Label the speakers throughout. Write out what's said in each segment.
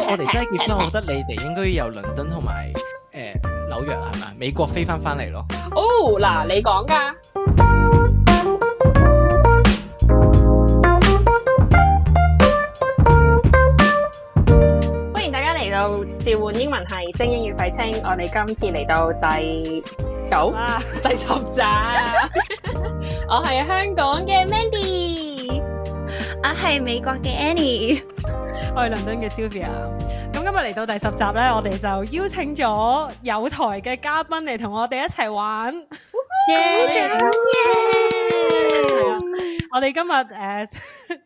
Speaker 1: 果我哋真係結婚，我覺得你哋應該由倫敦同埋誒紐約啊係咪美國飛翻翻嚟咯？
Speaker 2: 哦，嗱，你講㗎。歡迎大家嚟到召喚英文係精英與廢青，我哋今次嚟到第九、
Speaker 3: 哇，
Speaker 2: 第十集。我係香港嘅 Mandy。
Speaker 4: 我係美國嘅 Annie，
Speaker 3: 我係倫敦嘅 Sylvia。咁今日嚟到第十集咧，我哋就邀請咗有台嘅嘉賓嚟同我哋一齊玩。
Speaker 2: 耶！
Speaker 3: 係啊，我哋今日誒、呃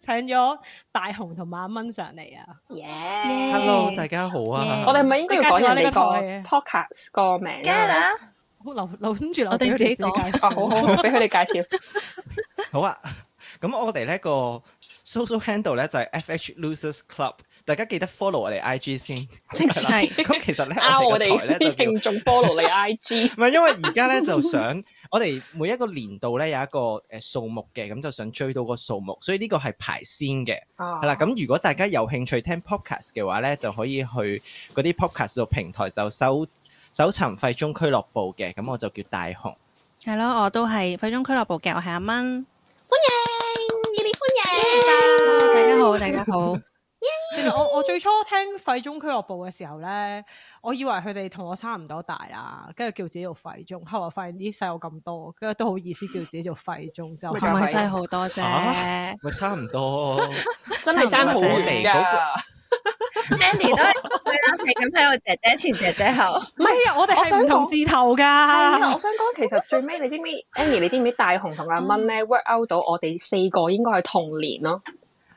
Speaker 3: 請咗大雄同馬蚊上嚟啊。
Speaker 2: 耶！
Speaker 1: Hello，大家好啊！
Speaker 4: Yeah
Speaker 2: 我哋係咪應該要講人哋個
Speaker 3: 你
Speaker 2: podcast 個名
Speaker 4: 梗係
Speaker 2: 啊？
Speaker 4: 啦，
Speaker 3: 好留留住留
Speaker 4: 我哋
Speaker 3: 俾佢
Speaker 4: 自己
Speaker 3: 哋
Speaker 4: 講
Speaker 3: 介紹
Speaker 2: 哦，好 好，好俾佢哋介紹。
Speaker 1: 好啊，咁我哋呢個 social handle 咧就係 FH Losers Club，大家記得 follow 我哋 IG 先。
Speaker 2: 即係
Speaker 1: 咁其實咧，
Speaker 2: 啊！
Speaker 1: 我
Speaker 2: 我
Speaker 1: 哋
Speaker 2: 哋
Speaker 1: 個台咧就
Speaker 2: 啲
Speaker 1: 叫
Speaker 2: 聽眾 follow 你 IG，
Speaker 1: 唔係，因為而家咧就想我哋每一個年度咧有一個誒數目嘅，咁就想追到個數目，所以呢個係排先嘅。係
Speaker 2: 係
Speaker 1: 啦，咁如果大家有興趣聽 podcast 嘅話咧，就可以去嗰啲 podcast 度平台就搜搜尋廢中俱樂部嘅，咁我就叫大雄。
Speaker 5: 係咯，我都係廢中俱樂部嘅，我係阿蚊。
Speaker 2: 歡迎，熱烈歡迎。
Speaker 5: 大家好，大家好。
Speaker 3: 其實我我最初聽廢中俱樂部嘅時候咧，我以為佢哋同我差唔多大啦，跟住叫自己做廢中，後來發現啲細我咁多，跟住都好意思叫自己做廢中，就
Speaker 2: 咪
Speaker 5: 唔
Speaker 2: 就係
Speaker 5: 係細好多啫，
Speaker 1: 啊喂，差唔多，
Speaker 2: 真係爭好遠㗎，
Speaker 4: Mandy 都係啦，係咁喺度姐姐前姐姐後，
Speaker 3: 唔係我哋
Speaker 2: 我想
Speaker 3: 係唔同
Speaker 2: 講
Speaker 3: 字頭
Speaker 2: 係啊！
Speaker 3: 㗎
Speaker 2: 我。想講其實最尾你知唔知 Annie？你知唔知大雄同阿蚊
Speaker 1: 嗯
Speaker 2: 咧 work out 到我哋四個應該係同年 咯？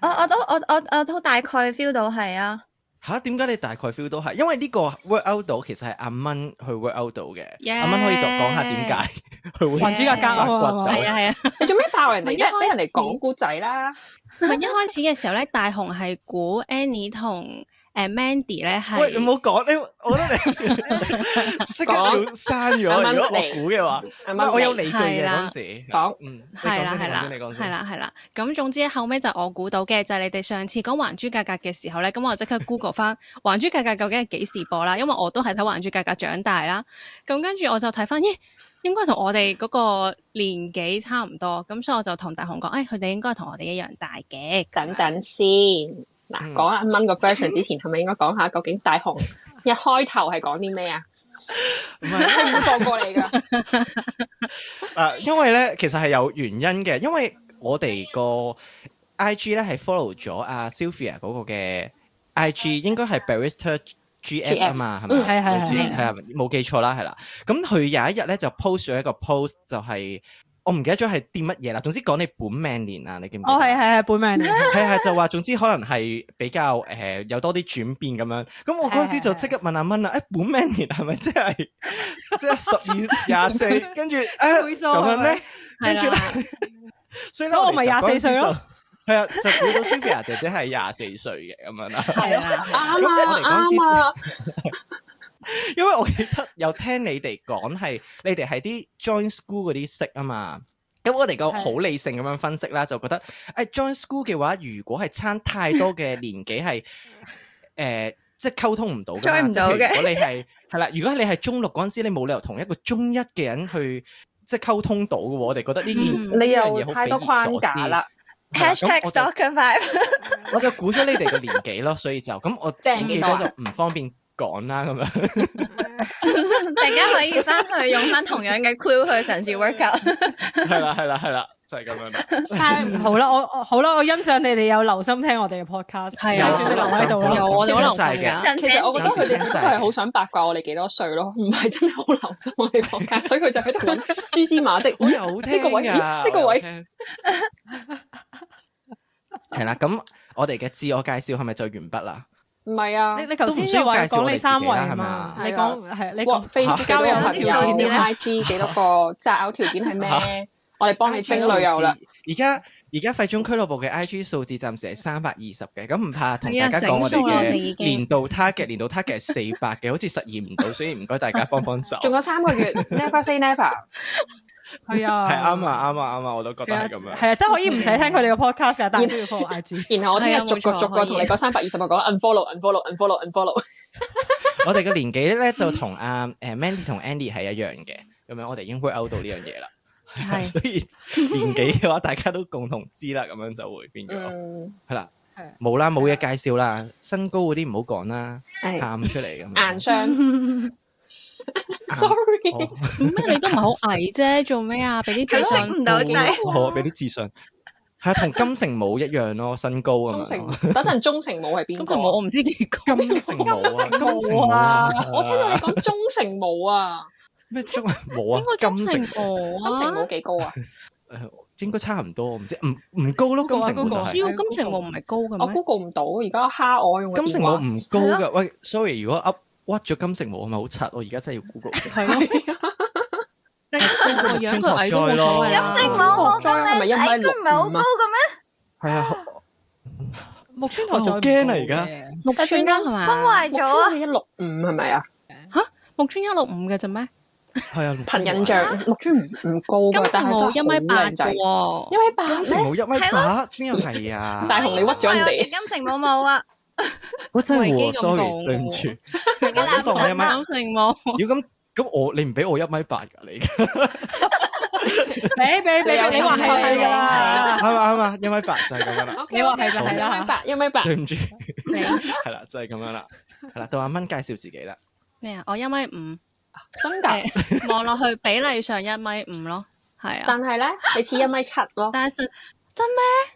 Speaker 4: 我我都我我我都大概 feel 到係啊，
Speaker 1: 吓？點解你大概 feel 到係？因為呢個 work out 到其實係阿蚊去 work out 到嘅。
Speaker 5: Yeah
Speaker 1: 阿蚊可以度講下點 解佢會
Speaker 3: 還珠格格啊嘛
Speaker 1: 發掘
Speaker 5: 係
Speaker 1: 到
Speaker 5: 啊係啊。
Speaker 2: 你做咩爆人哋
Speaker 5: 咪一開
Speaker 2: 啫？
Speaker 5: 始
Speaker 2: 俾人哋講故仔啦！
Speaker 5: 唔係一開始嘅時候咧，大雄係估 Annie 同誒 Mandy 咧
Speaker 1: 喂，你
Speaker 5: 係
Speaker 1: 唔好講咧，我覺得 你即刻要刪
Speaker 2: 阿
Speaker 1: 咗。
Speaker 2: 蚊
Speaker 1: 如果我
Speaker 2: 嚟
Speaker 1: 估嘅話，
Speaker 2: 阿
Speaker 1: 唔
Speaker 2: 蚊
Speaker 1: 係我有
Speaker 2: 嚟
Speaker 1: 理據嘅
Speaker 5: 係啦
Speaker 1: 嗰陣時。
Speaker 2: 講
Speaker 1: 嗯，你
Speaker 5: 係啦
Speaker 1: 講先
Speaker 5: 係啦
Speaker 1: 你講先你講先
Speaker 5: 係啦係啦。咁總之後尾就我估到嘅就係你哋上次講《還珠格格》嘅時候咧，咁我即刻 Google 翻《 還珠格格》究竟係幾時播啦？因為我都係睇《還珠格格》長大啦。咁跟住我就睇翻，咦，應該同我哋嗰個年紀差唔多，咁所以我就同大雄講，誒、佢哋應該同我哋一樣大嘅。
Speaker 2: 等等先，嗱
Speaker 1: 嗯
Speaker 2: 講阿蚊個 version 之前，係咪應該講下究竟大雄一開頭係講啲咩啊？
Speaker 1: 唔 係
Speaker 2: 係唔會放過你㗎，
Speaker 1: 啊，因為咧其實係有原因嘅，因為我哋個 I G 咧係 follow 咗阿 Sylvia 嗰個嘅 I G，應
Speaker 3: 嗯
Speaker 1: 該係 Barrister G F 啊嘛，係
Speaker 2: 嗯
Speaker 1: 咪？
Speaker 3: 係係
Speaker 1: 類似
Speaker 3: 係
Speaker 1: 係啊冇記錯啦，係啦。咁佢有一日咧就 post 咗一個 post，就係、我唔記得咗係啲乜嘢啦。總之講你本命年啊，你記唔記得？
Speaker 3: 哦，係係係本命年，
Speaker 1: 係係就話，總之可能係比較誒、呃有多啲轉變咁樣。咁我嗰陣時就即刻問阿蚊啦，誒本命年係咪即 係即係十二廿四？跟住誒
Speaker 3: 倍數啊
Speaker 1: 咁
Speaker 3: 係
Speaker 1: 樣
Speaker 3: 咪
Speaker 1: 咧，跟住咧，所以咧
Speaker 3: 所以我咪
Speaker 1: 哋就
Speaker 3: 廿四歲咯
Speaker 1: 嗰陣時就。係啊，就估到 Sylvia 姐姐係廿四歲嘅咁樣啦。
Speaker 5: 係啦，
Speaker 2: 啱
Speaker 1: 我哋
Speaker 2: 啊
Speaker 1: 嗰時
Speaker 2: 啱啊！
Speaker 1: 因為我記得有聽你哋講係，你哋係啲 join school 嗰啲識啊嘛。咁我哋個
Speaker 3: 係
Speaker 1: 好理性咁樣分析啦，就覺得誒、join school 嘅話，如果係差太多嘅年 紀係誒，即係溝通唔到㗎
Speaker 4: join
Speaker 1: 嘛。
Speaker 4: 唔
Speaker 1: 即係譬如
Speaker 4: 到嘅
Speaker 1: 如果你係係啦，如果你係中六嗰陣時，你冇理由同一個中一嘅人去即係溝通到嘅喎。我哋覺得呢件
Speaker 5: 嗯
Speaker 1: 呢
Speaker 2: 你
Speaker 1: 樣
Speaker 2: 又
Speaker 1: 嘢好
Speaker 2: 太多
Speaker 1: 匪夷
Speaker 2: 框
Speaker 1: 所
Speaker 2: 架
Speaker 1: 思
Speaker 2: 啦，
Speaker 1: 係啦咁
Speaker 4: #hashtag
Speaker 1: 我
Speaker 4: stock vibe，
Speaker 1: 就我就估咗你哋個年紀咯，所以就咁我
Speaker 2: 即係
Speaker 1: 年紀
Speaker 2: 幾多啊
Speaker 1: 多就唔方便講啦 咁樣。
Speaker 4: 大家可以翻去用翻同樣嘅 clue 去嘗試 work out。
Speaker 1: 係啦係啦係啦，就係咁樣啦。
Speaker 2: 但係
Speaker 3: 嗯好啦，我我好啦，我欣賞你哋有留心聽我哋嘅 podcast，
Speaker 5: 係
Speaker 1: 啊
Speaker 3: 有留喺度啦。
Speaker 5: 有我哋好留心
Speaker 1: 晒
Speaker 5: 㗎
Speaker 2: 其實我覺得佢哋只
Speaker 1: 有
Speaker 2: 不
Speaker 1: 時
Speaker 2: 過係好想八卦我哋幾多歲咯，唔係真係好留心我哋國家，所以佢就喺度揾蛛絲馬跡。
Speaker 1: 我有
Speaker 2: 呢個位，咦呢個
Speaker 1: 哦
Speaker 2: 位
Speaker 1: 系啦，咁我哋嘅自我介紹係咪就完畢啦？
Speaker 2: 唔係啊
Speaker 3: 你你頭
Speaker 1: 都唔
Speaker 3: 先
Speaker 1: 需要
Speaker 3: 就話
Speaker 1: 介紹我
Speaker 3: 講
Speaker 1: 哋
Speaker 3: 你三
Speaker 1: 自
Speaker 3: 圍
Speaker 1: 己啦
Speaker 3: 啊
Speaker 1: 係咪啊
Speaker 3: 嘛，你
Speaker 2: 係啊
Speaker 3: 講係你
Speaker 2: 哇
Speaker 3: 講
Speaker 2: Facebook 幾多個朋
Speaker 4: 交友
Speaker 2: 友
Speaker 4: 條
Speaker 2: ，IG 幾多個擇偶條件係咩？我哋幫你精女友啦。
Speaker 1: 而家而家廢中俱樂部嘅 I G 數字暫時係三百二十嘅，咁唔怕同
Speaker 5: 係
Speaker 1: 大
Speaker 5: 啊
Speaker 1: 家講我哋
Speaker 5: 整數啦我哋已
Speaker 1: 嘅
Speaker 5: 經
Speaker 1: 年度 target，年度 target 係四 百嘅，好似實現唔到，所以唔該大家幫幫手。
Speaker 5: 啊
Speaker 2: 仲有三個月，Never say never。
Speaker 3: 係啊，
Speaker 1: 係啱啊，啱啊，啱啊，我都覺得
Speaker 3: 係啊，
Speaker 1: 係咁樣。
Speaker 3: 係啊，真係可以唔使聽佢哋嘅 podcast 噶，但係都要 follow IG。
Speaker 2: 然後我聽
Speaker 5: 係
Speaker 2: 日
Speaker 5: 啊
Speaker 2: 逐個
Speaker 5: 冇錯
Speaker 2: 逐個同你
Speaker 5: 可以
Speaker 2: 嗰三百二十個講 unfollow unfollow unfollow unfollow，
Speaker 1: 我哋嘅年紀咧就同阿誒 Mandy 同 Andy 係一樣嘅，咁樣我哋已經 work out 到呢樣嘢啦。
Speaker 5: 係
Speaker 1: 所以年紀嘅話，大家都共同知啦，咁樣就會變咗
Speaker 2: 嗯，
Speaker 1: 係啦
Speaker 3: 係。
Speaker 1: 冇啦，冇嘢介紹啦，身高嗰啲唔好講啦，
Speaker 2: 係
Speaker 1: 喊出嚟咁
Speaker 2: 硬
Speaker 1: 樣。
Speaker 2: 傷，sorry，
Speaker 1: 哦
Speaker 5: 咩？你都唔係好矮啫，做咩啊？俾啲
Speaker 4: 佢
Speaker 5: 自信
Speaker 4: 識唔到底，
Speaker 1: 好啊，俾啲自信。係啊，同金城武一樣咯，身高
Speaker 2: 忠
Speaker 1: 咁樣咯。
Speaker 2: 誠，等陣忠誠武係邊
Speaker 5: 咁
Speaker 2: 個
Speaker 5: 佢冇，
Speaker 2: 啊？
Speaker 5: 我唔知幾高。
Speaker 1: 金城武啊，金城武
Speaker 3: 武啊
Speaker 1: 啊，
Speaker 2: 我聽到你講忠誠武啊，
Speaker 1: 咩中冇
Speaker 5: 應
Speaker 1: 啊
Speaker 5: 該？中
Speaker 1: 金城
Speaker 5: 性
Speaker 2: 忠
Speaker 5: 我
Speaker 2: 誠
Speaker 5: 啊
Speaker 2: 武。幾高啊？
Speaker 1: 應該差唔多，我唔知唔唔高咯。金城武就
Speaker 3: 高
Speaker 1: 係
Speaker 3: 過
Speaker 5: 只要金城武唔係高
Speaker 2: 我
Speaker 5: 嘅咩？
Speaker 2: 哦 Google 唔到，而家蝦我用個
Speaker 1: 金城
Speaker 2: 電
Speaker 1: 武
Speaker 2: 話。
Speaker 1: 唔高噶，喂，sorry，如果 up 屈咗金城武，我咪好柒，我而家真係要 Google 先。
Speaker 3: 係咯，
Speaker 5: 你個樣佢矮都冇所謂啊啦。
Speaker 4: 金城
Speaker 2: 武
Speaker 4: 武我覺
Speaker 2: 係咪
Speaker 4: 得
Speaker 2: 一
Speaker 4: 你
Speaker 2: 米
Speaker 4: 矮
Speaker 2: 六
Speaker 4: 都唔係好
Speaker 2: 五
Speaker 4: 高
Speaker 2: 啊
Speaker 4: 嘅咩？
Speaker 1: 係啊，
Speaker 3: 木村
Speaker 1: 我
Speaker 3: 拓哉
Speaker 1: 好驚啊
Speaker 3: 唔高
Speaker 1: 而家
Speaker 3: 嘅
Speaker 5: 木村
Speaker 2: 突然間
Speaker 5: 係嘛？
Speaker 4: 崩壞
Speaker 2: 木
Speaker 4: 咗啊
Speaker 2: 村！一六五係咪啊？
Speaker 5: 木村一六五嘅啫咩？
Speaker 1: 係啊，
Speaker 2: 憑印象，木村唔唔高
Speaker 5: 金
Speaker 2: 㗎，但
Speaker 5: 城武
Speaker 2: 係
Speaker 5: 一
Speaker 2: 真
Speaker 5: 米
Speaker 2: 係好
Speaker 5: 八
Speaker 2: 靚仔，
Speaker 5: 嘅
Speaker 2: 一
Speaker 5: 喎。
Speaker 2: 米八
Speaker 1: 金城
Speaker 2: 咩？
Speaker 1: 武一米八，邊有係啊？
Speaker 2: 大雄你屈咗人哋，
Speaker 4: 金城 武冇啊，
Speaker 1: 我真係
Speaker 5: 維
Speaker 1: 喎
Speaker 5: 基咁
Speaker 1: ，sorry，
Speaker 5: 講
Speaker 1: 對唔住，
Speaker 4: 係嘅
Speaker 1: 我都當我一
Speaker 4: 男神
Speaker 1: 米。
Speaker 4: 啊
Speaker 5: 金城武。
Speaker 1: 如果咁咁我你唔俾我一米八㗎， 你係
Speaker 3: 俾俾俾，啊
Speaker 2: 你
Speaker 3: 你
Speaker 2: 有
Speaker 3: 話係
Speaker 2: 心
Speaker 3: 係
Speaker 2: 虛
Speaker 3: 啦，
Speaker 1: 咪啱啊？一米八就係咁樣啦，
Speaker 2: OK，
Speaker 3: 你話係咪
Speaker 1: 好
Speaker 3: 係
Speaker 2: 一米
Speaker 3: 啦？
Speaker 2: 八，一米八，
Speaker 1: 對唔住，
Speaker 5: 你
Speaker 1: 係啦，就係咁樣啦，係啦，到阿蚊介紹自己啦，
Speaker 5: 咩啊？我一米五，
Speaker 2: 真㗎。
Speaker 5: 誒望落去比例上一米五咯，係啊。
Speaker 2: 但係咧，你似一米七咯，
Speaker 5: 但係實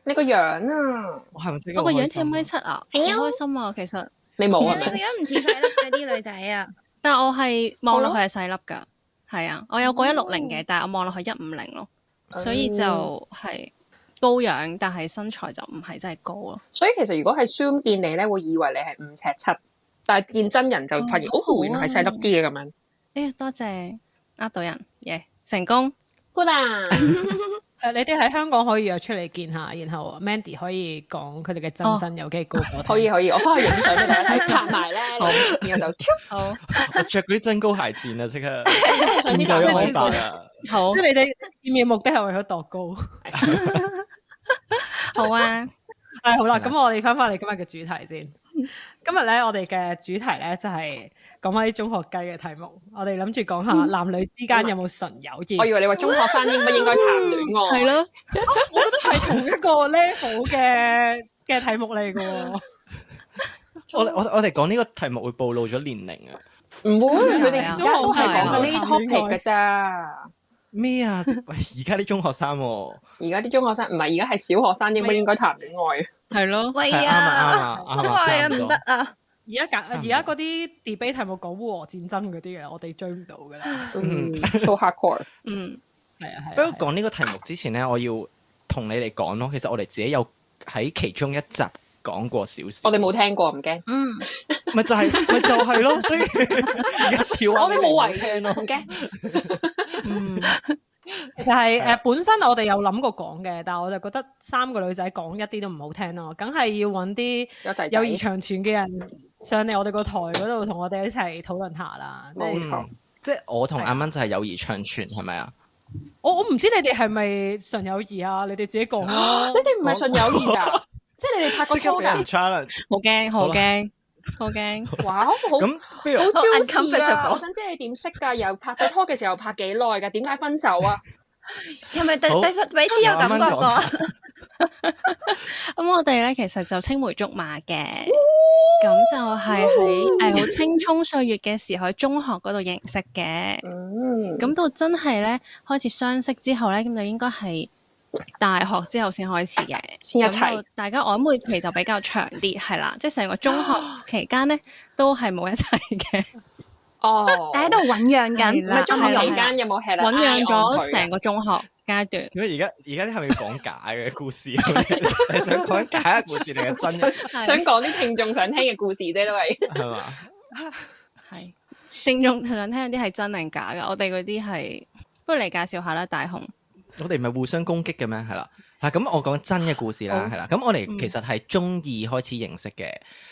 Speaker 2: 你個樣啊，
Speaker 1: 我係咪先？
Speaker 5: 我個樣似一米七啊，好
Speaker 2: 係啊
Speaker 5: 開心啊，其實。
Speaker 2: 你冇
Speaker 4: 你
Speaker 2: 係
Speaker 4: 個
Speaker 2: 咪？
Speaker 4: 樣唔似細粒嗰啲女仔 啊，
Speaker 5: 但係我係望落去係細粒㗎，係啊，我有過一六零嘅，但係我望落去一五零咯，所以就係高樣，但係身材就唔係真係高咯。
Speaker 2: 所以其實如果係 Zoom 見你咧，會以為你係五尺七，但係見真人就發現，
Speaker 5: 哦好
Speaker 2: 哦，
Speaker 5: 啊
Speaker 2: 原來係細粒啲嘅咁樣。
Speaker 5: 哎呀，多謝呃到人，耶、成功！
Speaker 2: Good 啊！
Speaker 3: 誒，你哋喺香港可以約出嚟見下，然後 Mandy 可以講佢哋嘅真身有幾高過我哋。
Speaker 2: 可以可以，我翻去影相俾大家睇，拍埋咧，然後就
Speaker 5: 好，
Speaker 1: 我着嗰啲增高鞋戰啊，即刻
Speaker 2: 上次
Speaker 1: 唔夠
Speaker 2: 打
Speaker 1: 一
Speaker 2: 開
Speaker 1: 米八啊！
Speaker 5: 好
Speaker 3: 即，係你哋見面目的係為咗度高。
Speaker 5: 好 啊！
Speaker 3: 係好
Speaker 1: 係
Speaker 3: 啦，
Speaker 1: 啦
Speaker 3: 咁我哋翻翻嚟今日嘅主題先。今日咧，我哋嘅主題咧就係講翻啲中學雞嘅題目。我哋諗住講下男女之間有冇純友誼。
Speaker 2: 我以為你話中學生應不應該談戀愛？
Speaker 5: 係，咯，
Speaker 3: 我覺得係同一個 level 嘅嘅題目嚟嘅喎。
Speaker 1: 我我我哋講呢個題目會暴露咗年齡啊！
Speaker 2: 唔會，佢哋而家都係講緊呢啲
Speaker 3: 中學生
Speaker 2: topic 嘅咋。
Speaker 1: 咩啊？喂，而家啲中學生喎，
Speaker 2: 而家啲中學生唔係，而家係小學生應不應該談戀愛？
Speaker 5: 係咯，
Speaker 4: 喂
Speaker 1: 係啱
Speaker 4: 啊，
Speaker 1: 啊啱啊
Speaker 4: 我
Speaker 1: 啱
Speaker 4: 都
Speaker 1: 啊
Speaker 4: 話
Speaker 1: 差
Speaker 4: 啊
Speaker 1: 唔
Speaker 4: 唔
Speaker 2: 嗯
Speaker 1: 多
Speaker 4: 得啊，
Speaker 3: 而家揀
Speaker 1: 差唔
Speaker 3: 而
Speaker 1: 多
Speaker 3: 家嗰啲 debate 題目講烏俄戰爭嗰啲啊嘅，我哋追唔到 㗎啦。
Speaker 2: 嗯，so hardcore。
Speaker 5: 嗯，
Speaker 3: 係啊係啊。
Speaker 1: 不過講呢個題目之前咧，我要同你哋講咯。其實我哋自己有喺其中一集講過少少
Speaker 2: 我，哋冇聽過，唔驚。
Speaker 4: 嗯，
Speaker 1: 咪就係、咪就係咯。所以而家就要
Speaker 2: 我哋
Speaker 1: 話啊你
Speaker 2: 冇違停，唔驚。
Speaker 5: 嗯，
Speaker 3: 其實
Speaker 1: 係
Speaker 3: 係誒本身我哋有諗過講嘅，但係我就覺得三個女仔講一啲都唔好聽咯，梗係要揾啲
Speaker 2: 有仔
Speaker 3: 友誼
Speaker 2: 仔，
Speaker 3: 長存嘅人上嚟我哋個台嗰度同我哋一齊討論下啦。即
Speaker 2: 冇
Speaker 3: 係
Speaker 2: 錯
Speaker 1: 嗯。即係我
Speaker 3: 啊
Speaker 1: 同阿蚊就係友誼長存，係咪啊？
Speaker 3: 我我唔知你哋係咪純友誼啊？你哋自己 講啦
Speaker 2: 你。哋唔係純友誼㗎，即係你哋拍 過
Speaker 1: 即刻
Speaker 2: 拖
Speaker 1: 俾人
Speaker 2: 㗎。
Speaker 1: challenge。
Speaker 5: 好驚，
Speaker 1: 好
Speaker 5: 好
Speaker 1: 啦
Speaker 5: 驚，好驚，
Speaker 2: 哇，好好
Speaker 1: 咁不如
Speaker 2: juicy 啊！
Speaker 4: uncomfortable
Speaker 2: 我想知你點識㗎？又拍咗拖嘅時候拍幾耐㗎？點解分手 啊？
Speaker 4: 係咪對
Speaker 1: 好
Speaker 4: 對彼此有感覺
Speaker 1: 慢慢
Speaker 4: 過？
Speaker 5: 咁我哋咧其實就青梅竹馬嘅，咁就係喺誒好青葱歲月嘅時候，喺中學嗰度認識嘅。
Speaker 2: 嗯，
Speaker 5: 咁到真係咧開始相識之後咧，咁就應該係大學之後先開始嘅。
Speaker 2: 先一
Speaker 5: 咁就
Speaker 2: 齊。
Speaker 5: 大家曖昧期就比較長啲，係啦，即係成個中學 期間咧都係冇一齊嘅，
Speaker 2: 哦，
Speaker 4: 但喺度醖釀緊，
Speaker 5: 係
Speaker 2: 唔係
Speaker 5: 啦
Speaker 2: 中學期
Speaker 5: 係啦
Speaker 2: 間有冇係啦？
Speaker 5: 醖
Speaker 2: eye
Speaker 5: 釀咗
Speaker 2: on 佢啊
Speaker 5: 成個中學階段。
Speaker 1: 如果而家而家啲係咪要講假嘅故事？ 你想講假嘅故事定係真嘅
Speaker 2: 想
Speaker 5: 係
Speaker 2: 講啲聽眾想聽嘅故事啫，都係
Speaker 1: 係嘛？
Speaker 5: 係，正眾想聽嗰啲係真定假㗎？我哋嗰啲係，不如你介紹下啦，大雄。
Speaker 1: 我哋唔係互相攻擊嘅咩？係啦，嗱咁我講真嘅故事啦，
Speaker 5: 好
Speaker 1: 係啦，咁我哋
Speaker 5: 嗯
Speaker 1: 其實係中二開始認識嘅，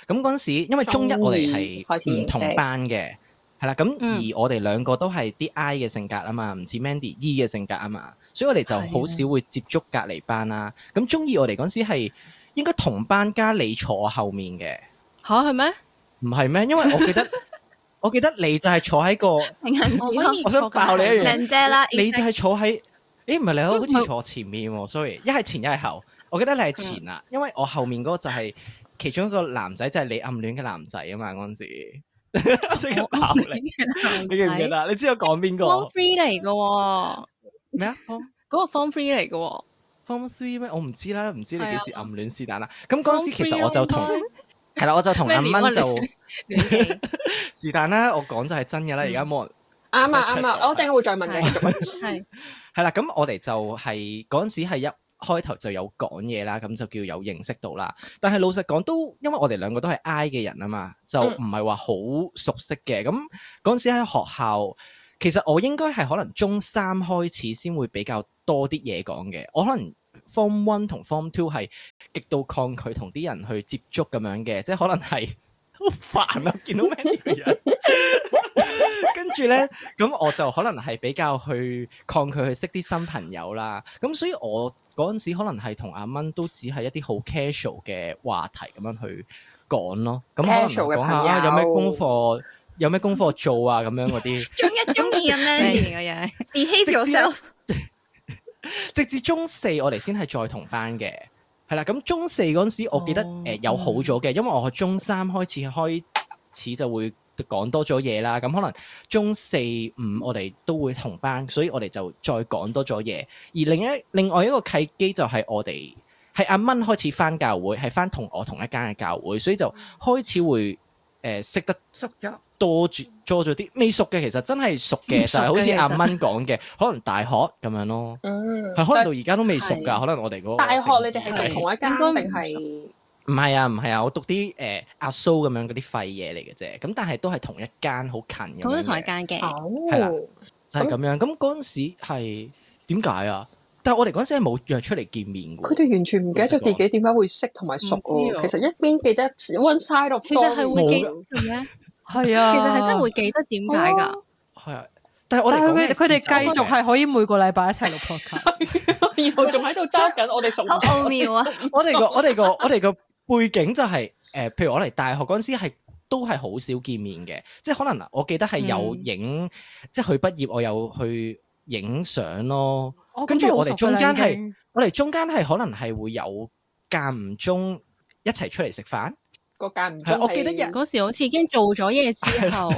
Speaker 1: 咁嗰陣時因為中一我哋
Speaker 2: 中二開始
Speaker 1: 係
Speaker 2: 認識
Speaker 1: 唔同班嘅，係係啦，咁
Speaker 5: 嗯
Speaker 1: 而我哋兩個都係啲 I 嘅性格啊嘛，唔似 Mandy E 嘅性格啊嘛，所以我哋就好少會接觸隔離班啦。咁中意我哋嗰陣時係應該同班加你坐我後面嘅，
Speaker 5: 吓係咩？
Speaker 1: 唔係咩？因為我記得我記得你就係坐喺個，
Speaker 4: 平行時空
Speaker 1: 我 想爆你一樣，
Speaker 4: Mandela
Speaker 1: 你就係坐喺，咦唔係你好似坐我前面喎，sorry，一係前一係後，我記得你
Speaker 5: 嗯
Speaker 1: 係前啦，因為我後面嗰個就係其中一個男仔，就係你暗戀嘅男仔啊嘛嗰陣時，即刻爆你。
Speaker 5: 你
Speaker 1: 你記唔記得？啊你知我講邊
Speaker 5: Form
Speaker 1: 個
Speaker 5: three 嚟嘅喎，
Speaker 1: 咩啊？Form
Speaker 5: 嗰個 Form three 嚟嘅喎。
Speaker 1: Form Three 咩？我唔知啦，唔知你
Speaker 5: 係啊啊
Speaker 1: 幾時暗戀是但啦。咁嗰陣時其實我就同係啦，我就同
Speaker 5: 咩
Speaker 1: 阿
Speaker 5: 料啊
Speaker 1: 蚊
Speaker 5: 你
Speaker 1: 就
Speaker 5: 亂記
Speaker 1: 是但啦。我講就係真嘅啦，而家冇人
Speaker 2: 啱啊
Speaker 1: 出
Speaker 2: 啱啊，
Speaker 1: 咗
Speaker 2: 我一陣間會再問你。
Speaker 5: 係
Speaker 1: 係啦。咁我哋就係嗰陣時係一開頭就有講嘢啦，咁就叫有認識到啦。但係老實講都，因為我哋兩個都係 I 嘅人啊嘛，就
Speaker 2: 嗯
Speaker 1: 唔係話好熟悉嘅。咁嗰陣時喺學校，其實我應該係可能中三開始先會比較多啲嘢講嘅。我可能 Form One 同 Form Two 係極度抗拒同啲人去接觸咁樣嘅，即係可能係 好煩啊！見到 Mandy 個樣， 跟住咧，咁我就可能係比較去抗拒去識啲新朋友啦。咁所以我嗰陣時可能係同阿蚊都只係一啲好 casual 嘅話題咁樣去講咯。咁可能
Speaker 2: Casual 嘅
Speaker 1: 講下
Speaker 2: 朋友
Speaker 1: 啊有咩功課，有咩功課做啊咁樣嗰啲。
Speaker 4: 中一中 二咁
Speaker 5: 咩
Speaker 4: Mandy
Speaker 5: 嚟嘅嘢？
Speaker 4: behave
Speaker 1: 直接
Speaker 4: yourself，
Speaker 1: 直至中四我哋先係再同班嘅，係啦。咁中四嗰陣時，我記得誒、
Speaker 5: 哦
Speaker 1: 呃有好咗嘅，因為我中三開始開始就會講多咗嘢啦。咁可能中四五我哋都會同班，所以我哋就再講多咗嘢。而另一另外一個契機就係我哋係阿蚊開始翻教會，係翻同我同一間嘅教會，所以
Speaker 5: 嗯
Speaker 1: 就開始會誒、呃、識得
Speaker 4: 熟咗。
Speaker 1: 多住多咗啲未熟嘅，其實真係熟嘅，
Speaker 5: 唔熟
Speaker 1: 就係好似
Speaker 5: 嘅
Speaker 1: 阿
Speaker 5: 其實
Speaker 1: 蚊講嘅，可能大學咁樣咯。
Speaker 2: 嗯，
Speaker 1: 係可能到而家都未熟
Speaker 5: 係
Speaker 1: 㗎，可能我哋嗰個
Speaker 2: 大學你哋
Speaker 1: 定
Speaker 2: 係
Speaker 1: 義
Speaker 2: 讀同一間
Speaker 5: 應該唔
Speaker 2: 定係？
Speaker 1: 唔係啊？唔係啊！我讀啲誒阿蘇咁樣嗰啲廢嘢嚟嘅啫，咁但係都係同一間好近咁
Speaker 5: 我都
Speaker 1: 樣
Speaker 5: 同一
Speaker 1: 嘅，
Speaker 5: 間嘅，
Speaker 1: 係啦
Speaker 2: 哦，
Speaker 1: 就係咁樣。咁嗰陣時係點解啊？但係我哋嗰陣時係冇約出嚟見面
Speaker 2: 佢
Speaker 1: 㗎。
Speaker 2: 哋完全唔記得咗自己點解會識同埋熟
Speaker 5: 唔知
Speaker 2: 喎。
Speaker 1: 啊
Speaker 5: 喎
Speaker 2: 其實一邊記得 one side of
Speaker 5: 其實係會
Speaker 2: story
Speaker 5: 記
Speaker 1: 冇
Speaker 5: 得嘅咩？
Speaker 3: 係
Speaker 5: 其
Speaker 3: 啊，
Speaker 5: 實係真係會記得點解㗎？
Speaker 1: 係啊，但係我哋
Speaker 3: 但係
Speaker 1: 講
Speaker 3: 佢
Speaker 1: 嘅
Speaker 3: 哋佢哋
Speaker 1: 事就
Speaker 3: 繼續
Speaker 1: 嘅
Speaker 3: 係可以每個禮拜一齊錄 podcast。
Speaker 2: 然 後仲喺度揸緊我哋熟唔
Speaker 4: 好
Speaker 2: 熟
Speaker 4: 奧 妙啊！
Speaker 1: 我哋個我哋個 我哋個背景就係、呃譬如我嚟大學嗰陣時係都係好少見面嘅，即係可能我記得係有
Speaker 5: 嗯
Speaker 1: 影，即係佢畢業我有去影相咯。
Speaker 3: 哦
Speaker 1: 跟住
Speaker 3: 咁都
Speaker 1: 我
Speaker 3: 好
Speaker 1: 哋
Speaker 3: 熟㗎
Speaker 1: 中間
Speaker 3: 啦已經
Speaker 1: 我哋中間係可能係會有間唔中一齊出嚟食飯，
Speaker 2: 個間唔中
Speaker 1: 係我記得
Speaker 2: 係
Speaker 1: 人
Speaker 5: 嗰時好似已經做咗嘢之後，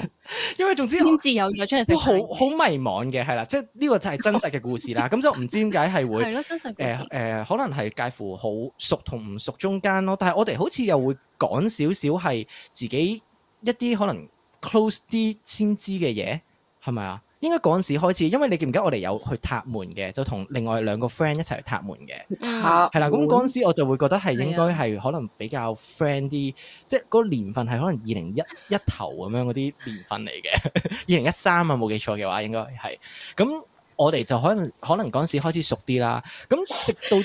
Speaker 1: 因為總之
Speaker 5: 先至有約出嚟食
Speaker 1: 都好
Speaker 5: 飯。
Speaker 1: 好迷茫嘅，係啦，即係呢個就係真實嘅故事啦。咁就唔知點解係會
Speaker 5: 係咯，真實故
Speaker 1: 誒
Speaker 5: 事。
Speaker 1: 誒，可能係介乎好熟同唔熟中間咯。但係我哋好似又會講少少係自己一啲可能 close 啲先知嘅嘢，係咪啊？應該嗰陣時開始，因為你記唔記得我哋有去塔門嘅，就同另外兩個 friend 一齊去塔門嘅。
Speaker 5: 嗯
Speaker 2: 嚇
Speaker 1: 係啦，咁嗰陣時我就會覺得係
Speaker 2: 啊
Speaker 1: 應該
Speaker 5: 係
Speaker 1: 係可能比較 friend 啲，即係嗰個年份係可能二零一一頭咁樣嗰啲年份嚟嘅， 二零一三啊冇記錯嘅話應該係。咁我哋就可能可能嗰陣時開始熟啲啦。咁直到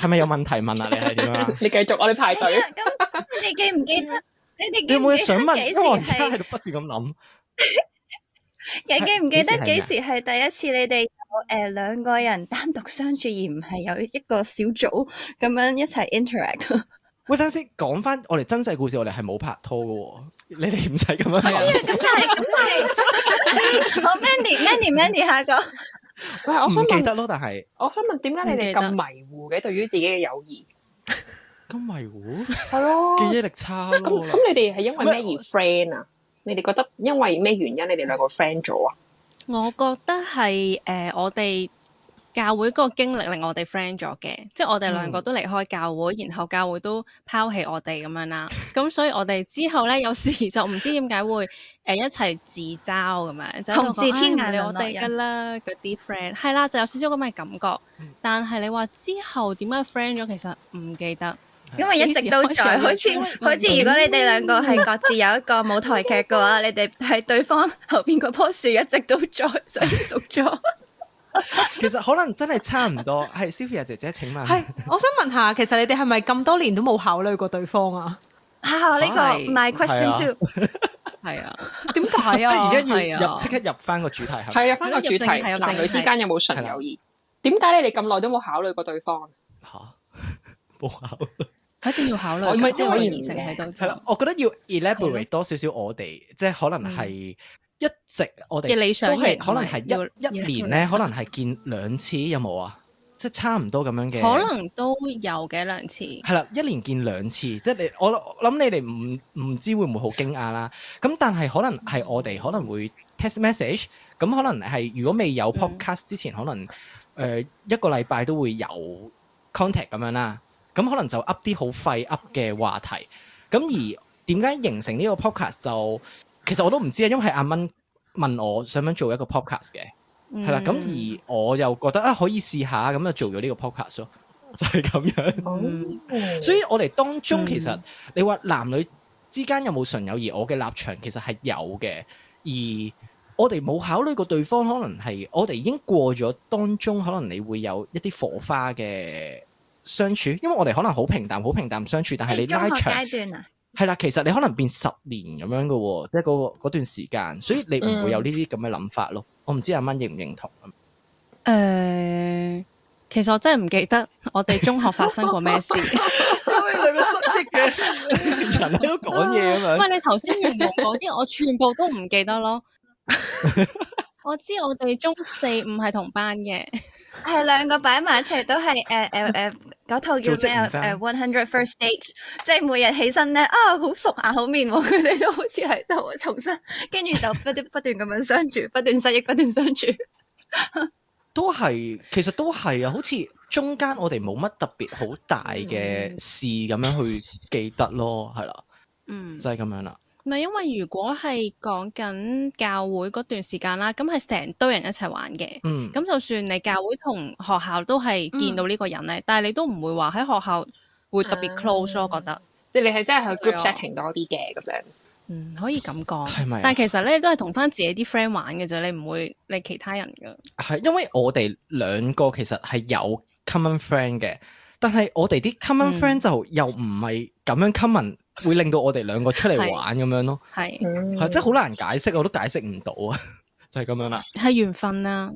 Speaker 1: 係咪有問題問啊？你係點啊？
Speaker 2: 你繼續，我哋排隊。
Speaker 4: 咁你記唔記得？你哋
Speaker 1: 你
Speaker 4: 記
Speaker 1: 有冇
Speaker 4: 唔
Speaker 1: 嘢
Speaker 4: 記
Speaker 1: 想
Speaker 4: 得
Speaker 1: 問？
Speaker 4: 幾
Speaker 1: 因
Speaker 4: 時
Speaker 1: 為 我而家
Speaker 4: 係
Speaker 1: 喺？度不斷咁諗。
Speaker 4: 你記唔記得
Speaker 1: 幾
Speaker 4: 幾
Speaker 1: 時
Speaker 4: 時係第一次你哋有誒兩個人單獨相處，而唔係有一個小組咁樣一齊 interact？
Speaker 1: 喂，等陣先講翻我哋真實故事，我哋係冇拍拖嘅喎。你哋唔使咁樣
Speaker 4: 咁
Speaker 2: 啊
Speaker 1: 諗。
Speaker 4: 但係咁係，好 Mandy，Mandy，Mandy 下一個。
Speaker 2: 喂，我想
Speaker 1: 唔記
Speaker 2: 問，
Speaker 1: 得咯，但係
Speaker 2: 我想問點解你哋咁
Speaker 5: 唔記
Speaker 2: 迷糊嘅對於自己嘅友誼？
Speaker 1: 咁迷糊，
Speaker 2: 係咯
Speaker 1: 記憶力差
Speaker 2: 咁
Speaker 1: 咯。
Speaker 2: 咁，你哋係因為咩
Speaker 1: 唔係
Speaker 2: 而 friend 啊？你哋覺得因為咩原因你哋兩個 friend 咗啊？
Speaker 5: 我覺得係誒、呃我哋教會嗰個經歷令我哋 friend 咗嘅，即係我哋
Speaker 1: 嗯
Speaker 5: 兩個都離開教會，然後教會都拋棄我哋咁樣啦。咁所以我哋之後咧，有時就唔知點解會誒、呃一齊自嘲咁樣，就喺度
Speaker 4: 同是
Speaker 5: 講
Speaker 4: 天
Speaker 5: 唉唔理
Speaker 4: 涯
Speaker 5: 我哋
Speaker 4: 淪落
Speaker 5: 㗎啦嗰啲 friend，係啦，就有少少咁嘅感覺。但係你話之後點解 friend 咗，其實唔記得。
Speaker 4: 因為一直都在，好
Speaker 5: 幾
Speaker 4: 似
Speaker 5: 時
Speaker 4: 好
Speaker 5: 開
Speaker 4: 似
Speaker 5: 始
Speaker 4: 如果你哋兩個係各自有一個舞台劇嘅話，你哋喺對方後邊嗰棵樹一直都在，所以熟咗。
Speaker 1: 其實可能真係差唔多。 係 Sylvia 姐姐，請問
Speaker 3: 係，我想問下，其實你哋係咪咁多年都冇考慮過對方啊？
Speaker 4: 啊，呢個
Speaker 5: 係
Speaker 1: 係啊
Speaker 4: my question too。
Speaker 5: 係啊，
Speaker 3: 點解
Speaker 1: 即係
Speaker 3: 啊
Speaker 1: 而？家
Speaker 5: 係
Speaker 1: 要
Speaker 5: 啊
Speaker 1: 入即刻入翻個主題係咪
Speaker 2: 係啊，翻個主題，
Speaker 5: 係咯入正題
Speaker 2: 男女之間有冇純友誼？點解你哋咁耐都冇考慮過對方？
Speaker 1: 嚇冇考
Speaker 5: 一定要考
Speaker 2: 我
Speaker 5: 慮，
Speaker 2: 唔係
Speaker 5: 即係可以
Speaker 2: 因為
Speaker 5: 異性喺度
Speaker 1: 係啦，我覺得要 elaborate 多少少我哋，即係可能係一直我哋
Speaker 5: 嗯嘅理想
Speaker 1: 都係
Speaker 5: 型
Speaker 1: 可能係一
Speaker 5: 要
Speaker 1: 一年咧，可能係見兩次有冇啊？即係差唔多咁樣嘅。
Speaker 5: 可能都有嘅兩次，
Speaker 1: 係啦，一年見兩次，即係你我我諗你哋唔唔知會唔會好驚訝啦。咁但係可能係我哋可能會 text message，咁可能係如果未有
Speaker 5: 嗯
Speaker 1: podcast 之前，可能誒、呃一個禮拜都會有 contact 咁樣啦。咁可能就 up 啲好廢 up 嘅話題。咁而點解形成呢個 podcast 就其實我都唔知啊，因為阿蚊問我想唔想做一個 podcast 嘅。係
Speaker 5: 係
Speaker 1: 啦，咁而我又覺得啊，可以試下，咁就做咗呢個 podcast 咯，就係咁樣。所以我哋當中其實你話男女之間有冇純友誼，我嘅立場其實係有嘅，而我哋冇考慮過對方，可能係我哋已經過咗當中，可能你會有一啲火花嘅相處，因為我哋可能好平淡、好平淡相處，但係你
Speaker 4: 中
Speaker 1: 拉
Speaker 4: 學
Speaker 1: 長。
Speaker 4: 階段啊，
Speaker 1: 係啦，其實你可能變十年咁樣嘅喎，即係嗰個嗰段時間，所以你唔會有呢啲咁嘅諗法咯。我唔知阿蚊認唔認同 咁
Speaker 5: 嗯誒，其實我真係唔記得我哋中學發生過 咩事。
Speaker 1: 你咪失憶嘅 人喺度講嘢咁樣。
Speaker 5: 喂，你頭先形容嗰啲，我全部都唔記 得咯。我知我哋中四五係同班嘅，
Speaker 4: 係兩個擺埋一齊都係誒誒誒嗰套叫
Speaker 1: 組織
Speaker 4: 咩啊
Speaker 1: 唔返
Speaker 4: 誒 One Hundred First Dates，即係每日起身咧啊好熟眼好面喎，佢哋都好似喺度重新，跟住就不斷不斷咁樣相處，不斷失憶，不斷相處。
Speaker 1: 都係，其實都係啊，好似中間我哋冇乜特別好大嘅
Speaker 2: 嗯
Speaker 1: 事咁樣去記得咯，係啦，
Speaker 5: 嗯，
Speaker 1: 就係咁樣啦。
Speaker 5: 唔係因為如果係講緊教會嗰段時間啦，咁係成堆人一齊玩嘅。
Speaker 1: 嗯，
Speaker 5: 咁就算你教會同學校都係見到呢個人咧，但係你都唔會話喺學校會特別 close 咯，我覺得。
Speaker 2: 即係你係真係去 group
Speaker 5: 係啊
Speaker 2: setting 多啲嘅咁樣。
Speaker 5: 嗯，可以咁講。
Speaker 1: 係咪啊
Speaker 5: 但係其實咧，都係同翻自己啲 friend 玩嘅啫，你唔會理其他人噶。
Speaker 1: 係因為我哋兩個其實係有 common friend 嘅，但係我哋啲 common
Speaker 5: 嗯
Speaker 1: friend 就又唔係咁樣 common，會令到我哋兩個出嚟
Speaker 5: 係
Speaker 1: 玩咁樣咯，
Speaker 5: 係
Speaker 2: 嗯
Speaker 1: 係真係好難解釋，我都解釋唔到啊， 就係咁樣啦。
Speaker 5: 係緣分啊啦。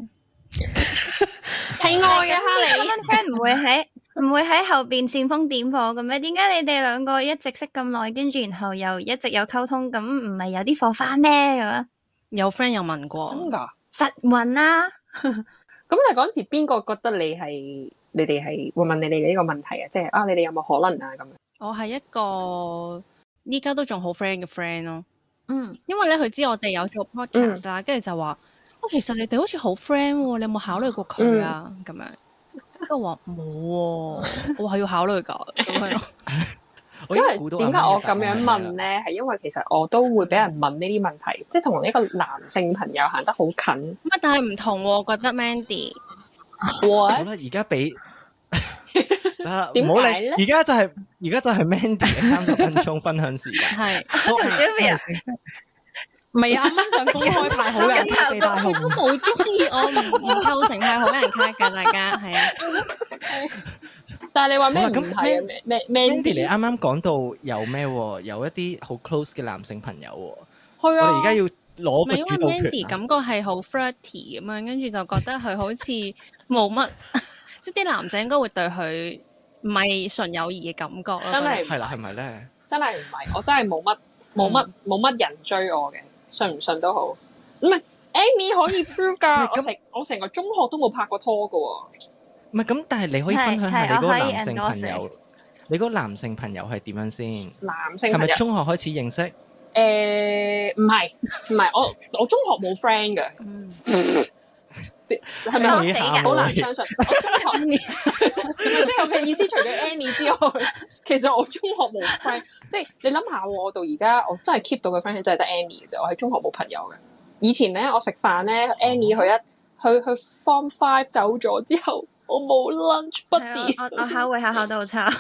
Speaker 2: 係愛啊嘅哈
Speaker 4: 咁
Speaker 2: 你。
Speaker 4: 樣 friend 唔會喺唔會喺後邊煽風點火嘅咩？點解你哋兩個一直識咁耐，跟住然後又一直有溝通，咁唔係有啲火花咩咁啊？
Speaker 5: 有 friend 有問過，
Speaker 2: 真㗎？
Speaker 4: 實運啦、
Speaker 2: 咁但係嗰陣時邊個覺得你係你哋係會問你哋呢個問題啊？即係啊，你哋有冇可能啊？咁樣
Speaker 5: 我係一個依家都仲好 friend 嘅 friend 咯。
Speaker 4: 嗯，
Speaker 5: 因為咧佢知我哋有
Speaker 1: 嗯
Speaker 5: 做 podcast 啦，跟住就話：哦，其實你哋好似好 friend 喎，你有冇考慮過佢啊？
Speaker 1: 嗯
Speaker 5: 咁樣，跟住我話冇喎，我話要考慮㗎，咁樣咯。
Speaker 1: 我
Speaker 2: 因
Speaker 1: 已
Speaker 2: 為
Speaker 1: 經估到
Speaker 2: 點解
Speaker 1: 阿
Speaker 2: 我
Speaker 1: 蚊嘅答
Speaker 2: 咁
Speaker 1: 案
Speaker 2: 樣
Speaker 1: 係啦
Speaker 2: 問咧？係因為其實我都會俾人問呢啲問題，即係同一個男性朋友行得好近。
Speaker 5: 咁啊，但係唔同喎，我覺得 Mandy
Speaker 1: 好啦，
Speaker 2: What？
Speaker 1: 而家俾 啊
Speaker 2: 點
Speaker 1: 唔好
Speaker 2: 解
Speaker 1: 理，
Speaker 2: 咧
Speaker 1: 而家就係而家就係 Mandy 嘅三十分鐘分享時間。
Speaker 5: 係
Speaker 1: 好
Speaker 4: 啊 j u l i a
Speaker 3: 唔係啊，阿蚊想公 開派好人卡俾 大雄
Speaker 5: 佢，都冇中意 我，唔唔構成係好人卡㗎，大家係啊。
Speaker 2: 但係你話咩
Speaker 1: 好
Speaker 2: 唔
Speaker 1: 啦咁
Speaker 2: 係啊？
Speaker 1: Man-
Speaker 2: 咩咩
Speaker 1: Mandy，你
Speaker 2: 咩？
Speaker 1: 啱啱講到有咩喎？有一啲好 close 嘅男性朋友喎，
Speaker 2: 係
Speaker 1: 我哋
Speaker 2: 啊
Speaker 1: 而家要
Speaker 5: 唔
Speaker 1: 攞個
Speaker 5: 係因為
Speaker 1: 主導權
Speaker 5: Mandy
Speaker 1: 啊。
Speaker 5: 感覺係好 flirty 咁樣，跟住就覺得佢好似冇乜， 即係啲男仔應該會對佢唔係純友誼嘅感覺咯。
Speaker 2: 真係
Speaker 1: 係啦，係咪咧？
Speaker 2: 真係唔係，我真係冇
Speaker 1: 嗯
Speaker 2: 乜冇乜冇乜人追我嘅，信唔信都好。唔係 Amy 可以 prove 㗎，我成我成個中學都冇拍過拖㗎喎。
Speaker 1: 唔係咁，但係你可以分享下
Speaker 4: 係係
Speaker 1: 你嗰個
Speaker 4: 我可以
Speaker 1: 男性朋
Speaker 4: endorse
Speaker 1: 友，你嗰個男性朋友係點樣先？
Speaker 2: 男性
Speaker 1: 係
Speaker 2: 朋
Speaker 1: 咪
Speaker 2: 友
Speaker 1: 中學開始認識？
Speaker 2: 誒唔係唔係，我我中學冇 friend 嘅，
Speaker 5: 嗯
Speaker 2: 係咪
Speaker 4: 我
Speaker 2: 好
Speaker 4: 死㗎
Speaker 2: 好難相信？我中學 唔係即係我嘅意思，除咗 Annie 之外，其實我中學冇 friend，即係你諗下喎，我到而家我真係 keep 到嘅 friend 真係得 Annie 嘅啫，我喺中學冇朋友嘅。以前咧，我食飯咧，Annie
Speaker 4: 嗯
Speaker 2: 佢一佢佢 Form Five 走咗之後，我冇 lunch
Speaker 4: 係
Speaker 2: buddy，
Speaker 4: 啊我我考會考考得好差。
Speaker 1: 嚇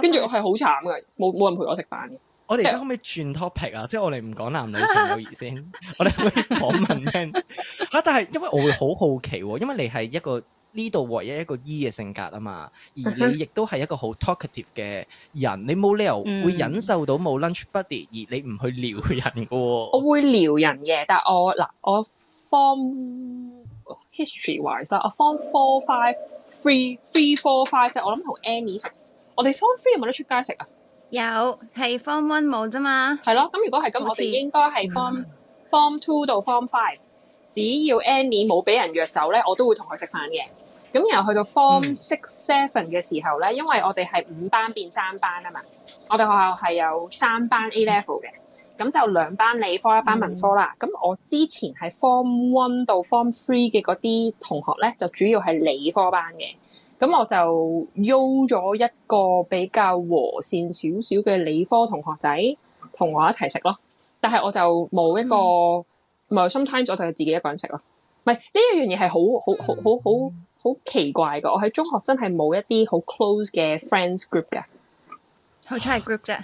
Speaker 2: 跟住我係好慘嘅，冇冇人陪我食飯嘅。
Speaker 1: 我哋而
Speaker 2: 即
Speaker 1: 家
Speaker 2: 係
Speaker 1: 可唔可以轉 topic 啊？即係我哋唔講男女純友誼 先，我哋可以訪問 Man 嚇、但係因為我會好好奇喎、因為你係一個呢度唯一一個 E 嘅性格啊嘛，而你亦都係一個好 talkative 嘅人，你冇理由
Speaker 5: 嗯
Speaker 1: 會忍受到冇 lunch buddy 而你唔去撩人嘅
Speaker 2: 我
Speaker 1: 喎。
Speaker 2: 會撩人嘅，但係我嗱我 form history wise 啊，我 form four five three three four five 嘅，我諗同 Annie 食。我哋 form three 有冇得出街食啊？
Speaker 4: 有係 form one 冇啫嘛，
Speaker 2: 係咯，咁如果係咁，
Speaker 4: 好
Speaker 2: 我
Speaker 4: 似嗯
Speaker 2: 哋應該係 form form two 到 form five，只要 Annie 冇俾人約走咧，我都會同佢食飯嘅。咁然後去到 form
Speaker 1: 嗯
Speaker 2: six seven 嘅時候咧，因為我哋係五班變三班啊嘛，我哋學校係有三班 A level 嘅，咁就兩班理科一班
Speaker 4: 嗯
Speaker 2: 文科啦。咁、我之前係 form one 到 form three 嘅嗰啲同學咧，就主要係理科班嘅。咁我就邀咗一個比較和善少少嘅理科同學仔同我一齊食咯，但係我就冇一個唔係、sometimes 我就係自己一個人食咯。唔係呢一樣嘢係好好好好好好奇怪噶，我喺中學真係冇一啲好 close 嘅 friends group 嘅。
Speaker 4: 好彩係 group 啫。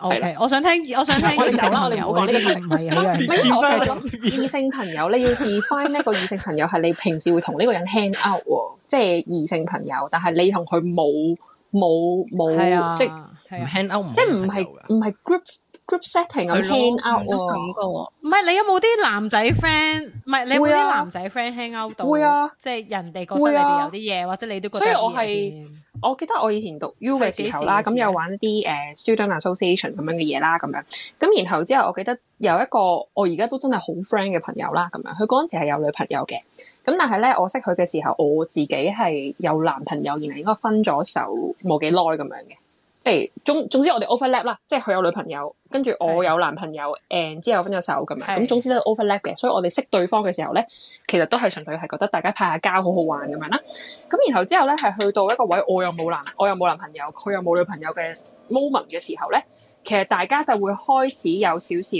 Speaker 3: O K，我想聽，我想聽
Speaker 2: 我哋
Speaker 3: 異性
Speaker 2: 走啦我
Speaker 3: 朋
Speaker 2: 哋唔
Speaker 3: 友
Speaker 2: 好講呢
Speaker 3: 嗰
Speaker 2: 個
Speaker 3: 啲唔係一
Speaker 2: 唔
Speaker 3: 樣。
Speaker 2: 係因為我
Speaker 1: 點解
Speaker 2: 繼續異性朋友，你要 define 呢個異性朋友係你平時會同呢個人 hang out 喎，即係異性朋友，但係你同佢冇冇
Speaker 3: 係啊，
Speaker 2: 冇即係。
Speaker 3: 係
Speaker 1: 唔
Speaker 3: 啊，
Speaker 1: hand out
Speaker 2: 即係唔係唔係 group group setting 咁 hand out
Speaker 5: 咁
Speaker 2: 喎，
Speaker 5: 噶喎。
Speaker 3: 唔係你有冇啲男仔 friend？唔係你有冇
Speaker 2: 會
Speaker 3: 啲
Speaker 2: 啊
Speaker 3: 男仔 friend hang out 到？
Speaker 2: 會啊，
Speaker 3: 即係人哋覺得
Speaker 2: 會
Speaker 3: 你哋
Speaker 2: 啊
Speaker 3: 有啲嘢，或者你都覺得
Speaker 2: 所以我
Speaker 3: 有啲嘢
Speaker 2: 係
Speaker 3: 先
Speaker 2: 我記得我以前讀 U 嘅時候啦，
Speaker 3: 係幾時嘅
Speaker 2: 咁
Speaker 3: 事啊
Speaker 2: 有玩一啲誒 student association 咁樣嘅嘢啦，咁樣咁然後之後，我記得有一個我而家都真係好 friend 嘅朋友啦，咁樣佢嗰陣時係有女朋友嘅，咁但係咧我識佢嘅時候，我自己係有男朋友，然後應該分咗手冇幾耐咁樣嘅。即係總總之我哋 overlap 啦，即係佢有女朋友，跟住我有男朋友，and 之後分咗手咁樣，
Speaker 3: 係
Speaker 2: 咁總之都係 overlap 嘅，所以我哋識對方嘅時候咧，其實都係純粹係覺得大家拍下交好好玩咁樣啦。咁然後之後咧係去到一個位，我又冇男，我又冇男朋友，佢又冇女朋友嘅 moment 嘅時候咧，其實大家就會開始有少少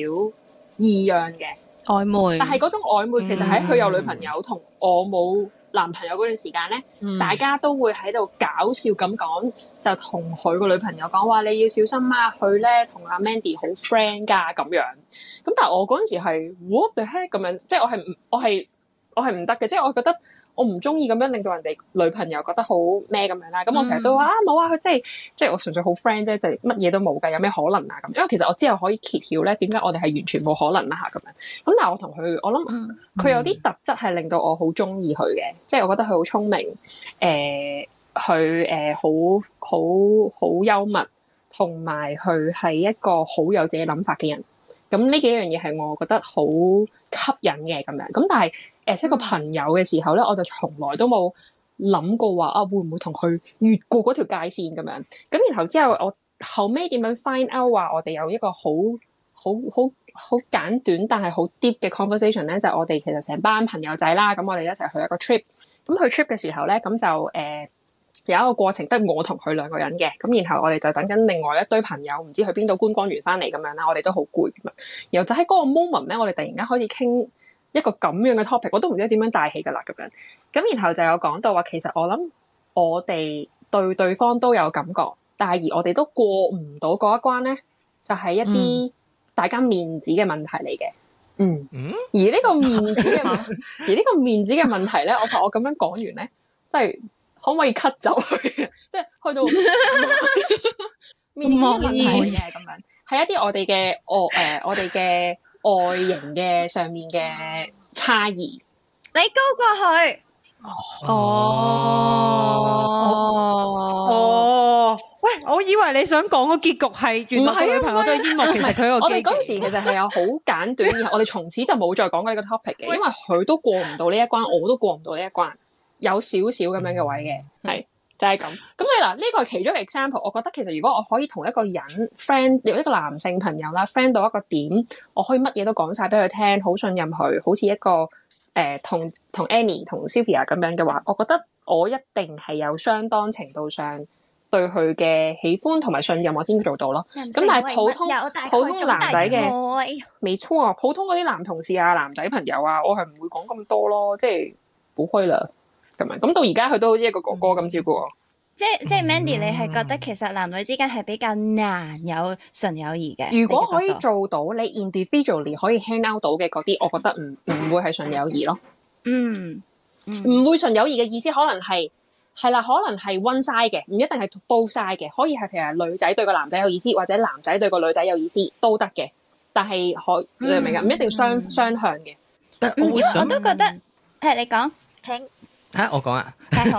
Speaker 2: 異樣嘅。
Speaker 5: 曖昧，
Speaker 2: 但係嗰種曖昧其實喺佢有女朋友同我冇男朋友嗰段時間咧。
Speaker 3: 嗯
Speaker 2: 大家都會喺度搞笑咁講，就同佢個女朋友講話你要小心啊！佢咧同阿 Mandy 好 friend 㗎咁樣。咁但係我嗰陣時係 what the heck 咁樣，即係我係唔我係我係唔得嘅，即係我覺得我唔中意咁樣令到人哋女朋友覺得好咩咁樣啦。咁我成日都話、啊冇啊，佢即係即係我純粹好 friend 啫，就乜嘢都冇㗎，有咩可能啊咁？因為其實我之後可以揭曉咧，點解我哋係完全冇可能啦啊嚇咁樣。咁但係我同佢，我諗
Speaker 4: 嗯
Speaker 2: 佢有啲特質係令到我好中意佢嘅，即係我覺得佢好聰明。誒佢誒呃好好好幽默，同埋佢係一個好有自己諗法嘅人。咁呢幾樣嘢係我覺得好吸引嘅咁樣。咁但係誒一個朋友嘅時候咧，我就從來都冇諗過話啊，會唔會同佢越過嗰條界線咁樣。咁然後之後我後尾點樣 find out 話我哋有一個好好好好簡短但係好 deep 嘅 conversation 咧，就係我哋其實成班朋友仔啦，咁我哋一齊去一個 trip。咁去 trip 嘅時候咧，咁就誒、呃有一個過程得我同佢兩個人嘅，咁然後我哋就等緊另外一堆朋友，唔知去邊度觀光完翻嚟咁樣啦，我哋都好攰咁樣。然後就喺嗰個 moment 咧，我哋突然間開始傾一個咁樣嘅 topic，我都唔知點樣帶起㗎啦咁樣。咁然後就有講到話，其實我諗我哋對對方都有感覺，但係而我哋都過唔到嗰一關咧，就係、一啲大家面子嘅問題嚟嘅。嗯，
Speaker 1: 嗯
Speaker 2: 而呢個面子嘅問而呢個面子嘅問題咧，我發我咁樣講完咧，即係可唔可以 cut 走佢？ 即係去 到面子嘅問題
Speaker 5: 唔可
Speaker 2: 嚟
Speaker 5: 以
Speaker 2: 嘅咁樣，係一啲我哋嘅外誒我哋嘅外形嘅上面嘅差異。
Speaker 4: 你高過佢，
Speaker 1: 哦
Speaker 5: 哦，
Speaker 3: 哦，喂，我以為你想講個結局係原來
Speaker 2: 唔係啊
Speaker 3: 佢女朋友都係煙幕，其實佢個
Speaker 2: 我哋嗰陣時
Speaker 3: 時
Speaker 2: 其實係有好簡短，然後我哋從此就冇再講過呢個 topic 嘅，因為佢都過唔到呢一關，我都過唔到呢一關，有少少咁樣嘅位嘅，係就係咁。咁所以嗱，呢個係其中一個 example，我覺得其實如果我可以同一個人 friend，有一個男性朋友啦，friend 到一個點，我可以乜嘢都講晒俾佢聽，好信任佢，好似一個誒同同 Annie 同 Sylvia 咁樣嘅話，我覺得我一定係有相當程度上對佢嘅喜歡同埋信任，我先做到咯。
Speaker 4: 咁
Speaker 2: 但係普通普通男仔嘅
Speaker 4: 嘅，
Speaker 2: 未錯啊！普通嗰啲男同事啊、男仔朋友啊，我係唔會講咁多咯，即係好開啦咁樣。咁到而家佢都好似一個哥哥咁照顧我。
Speaker 4: 即係即係 Mandy，你係覺得其實男女之間係比較難有純友誼嘅？
Speaker 2: 嗯如果可以
Speaker 4: 你嘅角度
Speaker 2: 做到你 individually 可以 hang out 到嘅嗰啲，我覺得唔唔會係純友誼咯。
Speaker 4: 嗯，
Speaker 2: 唔會純友誼嘅意思可能係係啦，可能係 one side 嘅，唔一定係 both side 嘅，可以係譬如係女仔對個男仔有意思，或者男仔對個女仔有意思都得嘅。但係可你明唔明啊？唔一定雙雙向嘅。
Speaker 1: 但
Speaker 4: 嗯
Speaker 1: 我
Speaker 4: 因為
Speaker 1: 會
Speaker 4: 我
Speaker 1: 想
Speaker 4: 都覺得係你講，請
Speaker 1: 嚇，我講啊。
Speaker 4: 大雄。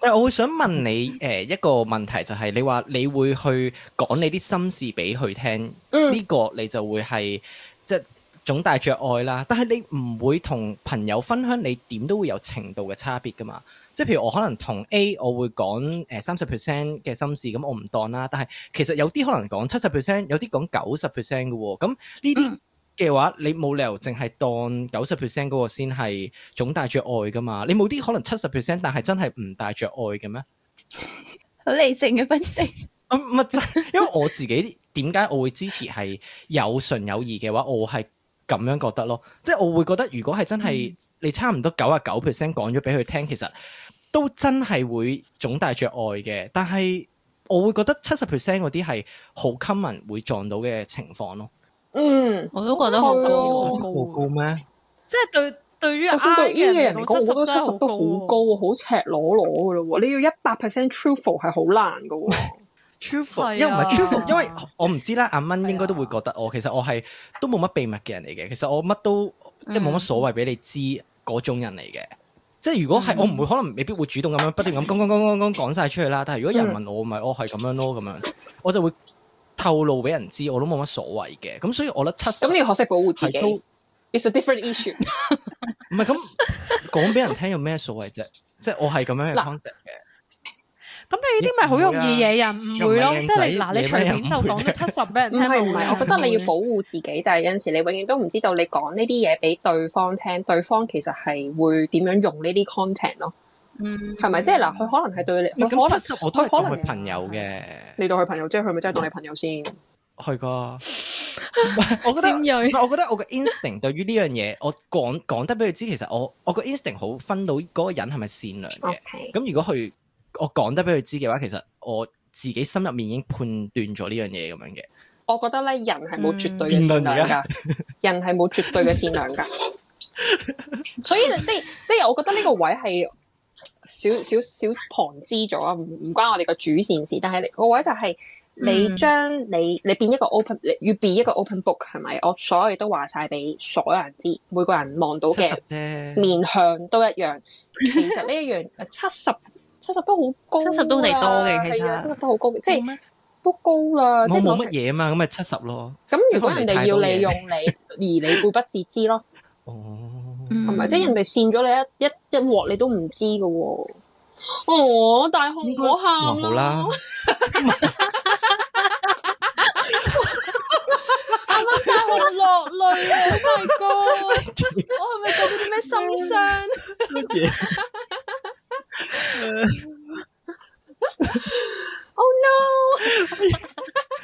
Speaker 1: 但係我會想問你誒一個問題，就係你話你會去講你啲心事俾佢聽，
Speaker 2: 嗯
Speaker 1: 呢個你就會係即係總帶着愛啦。但係你唔會同朋友分享，你點都會有程度嘅差別噶嘛。即係譬如我可能同 A，我會講誒三十 percent 嘅心事，咁我唔當啦。但係其實有啲可能講七十 percent，有啲講九十 percent 嘅喎。咁呢啲
Speaker 4: 嗯
Speaker 1: 嘅話，你冇理由淨係當九十 percent 嗰個先係總帶着愛噶嘛？你冇啲可能七十 percent，但係真係唔帶着愛嘅咩？
Speaker 4: 好理性嘅分析，
Speaker 1: 啊，唔係真係， 因為我自己點解我會支持係有純友誼嘅話，我係咁樣覺得咯。即係我會覺得，如果係真係你差唔多九啊九 percent 講咗俾佢聽，其實都真係會總帶着愛嘅。但係我會覺得七十 percent 嗰啲係好 common 會撞到嘅情況咯。
Speaker 2: 嗯，
Speaker 5: 我都覺得好
Speaker 2: 係
Speaker 5: 高。
Speaker 2: 哦
Speaker 1: 高啊咩？
Speaker 3: 即係對對於
Speaker 2: 就算對
Speaker 3: I
Speaker 2: 呢個
Speaker 3: 嘅
Speaker 2: 人
Speaker 3: 人
Speaker 2: 嚟講，
Speaker 3: 嚟講，
Speaker 2: 我覺得
Speaker 3: 70
Speaker 2: 七十都好高
Speaker 3: 喎。
Speaker 2: 喎，好赤裸裸噶咯喎。你要一百 percent truthful 係好難噶喎。
Speaker 1: truthful，、
Speaker 3: 係啊
Speaker 1: 因為唔係 truthful，因為我唔知啦，阿蚊應該都會
Speaker 3: 係啊
Speaker 1: 覺得我哦其實我係都冇乜秘密嘅人嚟嘅，其實我乜都即係
Speaker 2: 嗯
Speaker 1: 冇乜所謂俾你知嗰種人嚟嘅。即係
Speaker 2: 嗯
Speaker 1: 如果係我唔會，可能未必會主動咁樣 不斷咁講講講講講講晒出去啦。但係如果有人問我，咪我係咁樣咯，咁樣我就會透露俾人知，我都冇乜所謂嘅。咁所以我覺得七十
Speaker 2: 咁你要學識保護自己
Speaker 1: 係都唔
Speaker 2: ，it's a different issue。
Speaker 1: 係咁講俾人聽有咩所謂啫？即係我係咁樣嘅
Speaker 2: 嗱
Speaker 1: concept 嘅。
Speaker 3: 咁你呢啲咪好容易惹人誤會咯？
Speaker 1: 又唔係靚仔
Speaker 3: 即係你嗱，你隨便就
Speaker 1: 惹咩
Speaker 3: 講咗
Speaker 1: 人誤會
Speaker 3: 七十俾人
Speaker 2: 唔
Speaker 3: 聽，
Speaker 2: 係唔係，我覺得你要保
Speaker 3: 保
Speaker 2: 護自己，就係有陣時你永遠都唔知道你講呢啲嘢俾對方聽，對方其實係會點樣用呢啲 content 咯，
Speaker 5: 嗯，
Speaker 2: 係咪？即係嗱，佢可能係對
Speaker 1: 唔
Speaker 2: 你，
Speaker 1: 係
Speaker 2: 佢可
Speaker 1: 咁
Speaker 2: 能
Speaker 1: 七十我都
Speaker 2: 佢
Speaker 1: 係當
Speaker 2: 可
Speaker 1: 佢
Speaker 3: 能
Speaker 1: 朋友嘅，
Speaker 2: 你到佢朋友，即係佢咪真係當你朋友先？
Speaker 1: 係 噶。我覺得
Speaker 5: 尖鋭
Speaker 1: 唔係，我覺得我個 instinct 對於呢樣嘢，我講講得俾佢知，其實我我個 instinct 好分到嗰個人係咪善良
Speaker 2: 啊
Speaker 1: 嘅。
Speaker 5: 哦
Speaker 4: OK，
Speaker 1: 咁如果佢我講得俾佢知嘅話，其實我自己心入面已經判斷咗呢樣嘢咁樣嘅。
Speaker 2: 我覺得咧，人係冇絕對嘅
Speaker 1: 嗯
Speaker 2: 善
Speaker 1: 辯論而
Speaker 2: 良
Speaker 1: 家
Speaker 2: 㗎， 人係冇絕對嘅善良㗎。所以就即係即係，我覺得呢個位係少少少旁支咗啊，唔唔關我哋個主線事，但係個位就係你
Speaker 5: 嗯
Speaker 2: 將你你變一個 open，你要變一個 open book 係咪？我所有嘢都話晒俾所有人知，每個人望到
Speaker 1: 七
Speaker 2: 嘅
Speaker 1: 十啫，
Speaker 2: 面向都一樣。其實呢一樣 七十七十都好高啊，
Speaker 5: 70都嚟多嘅其實
Speaker 2: 七十都好高嘅，即係都高啦，
Speaker 1: 我
Speaker 2: 即係某
Speaker 1: 冇
Speaker 2: 程
Speaker 1: 乜嘢嘛，咁咪七十咯。
Speaker 2: 咁如果人哋要利用你，而你會不自知咯，
Speaker 1: 哦，
Speaker 4: 嗯
Speaker 2: 係咪？即係人哋跣咗你一一一鑊，你都唔知嘅喎。哦，大雄
Speaker 1: 應該
Speaker 2: 我
Speaker 1: 哇
Speaker 2: 喊
Speaker 1: 好 啦，
Speaker 2: 啱啱大雄落淚啊！Oh my god！我係咪做咗啲咩心傷？
Speaker 1: 乜嘢？
Speaker 2: Oh no！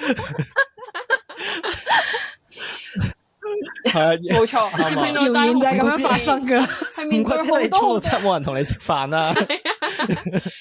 Speaker 1: 係啊
Speaker 2: 冇錯，
Speaker 1: 啱啊
Speaker 2: 原來
Speaker 3: 謠
Speaker 2: 大
Speaker 3: 言
Speaker 2: 雄
Speaker 3: 就係咁樣發生㗎啦。
Speaker 2: 係
Speaker 1: 唔
Speaker 2: 面對
Speaker 1: 怪之你
Speaker 2: 好多
Speaker 1: 初，七冇人同你食飯 啦。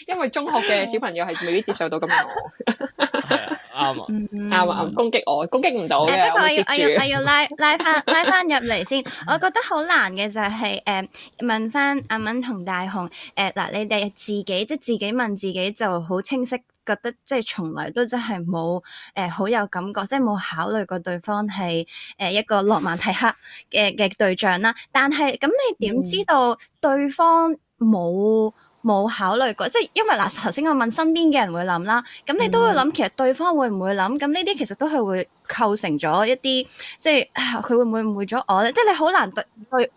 Speaker 2: 因為中學嘅小朋友係未必接受到咁樣嘅我，
Speaker 1: 係啊啱啊。
Speaker 4: 嗯
Speaker 2: 啱啊！啱攻擊我，攻擊唔到
Speaker 4: 誒
Speaker 2: 嘅，
Speaker 4: 不
Speaker 2: 我
Speaker 4: 過
Speaker 2: 會
Speaker 4: 我要我要我
Speaker 2: 接住。
Speaker 4: 要拉拉翻 拉翻入嚟先，我覺得好難嘅就係、誒、嗯問翻阿敏同大雄誒嗱、你哋自己即係自己問自己就好清晰，覺得即係從來都真係冇誒好有感覺，即係冇考慮過對方係誒、一個諾曼提克嘅嘅對象啦。但係咁你點知道對方冇？冇考慮過，即係因為嗱，頭先我問身邊嘅人會諗啦，咁
Speaker 3: 嗯
Speaker 4: 你都會諗，其實對方會唔會諗？咁呢啲其實都係會構成咗一啲，即係啊佢會唔會誤會咗我咧？即係你好難對對，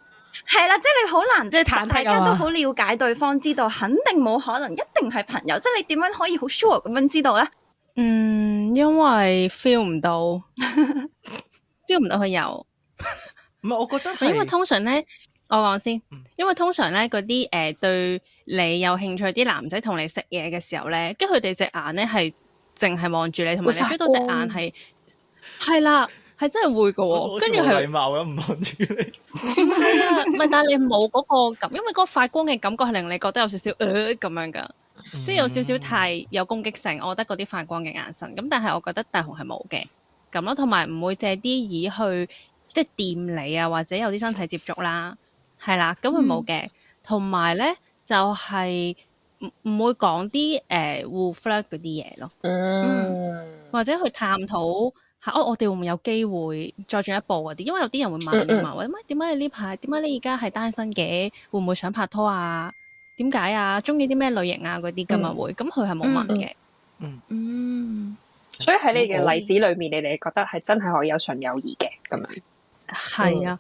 Speaker 4: 係啦，即係你好難，
Speaker 3: 即係忐忑啊
Speaker 4: 大家都
Speaker 3: 嘛
Speaker 4: 好了解對方，知道肯定冇可能，一定係朋友，即係你點樣可以好 sure 咁樣知道咧？
Speaker 5: 嗯，因為 feel 唔到 ，feel 唔到佢有。
Speaker 1: 唔係，我覺得
Speaker 5: 因為
Speaker 1: 係
Speaker 5: 通常咧，我講先
Speaker 1: 嗯，
Speaker 5: 因為通常咧嗰啲誒對你有興趣啲男仔同你食嘢嘅時候咧，跟住佢哋隻眼咧係淨係望住你，同埋
Speaker 2: 會
Speaker 5: 你
Speaker 2: 發
Speaker 5: feel 到隻
Speaker 2: 光
Speaker 5: 眼係係啦，係真係會嘅喎，
Speaker 1: 我
Speaker 5: 跟住
Speaker 1: 好似冇
Speaker 5: 係
Speaker 1: 禮。貌咁唔望住你。
Speaker 5: 係啊，唔係，但係你冇嗰個感，因為嗰個發光嘅感覺係令你覺得有少少呃咁樣噶，
Speaker 1: 嗯
Speaker 5: 即係有少少太有攻擊性。我覺得嗰啲發光嘅眼神，咁但係我覺得大雄係冇嘅咁咯，同埋唔會借啲耳去即係掂你啊，或者有啲身體接觸啦，係啦，咁佢冇嘅。同埋咧就係唔唔會講啲誒互 flirt 嗰啲嘢咯，
Speaker 2: 嗯，
Speaker 5: 或者去探討下哦，我哋會唔會有機會再進一步嗰啲？因為有啲人會問你嘛，喂乜點解你呢排點解你而家係單身嘅？會唔會想拍拖啊？點解啊？中意啲咩類型啊？嗰啲噶嘛
Speaker 2: 嗯
Speaker 5: 會，咁佢係冇問
Speaker 4: 嗯
Speaker 5: 嘅。
Speaker 4: 嗯，
Speaker 2: 所以喺你嘅例子裏面，你哋覺得係真係可以有純友誼嘅咁樣。
Speaker 5: 係啊，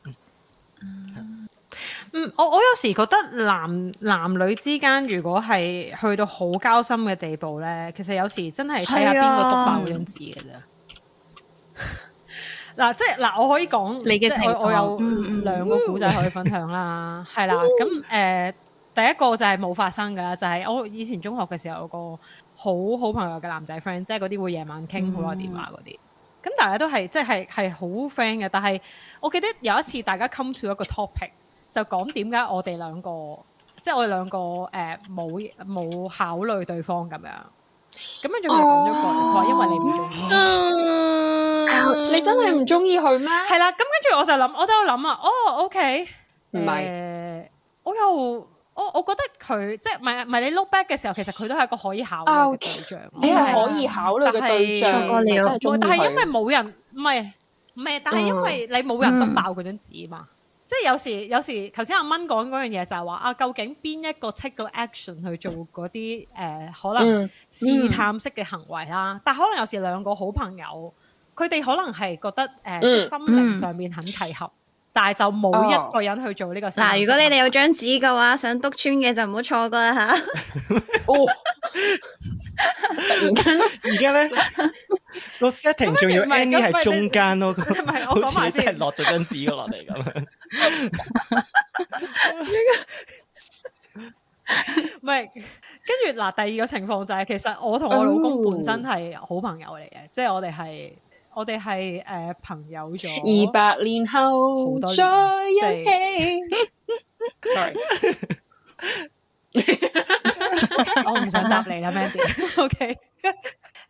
Speaker 3: 嗯，我我有時覺得男男女之間，如果係去到好交心嘅地步咧，其實有時真係睇下邊個篤爆嗰張紙嘅啫。 嗱，即係嗱，我可以講，
Speaker 5: 你嘅
Speaker 3: 即係
Speaker 5: 情況
Speaker 3: 我我有
Speaker 4: 嗯嗯
Speaker 3: 兩個古仔可以分享啦，係啦，咁誒、呃第一個就係冇發生㗎啦，就係、我以前中學嘅時候有個好好朋友嘅男仔 friend，即係嗰啲會夜晚傾好耐電話嗰啲，咁大家都係即係係好 friend 嘅，但係我記得有一次大家 come to 一個 topic。就講點解我哋兩個，即係我哋兩個誒冇冇考慮對方咁樣。咁跟住佢就講咗一句，佢
Speaker 2: 哦
Speaker 3: 話、因為你唔中意我。
Speaker 2: 啊你真係唔中意佢咩？
Speaker 3: 嗯係啦，咁跟住我就諗，我就諗啊，哦，OK，
Speaker 2: 唔係
Speaker 3: 誒我又我我覺得佢即係唔係唔係你 look back 嘅時候，其實佢都係一個可以考慮嘅對象。
Speaker 2: 只係可以考慮嘅對象，
Speaker 3: 錯
Speaker 4: 過了
Speaker 2: 真係中
Speaker 3: 冇
Speaker 2: 意
Speaker 3: 但係因為
Speaker 2: 佢。
Speaker 3: 冇人，唔係唔係，
Speaker 4: 嗯
Speaker 3: 但係因為你冇人得爆嗰張紙嘛。即係有時有時，頭先阿蚊講嗰樣嘢就係話啊，究竟邊一個 take 到 action 去做嗰啲誒可能
Speaker 2: 嗯
Speaker 3: 試探式嘅行為啦？
Speaker 4: 嗯
Speaker 3: 但可能有時兩個好朋友，佢哋可能係覺得誒、呃
Speaker 2: 嗯
Speaker 3: 心靈上面很契合，但係就冇一個人去做呢個試探
Speaker 4: 哦嗱，
Speaker 3: 式
Speaker 4: 如果你哋有
Speaker 3: 行為
Speaker 4: 張紙嘅話，想督穿嘅就唔好錯過啦吓。
Speaker 2: 哦，突然間
Speaker 1: 而家咧個 setting 仲要
Speaker 3: 唔係
Speaker 1: Annie
Speaker 3: 咁
Speaker 1: 喺中間咯，
Speaker 3: 唔係
Speaker 1: 好
Speaker 3: 我講埋
Speaker 1: 似真係
Speaker 3: 先
Speaker 1: 落咗張紙落嚟咁樣。
Speaker 3: 唔係，跟住嗱，第二個情況就係、其實我同我老公本身係好朋友嚟嘅，即係我哋係我哋係誒朋友咗
Speaker 2: 二百年後
Speaker 3: 好多年
Speaker 2: 再一起。Sorry，
Speaker 3: 我唔想答你啦，Mandy。OK，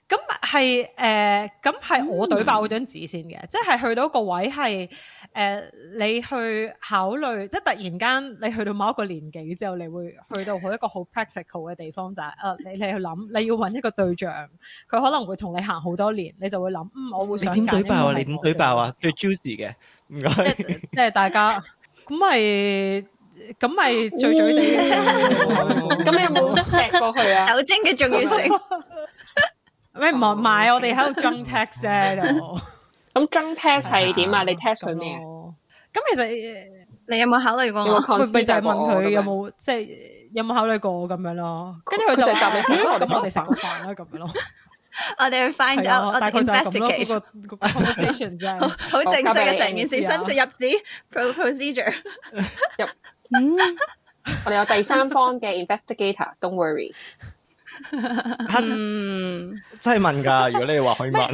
Speaker 3: 咁係誒，咁係我懟爆嗰張紙先嘅，即係去到一個位係誒、呃你去考慮，即係突然間你去到某一個年紀之後，你會去到好一個好 practical 嘅地方，就係、啊，你你去諗，你要揾一個對象，佢可能會同你行好多年，你就會諗，嗯，我會
Speaker 1: 你
Speaker 3: 想
Speaker 1: 點
Speaker 3: 揀
Speaker 1: 對爆啊？
Speaker 3: 應該係
Speaker 1: 你點
Speaker 3: 我
Speaker 1: 對爆
Speaker 3: 嘅
Speaker 1: 啊？最 juicy 嘅，唔該。
Speaker 3: 即係大家咁咪咁咪醉醉地嘅。
Speaker 2: 嗯咁你有冇錫過佢 啊？
Speaker 4: 酒精嘅重要性，
Speaker 3: 喂，唔係唔係，我哋喺度 drunk text 啫，就
Speaker 2: 咁 drunk test 係點啊？你 test 佢咩啊？
Speaker 3: 啊？哦咁其實
Speaker 4: 你有冇考慮
Speaker 2: 有冇
Speaker 4: 過我？
Speaker 3: 咪哦咪
Speaker 2: consider
Speaker 3: 就係
Speaker 2: 過
Speaker 3: 問佢有
Speaker 2: 咁樣？
Speaker 3: 冇即係有冇考慮過咁樣咯，跟住
Speaker 2: 佢
Speaker 3: 就
Speaker 2: 就 uh，答你
Speaker 3: 嗯
Speaker 2: 嗯
Speaker 3: 咁我哋食個飯 啦咁樣咯，
Speaker 4: 我哋去 find
Speaker 3: 係
Speaker 4: out，
Speaker 3: 啊，
Speaker 4: 我
Speaker 3: 大
Speaker 4: 哋
Speaker 3: 概就係咁咯，
Speaker 4: investigate，
Speaker 3: 嗰個嗰個 conversation 真 係。
Speaker 4: 好正式嘅成件事，
Speaker 3: 我
Speaker 4: 新
Speaker 3: 交俾
Speaker 4: 入紙 pro- procedure。
Speaker 5: 嗯
Speaker 2: 我哋有第三方嘅 investigator，don't worry。
Speaker 5: 嗯，
Speaker 1: 真係問㗎，如果你話可以問，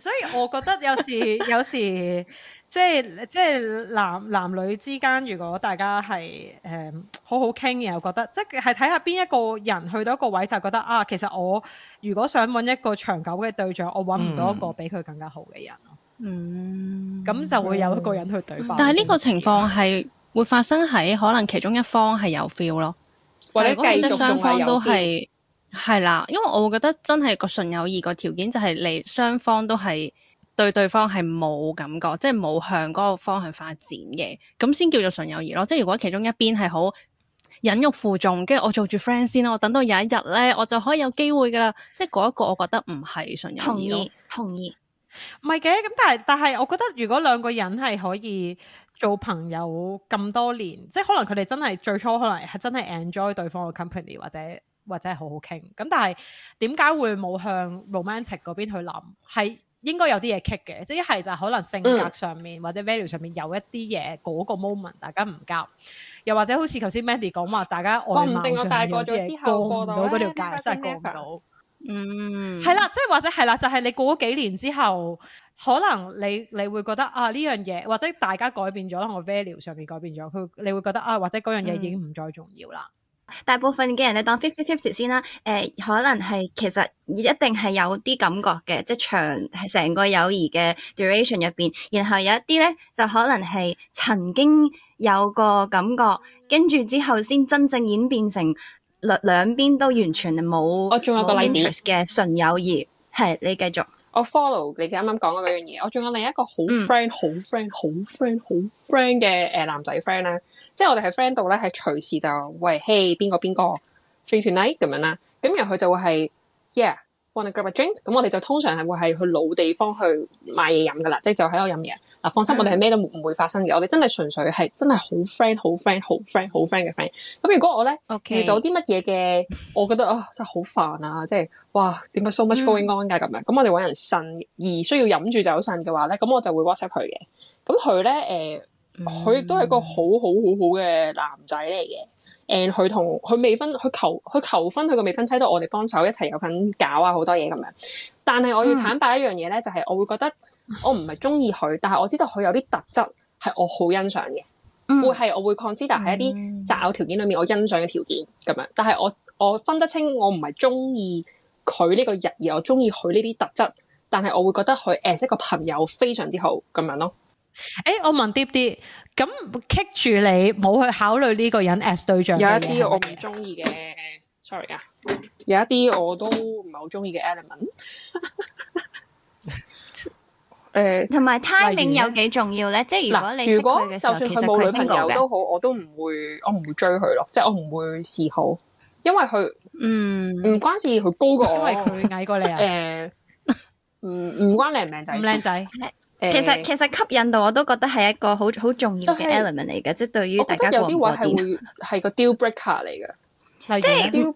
Speaker 3: 所以我覺得有 時有時即係即係男男女之間，如果大家係誒、嗯好好傾，然後覺得即係睇下邊一個人去到一個位就覺得啊，其實我如果想揾一個長久嘅對象，我揾唔到一
Speaker 2: 嗯
Speaker 3: 個比佢更加好嘅人，
Speaker 5: 嗯，
Speaker 3: 咁、就會有一個人去對白。
Speaker 5: 但係呢個情況係會發生喺可能其中一方係有 feel 咯，
Speaker 2: 或者
Speaker 5: 但係
Speaker 2: 繼
Speaker 5: 如果本身
Speaker 2: 續仲
Speaker 5: 雙
Speaker 2: 係
Speaker 5: 方
Speaker 2: 有
Speaker 5: 都
Speaker 2: 先。
Speaker 5: 係係啦，因為我會覺得真係個純友誼個條件就係你雙方都係對對方係冇感覺，即係冇向嗰個方向發展嘅，咁先叫做純友誼咯。即係如果其中一邊係好忍辱負重，跟住我做住 friend 先啦，我等到有一日咧，我就可以有機會噶啦。即係嗰一個，我覺得唔係純友
Speaker 4: 同
Speaker 5: 誼咯
Speaker 4: 意。，同意。
Speaker 3: 唔係嘅，咁但係但係，我覺得如果兩個人係可以做朋友咁多年，即係可能佢哋真係最初可能係真係 enjoy 對方嘅 company 或者或者係好好傾，咁但係點解會冇向 romantic 嗰邊去諗？係應該有啲嘢棘嘅，即係一係就可能性格上面、或者 value 上面有一啲嘢嗰個 moment 大家唔夾，又或者好似頭先 Mandy 講話，大家
Speaker 2: 哇
Speaker 3: 外
Speaker 2: 唔
Speaker 3: 貌上
Speaker 2: 定我大個
Speaker 3: 有啲
Speaker 2: 咗
Speaker 3: 嘢
Speaker 2: 之後
Speaker 3: 過唔
Speaker 2: 過
Speaker 3: 到
Speaker 2: 到
Speaker 3: 嗰條
Speaker 2: 咧
Speaker 3: 界，
Speaker 2: never
Speaker 3: 真係
Speaker 2: say
Speaker 3: 過唔
Speaker 2: never
Speaker 3: 到。
Speaker 5: 嗯，
Speaker 3: 係啦，即係或者係啦，就係、你過咗幾年之後，可能你你會覺得啊呢樣嘢，或者大家改變咗啦，我 value 上面改變咗，佢你會覺得啊，或者嗰樣嘢已經唔再重要啦。
Speaker 4: 大部分嘅人你當 fifty fifty 先啦，誒、呃可能係其實一定係有啲感覺嘅，即係長係成個友誼嘅 duration 入邊，然後有一啲咧就可能係曾經有個感覺，跟住之後先真正演變成兩兩邊都完全冇
Speaker 2: 我仲有個例子
Speaker 4: 冇 interest 嘅純友誼。係你繼續，
Speaker 2: 我 follow 你啱啱講嗰樣嘢，我仲有另一個好
Speaker 4: 嗯
Speaker 2: friend、好 friend、好 friend、好 friend 嘅誒男仔 friend 啦，即係我哋係 friend 到咧，係隨時就喂 hey 邊個邊個 free tonight 咁樣啦，咁然後佢就會係 yeah wanna grab a drink，咁我哋就通常係會係去老地方去買嘢飲噶啦，即係就喺度飲嘢。嗱，放心，我哋係咩都唔會發生嘅，我哋真係純粹係真係好 friend、好 friend、好 friend、好 friend 嘅 friend。咁如果我咧
Speaker 5: OK，
Speaker 2: 遇到啲乜嘢嘅，我覺得啊真係好煩啊！即係哇，點解 so much going on 㗎咁樣？咁我哋揾人呻，而需要飲住酒呻嘅話咧，咁我就會 WhatsApp 佢嘅。咁佢咧誒，佢亦都係一個好好好好嘅男仔嚟嘅。誒，佢同佢未婚，佢求佢求婚，佢個未婚妻都我哋幫手一齊有份搞啊，好多嘢咁樣。但係我要坦白一樣嘢咧，就係、我會覺得我唔係中意佢，但係我知道佢有啲特質係我好欣賞嘅。
Speaker 4: 嗯
Speaker 2: 會係我會 consider 喺一啲擇偶條件裏面我欣賞嘅條件咁樣，但係我我分得清我唔係中意佢呢個人，而我中意佢呢啲特質，但係我會覺得佢 as 一個朋友非常之好咁樣咯。
Speaker 3: 诶，我問啲啲，咁棘住你冇去考慮呢個人 as 對象
Speaker 2: 有一
Speaker 3: 嘅嘢
Speaker 2: 啲我
Speaker 3: 係
Speaker 2: 唔
Speaker 3: 乜嘢
Speaker 2: 中意嘅，sorry 啊，有一啲我都唔係好中意嘅 element。誒
Speaker 4: 同埋 timing
Speaker 3: 例如呢
Speaker 4: 有幾重要咧？即係如果
Speaker 2: 呃嗱、
Speaker 4: 你識
Speaker 2: 如果
Speaker 4: 佢嘅時
Speaker 2: 就
Speaker 4: 候，
Speaker 2: 算
Speaker 4: 其
Speaker 2: 佢
Speaker 4: 實
Speaker 2: 冇
Speaker 4: 佢
Speaker 2: 女朋
Speaker 4: single
Speaker 2: 友
Speaker 4: 嘅，
Speaker 2: 都好，我都唔會，我唔會追佢咯，即係我唔會示好，因為佢
Speaker 4: 嗯，
Speaker 2: 唔關事，佢高過
Speaker 3: 因為
Speaker 2: 我。
Speaker 3: 佢矮過 你啊，
Speaker 2: 誒，唔唔關靚唔靚仔
Speaker 3: 咁
Speaker 2: 事，
Speaker 3: 靚仔，
Speaker 2: 誒
Speaker 4: 其實其實吸引度我都覺得係一個好好重要
Speaker 2: 就
Speaker 4: 嘅
Speaker 2: 係
Speaker 4: element 嚟嘅，即係對於
Speaker 2: 呃我
Speaker 4: 大
Speaker 2: 覺
Speaker 4: 家
Speaker 2: 得有啲
Speaker 4: 過
Speaker 2: 位
Speaker 4: 唔過
Speaker 2: 係
Speaker 4: 電。啊
Speaker 2: 會係個 deal breaker 嚟嘅。
Speaker 3: 例
Speaker 4: 係
Speaker 3: 如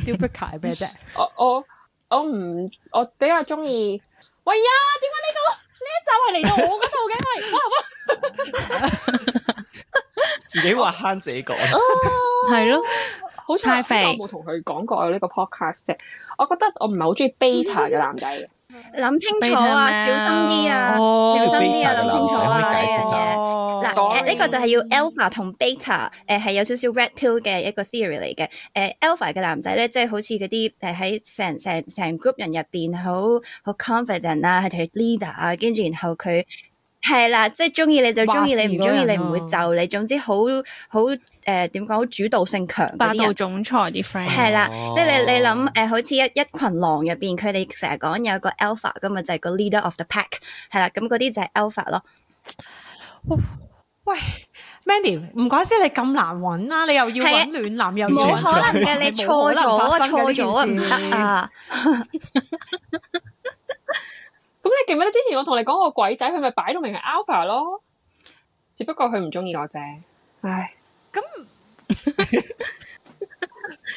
Speaker 2: deal
Speaker 3: d u b r i c a 係咩啫？
Speaker 2: 我我我唔我比較中意。喂呀，點解呢個呢一集係嚟到我嗰度嘅？喂，哇哇
Speaker 1: 自己話慳自己啊講。
Speaker 5: 嗯係咯，
Speaker 2: 好彩
Speaker 5: 太
Speaker 2: 好彩
Speaker 5: 肥
Speaker 2: 我冇同佢講過有呢個 podcast 啫。我覺得我唔係好中意 beta 嘅男仔嘅。
Speaker 4: 諗清楚啊，小
Speaker 5: 俾
Speaker 4: 心
Speaker 5: 聽啊
Speaker 4: 啲啊！
Speaker 3: 哦
Speaker 4: 小心啲
Speaker 1: 叫 beta 㗎
Speaker 4: 啊
Speaker 1: 啦
Speaker 4: 諗清楚啊
Speaker 1: 你可以解釋下
Speaker 4: 呢樣嘢
Speaker 3: 哦
Speaker 4: 嗱，
Speaker 2: Sorry
Speaker 4: 誒呢個就係要 alpha 同 beta，誒係有少少 red pill 嘅一個 theory 嚟嘅。誒 alpha 嘅男仔咧，即係好似嗰啲誒喺成成成 group 人入邊好好 confident 啊，係佢 leader 啊，跟住然後佢係啦，即係中意你就中意
Speaker 3: 話事
Speaker 4: 你，唔
Speaker 3: 嗰
Speaker 4: 中意
Speaker 3: 人
Speaker 4: 你唔會
Speaker 3: 啊
Speaker 4: 就你，總之好好誒點講，好主導性強嗰
Speaker 5: 霸
Speaker 4: 啲人
Speaker 5: 道。總裁啲 friend，
Speaker 4: 係啦，
Speaker 1: 哦
Speaker 4: 即係你你諗誒、呃好似一一群狼入邊，佢哋成日講有個 alpha 噶嘛，就係、個 leader of the pack，係啦，咁嗰啲就係 alpha 咯。
Speaker 3: 喂，Mandy，唔怪之你咁難揾啦，你又要
Speaker 4: 係啊
Speaker 3: 揾暖男，又要
Speaker 4: 冇
Speaker 3: 揾
Speaker 4: 可能嘅，
Speaker 3: 長
Speaker 4: 你
Speaker 3: 髮
Speaker 4: 錯
Speaker 3: 冇
Speaker 4: 咗
Speaker 3: 可能發
Speaker 4: 啊，
Speaker 3: 生嘅呢
Speaker 4: 錯
Speaker 3: 件
Speaker 4: 咗啊，唔
Speaker 3: 事
Speaker 4: 得！啊！
Speaker 2: 咁你記唔記得之前我同你講個鬼仔，佢咪擺到明係 alpha 咯？只不過佢唔中意我啫。唉，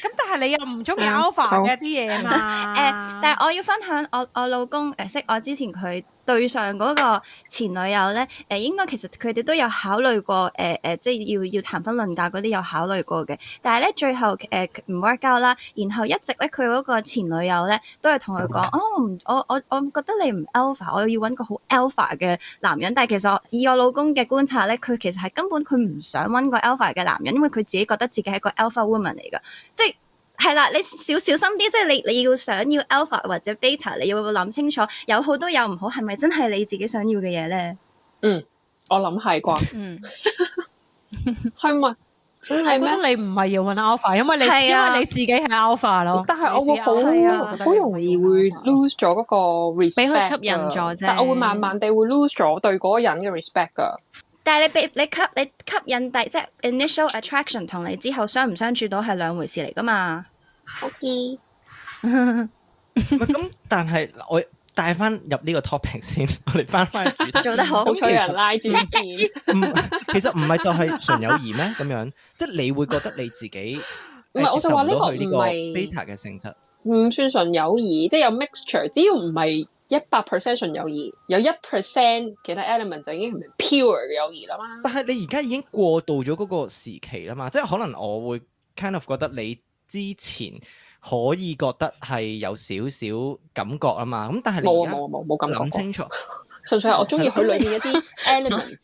Speaker 3: 咁但係你又唔中意
Speaker 2: 嗯
Speaker 3: alpha
Speaker 2: 好
Speaker 3: 嘅啲嘢嘛？
Speaker 4: 誒、但係我要分享我我老公誒、呃識我之前佢對上嗰個前女友咧，誒、應該其實佢哋都有考慮過誒誒、呃即係要要談婚論嫁嗰啲有考慮過嘅，但係咧最後誒唔 work out 啦，然後一直咧佢嗰個前女友咧都係同佢講，哦我唔我我我覺得你唔 alpha，我要揾個好 alpha 嘅男人，但係其實我以我老公嘅觀察咧，佢其實係根本佢唔想揾個 alpha 嘅男人，因為佢自己覺得自己係一個 alpha woman 嚟㗎。係啦，你小小心啲，即係你你要想要 alpha 或者 beta，你要諗清楚，有好多有唔好，係咪真係你自己想要嘅嘢咧？
Speaker 2: 我諗係 啩？
Speaker 5: 嗯，
Speaker 2: 係咪？真係
Speaker 3: 我
Speaker 2: 咩
Speaker 3: 覺？得你唔係要揾 alpha，因為你
Speaker 4: 係啊
Speaker 3: 因為你自己係 alpha 咯。
Speaker 2: 但係我會好
Speaker 3: 你自己
Speaker 4: 係
Speaker 3: alpha，我覺得
Speaker 2: 好
Speaker 3: 你唔係要
Speaker 2: 容易會
Speaker 3: alpha
Speaker 2: lose 咗嗰個 respect，
Speaker 5: 俾佢吸引咗
Speaker 2: 㗎
Speaker 5: 啫
Speaker 2: 但我會慢慢地會 lose 咗對嗰個人嘅 respect 噶。
Speaker 4: 但係你被你吸你吸引第即係 initial attraction 同你之後相唔相處到係兩回事嚟噶嘛？
Speaker 1: 唔係咁，但係我帶翻入呢個 topic 先， 我哋翻翻主題。
Speaker 4: 做得好
Speaker 2: 好彩有人拉
Speaker 5: 嗯
Speaker 2: 住線，
Speaker 1: 唔其實唔係就係純友誼咩？咁樣即係你會覺得你自己
Speaker 2: 唔係
Speaker 1: 誒
Speaker 2: 我就話呢個
Speaker 1: 接受唔到佢呢個
Speaker 2: 唔係
Speaker 1: beta 嘅性質。
Speaker 2: 唔算純友誼，即係有 mixture。只要唔係一百 percent 純友誼，有一 percent 其他 element 就已經係 pure 嘅友誼啦嘛。
Speaker 1: 但係你而家已經過渡咗嗰個時期啦嘛，即係可能我會 kind of 覺得你之前可以覺得係有少少感覺啊嘛，咁但係
Speaker 2: 冇
Speaker 1: 你
Speaker 2: 啊
Speaker 1: 而
Speaker 2: 冇啊冇冇
Speaker 1: 家
Speaker 2: 感
Speaker 1: 諗
Speaker 2: 覺過，
Speaker 1: 清楚，
Speaker 2: 純粹係我中意佢裏面一 啲 element。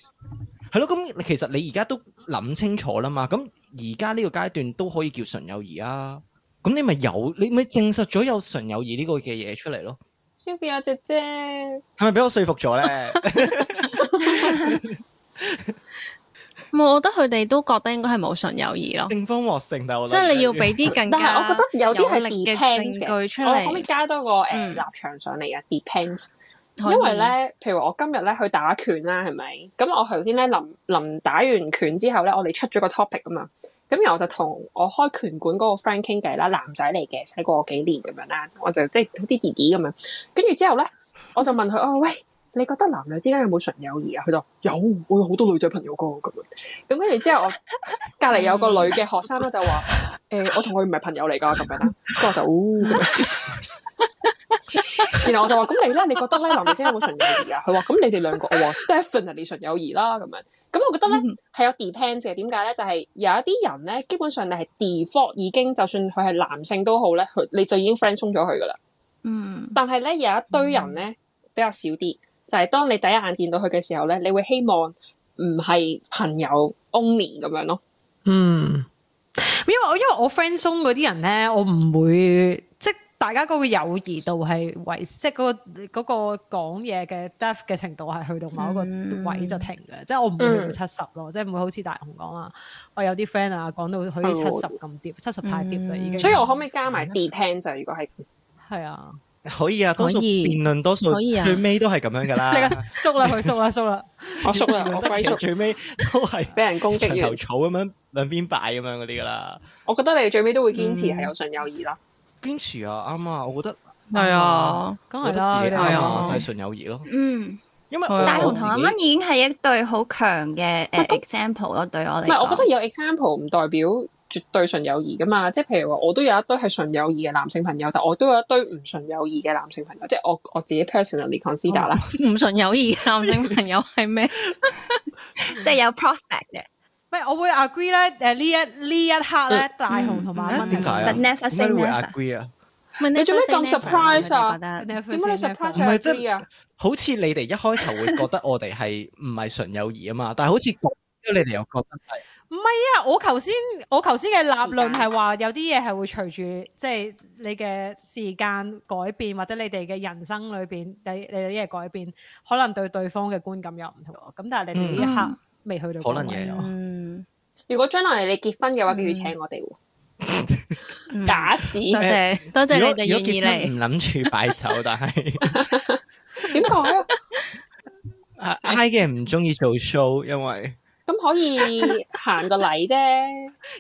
Speaker 1: 係咯，咁其實你而家都諗清楚啦嘛，咁而家呢個階段都可以叫純友誼啊，咁你咪有，你咪證實咗有純友誼呢個嘅嘢出嚟咯，
Speaker 2: Sylvia 姐姐，
Speaker 1: 係咪俾我說服咗咧？
Speaker 5: 冇我覺得佢哋都覺得應該係冇純友誼 咯，
Speaker 1: 正方獲勝，但係我
Speaker 5: 即
Speaker 1: 覺得
Speaker 5: 係你要俾啲更
Speaker 2: 但係我
Speaker 5: 加
Speaker 2: 覺得有啲係
Speaker 5: 力嘅
Speaker 2: depends 嘅
Speaker 5: 證據出
Speaker 2: 我可唔可以
Speaker 5: 嚟，
Speaker 2: 加多個誒
Speaker 5: 嗯
Speaker 2: 立場上嚟啊？Depends。因為咧，譬如我今日咧去打拳啦，係咪？咁我頭先咧臨臨打完拳之後咧，我哋出咗個 topic 啊嘛。咁然後我就同我開拳館嗰個 friend 傾偈啦，男仔嚟嘅，細過我幾年咁樣啦。我就即係好似弟弟咁樣。跟住之後咧，我就問佢：哦，喂，你覺得男女之間有冇純友誼啊？佢就有，我有好多女仔朋友㗎咁樣。咁跟住之後我，隔離有個女嘅學生咧就話：誒、我同佢唔係朋友嚟㗎咁樣啦。跟住我就，哦咁樣然後我就話：咁你咧，你覺得咧男女之間有冇純友誼啊？佢話：咁你哋兩個，我話 definitely 純友誼啦咁樣。咁我覺得咧係有 depends 嘅，點解咧？就係、有一啲人咧，基本上你係 default 已經，就算佢係男性都好咧，佢你就已經 friend 鬆咗佢噶啦。
Speaker 4: 嗯，
Speaker 2: 但係咧有一堆
Speaker 1: 嗯
Speaker 2: 人咧比較少啲，就係、當你第一眼見到佢嘅時候咧，你會希望唔係朋友 only 咁樣咯。
Speaker 3: 嗯，因為我因為我 friend 松嗰啲人咧，我唔會即係大家嗰個友誼度係維，即係嗰、個嗰、個講嘢嘅 depth 嘅程度係去到某一個
Speaker 4: 嗯
Speaker 3: 位就停嘅，即係我唔會去到七十咯，即係唔會好似大雄講啦，我有啲 friend 啊講到佢七十咁跌，七十太跌啦
Speaker 1: 嗯
Speaker 3: 已經。
Speaker 2: 嗯所以我可唔可以加埋 depends 啊？如果係
Speaker 3: 係啊，
Speaker 1: 可以啊，多數
Speaker 5: 可以
Speaker 1: 辯論多數
Speaker 5: 可以啊
Speaker 1: 最尾都係咁樣噶啦
Speaker 3: 即。係啊縮啦佢縮啦縮啦，
Speaker 2: 我縮 啦，我歸
Speaker 1: 得
Speaker 2: 縮，
Speaker 1: 最尾都係
Speaker 2: 俾人攻
Speaker 1: 長
Speaker 2: 擊
Speaker 1: 頭
Speaker 2: 完，
Speaker 1: 草咁樣兩邊擺咁樣嗰啲噶啦。
Speaker 2: 我覺得你哋最尾都會堅
Speaker 1: 嗯
Speaker 2: 持係有純友誼啦。
Speaker 1: 堅持啊，啱啊，我覺得
Speaker 5: 係啊。
Speaker 3: 梗
Speaker 1: 我
Speaker 3: 係
Speaker 1: 覺得
Speaker 3: 啦，
Speaker 1: 自己
Speaker 5: 係
Speaker 1: 啱
Speaker 5: 啊
Speaker 1: 啊，
Speaker 3: 你
Speaker 1: 就
Speaker 3: 話
Speaker 1: 係純友誼咯。
Speaker 4: 嗯，
Speaker 1: 因為
Speaker 5: 係啊
Speaker 4: 大
Speaker 1: 我
Speaker 4: 雄
Speaker 1: 自
Speaker 4: 同
Speaker 1: 己
Speaker 4: 阿蚊已經係一對好強嘅誒
Speaker 2: 係咁
Speaker 4: example 咯，對
Speaker 1: 嗯
Speaker 4: 我嚟
Speaker 2: 唔係，我覺
Speaker 4: 講
Speaker 2: 得有 example 唔代表絕對純友誼噶嘛。即係譬如話，我都有一堆係純友誼嘅男性朋友，但我都有一堆唔純友誼嘅男性朋友。即係我我自己 personally consider
Speaker 1: 哦
Speaker 2: 啦。
Speaker 5: 唔純友誼嘅男性朋友 係咩？
Speaker 4: 即係有 prospect 嘅
Speaker 3: 唔係我會 agree 咧誒呢一呢一刻咧，大雄同埋阿蚊
Speaker 1: 點解啊？
Speaker 4: 嗯 But never
Speaker 1: 點解
Speaker 4: say
Speaker 1: 你會
Speaker 4: never
Speaker 1: agree 啊？
Speaker 5: 你
Speaker 2: 做咩咁 surprise 啊
Speaker 3: 點
Speaker 2: 點解你 surprise
Speaker 1: 唔係即係
Speaker 2: agree 啊？
Speaker 1: 好似你哋一開頭會覺得我哋係唔係純友誼啊嘛，但係好似講咗你哋又覺得係
Speaker 3: 因為我頭先我頭先嘅立論係話有啲嘢係會隨住即係你嘅時間改變，或者你哋嘅人生裏邊，你你哋啲嘢改變，可能對對方嘅觀感又唔同。咁但係你哋呢一刻未去到嗰個
Speaker 1: 可能
Speaker 3: 位
Speaker 1: 嘢
Speaker 3: 咯
Speaker 5: 嗯，
Speaker 2: 如果將來你結婚嘅
Speaker 1: 嗯
Speaker 2: 話，佢要請我哋喎，假屎
Speaker 5: 嗯多謝多謝
Speaker 1: 如果
Speaker 5: 你哋願意
Speaker 1: 如果結婚
Speaker 5: 嚟。
Speaker 1: 唔諗住擺酒，但係
Speaker 2: 點解啊？
Speaker 1: 啊 I 嘅唔中意做 show，因為
Speaker 2: 咁可以行個禮啫。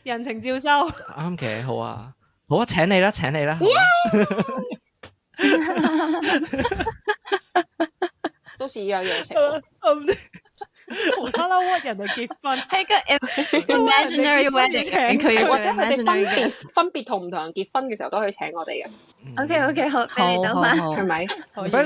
Speaker 3: 人情照收，
Speaker 1: 啱嘅，好啊，好啊，請你啦，請你啦，好啊
Speaker 2: 到時要有嘢食喎。
Speaker 3: 無啦啦屈人哋結婚，
Speaker 4: 係一個 imaginary
Speaker 3: 結婚嘅
Speaker 4: wedding，
Speaker 3: 場
Speaker 4: 佢
Speaker 2: 或者佢哋分別分別同唔同人結婚嘅時候都可以請我哋嘅，
Speaker 1: Ừ.
Speaker 4: OK OK 好，俾
Speaker 5: 好
Speaker 4: 你到
Speaker 5: 好
Speaker 4: 嘛。
Speaker 5: 好，
Speaker 2: 係咪？
Speaker 3: 可
Speaker 1: 不
Speaker 3: 以
Speaker 1: 過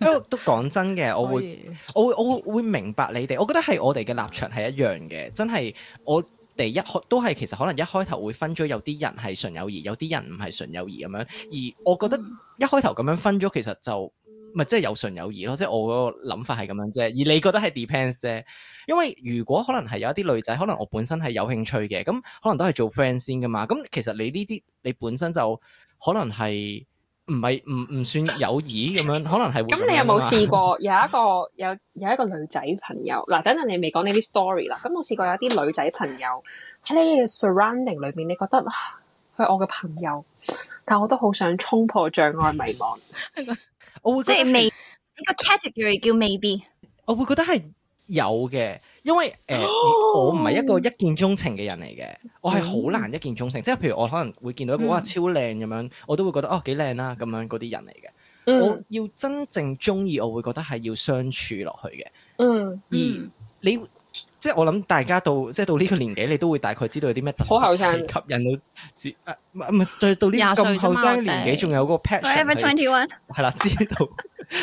Speaker 1: 不過都講真嘅，我
Speaker 3: 可
Speaker 1: 會
Speaker 3: 以
Speaker 1: 我會我會會明白你哋，我覺得係我哋嘅立場係一樣嘅，真係我哋一開都係其實可能一開頭會分咗有啲人係純友誼，有啲人唔係純友誼咁樣，而我覺得
Speaker 2: 嗯
Speaker 1: 一開頭咁樣分咗，其實就咪即係有純友誼咯，即係我嗰個諗法係咁樣啫，而你覺得係 depends 啫。因為如果可能係有一啲女仔，可能我本身係有興趣嘅，咁可能都係做 friend 先噶嘛。咁其實你呢啲你本身就可能係唔係唔唔算友誼咁樣，可能係會
Speaker 2: 咁
Speaker 1: 樣
Speaker 2: 你有
Speaker 1: 㗎嘛
Speaker 2: 冇試過有一個有有一個女仔朋友？嗱，等陣你未講呢啲 story 啦。咁我試過有啲女仔朋友喺你嘅 surrounding 裏面，你覺得啊佢係我嘅朋友，但我都好想衝破障礙迷茫。
Speaker 1: 我會
Speaker 4: 即
Speaker 1: 覺得
Speaker 4: 係未呢個 category 叫 maybe，
Speaker 1: 我會覺得係有嘅，因為誒、呃我唔係一個一見鍾情嘅人嚟嘅，我係好難一見鍾情。即係譬如我可能會見到一個哇超靚咁樣，我都會覺得哦幾靚啦咁樣嗰啲人嚟嘅。我
Speaker 2: 嗯
Speaker 1: 要真正中意，我會覺得係要相處落去嘅。
Speaker 2: 嗯，
Speaker 1: 而你即係我諗大家到即係到呢個年紀，你都會大概知道有啲咩特質
Speaker 2: 好後生
Speaker 1: 係吸引到自誒唔係唔係，再到呢
Speaker 5: 廿歲啫嘛
Speaker 1: 咁後
Speaker 5: 我哋
Speaker 1: 生年紀，仲有嗰個嗯 passion
Speaker 4: Forever
Speaker 1: 係
Speaker 4: Twenty One，
Speaker 1: 係啦， 知道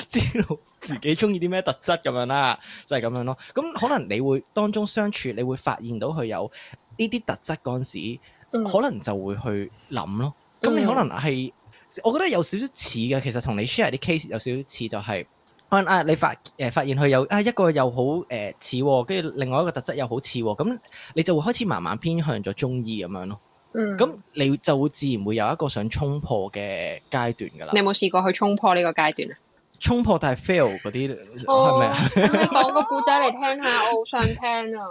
Speaker 1: 知道自己中意啲咩特質咁樣啦，就係、咁樣咯。咁可能你會當中相處，你會發現到佢有呢啲特質嗰陣時，
Speaker 2: 嗯
Speaker 1: 可能就會去諗咯。咁你
Speaker 2: 嗯
Speaker 1: 可能係，我覺得有少少似嘅。其實同你 share 啲 case 有少少似，就係、可能啊，你發誒、發現佢有啊一個又好誒、似喎，跟住另外一個特質又好似喎，咁你就會開始慢慢偏向咗中意咁樣咯。
Speaker 2: 嗯
Speaker 1: 咁你就會自然會有一個想衝破嘅階段㗎啦
Speaker 2: 你。有冇試過去衝破呢個階段啊？
Speaker 1: 衝破但
Speaker 2: 哦
Speaker 1: 係 fail 嗰啲係咪啊？
Speaker 2: 你講個故仔嚟聽下，我好想聽啊！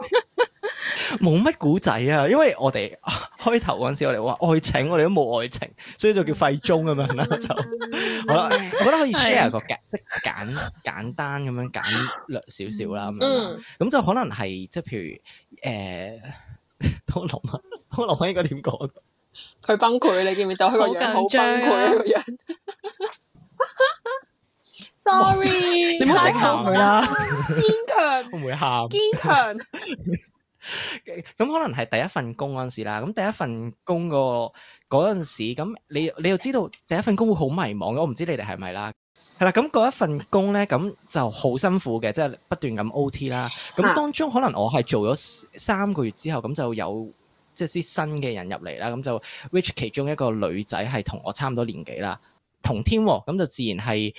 Speaker 1: 冇乜古仔啊，因為我哋開頭嗰陣時，我哋話愛情，我哋都冇愛情，所以就叫廢中咁樣啦。就好啦，我覺得可以 share 個簡即係簡簡單咁樣簡略少少啦咁樣啦。
Speaker 2: 嗯，
Speaker 1: 咁就可能係即係譬如誒， 我諗下，我諗下應該點講？
Speaker 2: 佢崩潰，你見唔見到佢個樣好
Speaker 5: 好緊張
Speaker 2: 崩
Speaker 5: 啊
Speaker 2: 潰啊個樣？Sorry，
Speaker 1: 你唔好整
Speaker 2: 堅
Speaker 1: 喊
Speaker 3: 佢啦，
Speaker 2: 強
Speaker 1: 會唔會喊？
Speaker 2: 堅強，
Speaker 1: 咁可能係第一份工嗰陣時啦，咁第一份工個嗰陣時，咁你你又知道第一份工會好迷茫嘅，我唔知你哋係咪啦。係啦，咁嗰一份工咧，咁就好辛苦嘅，即係不斷咁 O T 啦。咁
Speaker 2: 啊
Speaker 1: 當中可能我係做咗三個月之後，咁就有即係啲新嘅人入嚟啦。咁就 which 其中一個女仔係同我差唔多年紀啦，同天喎，咁就自然係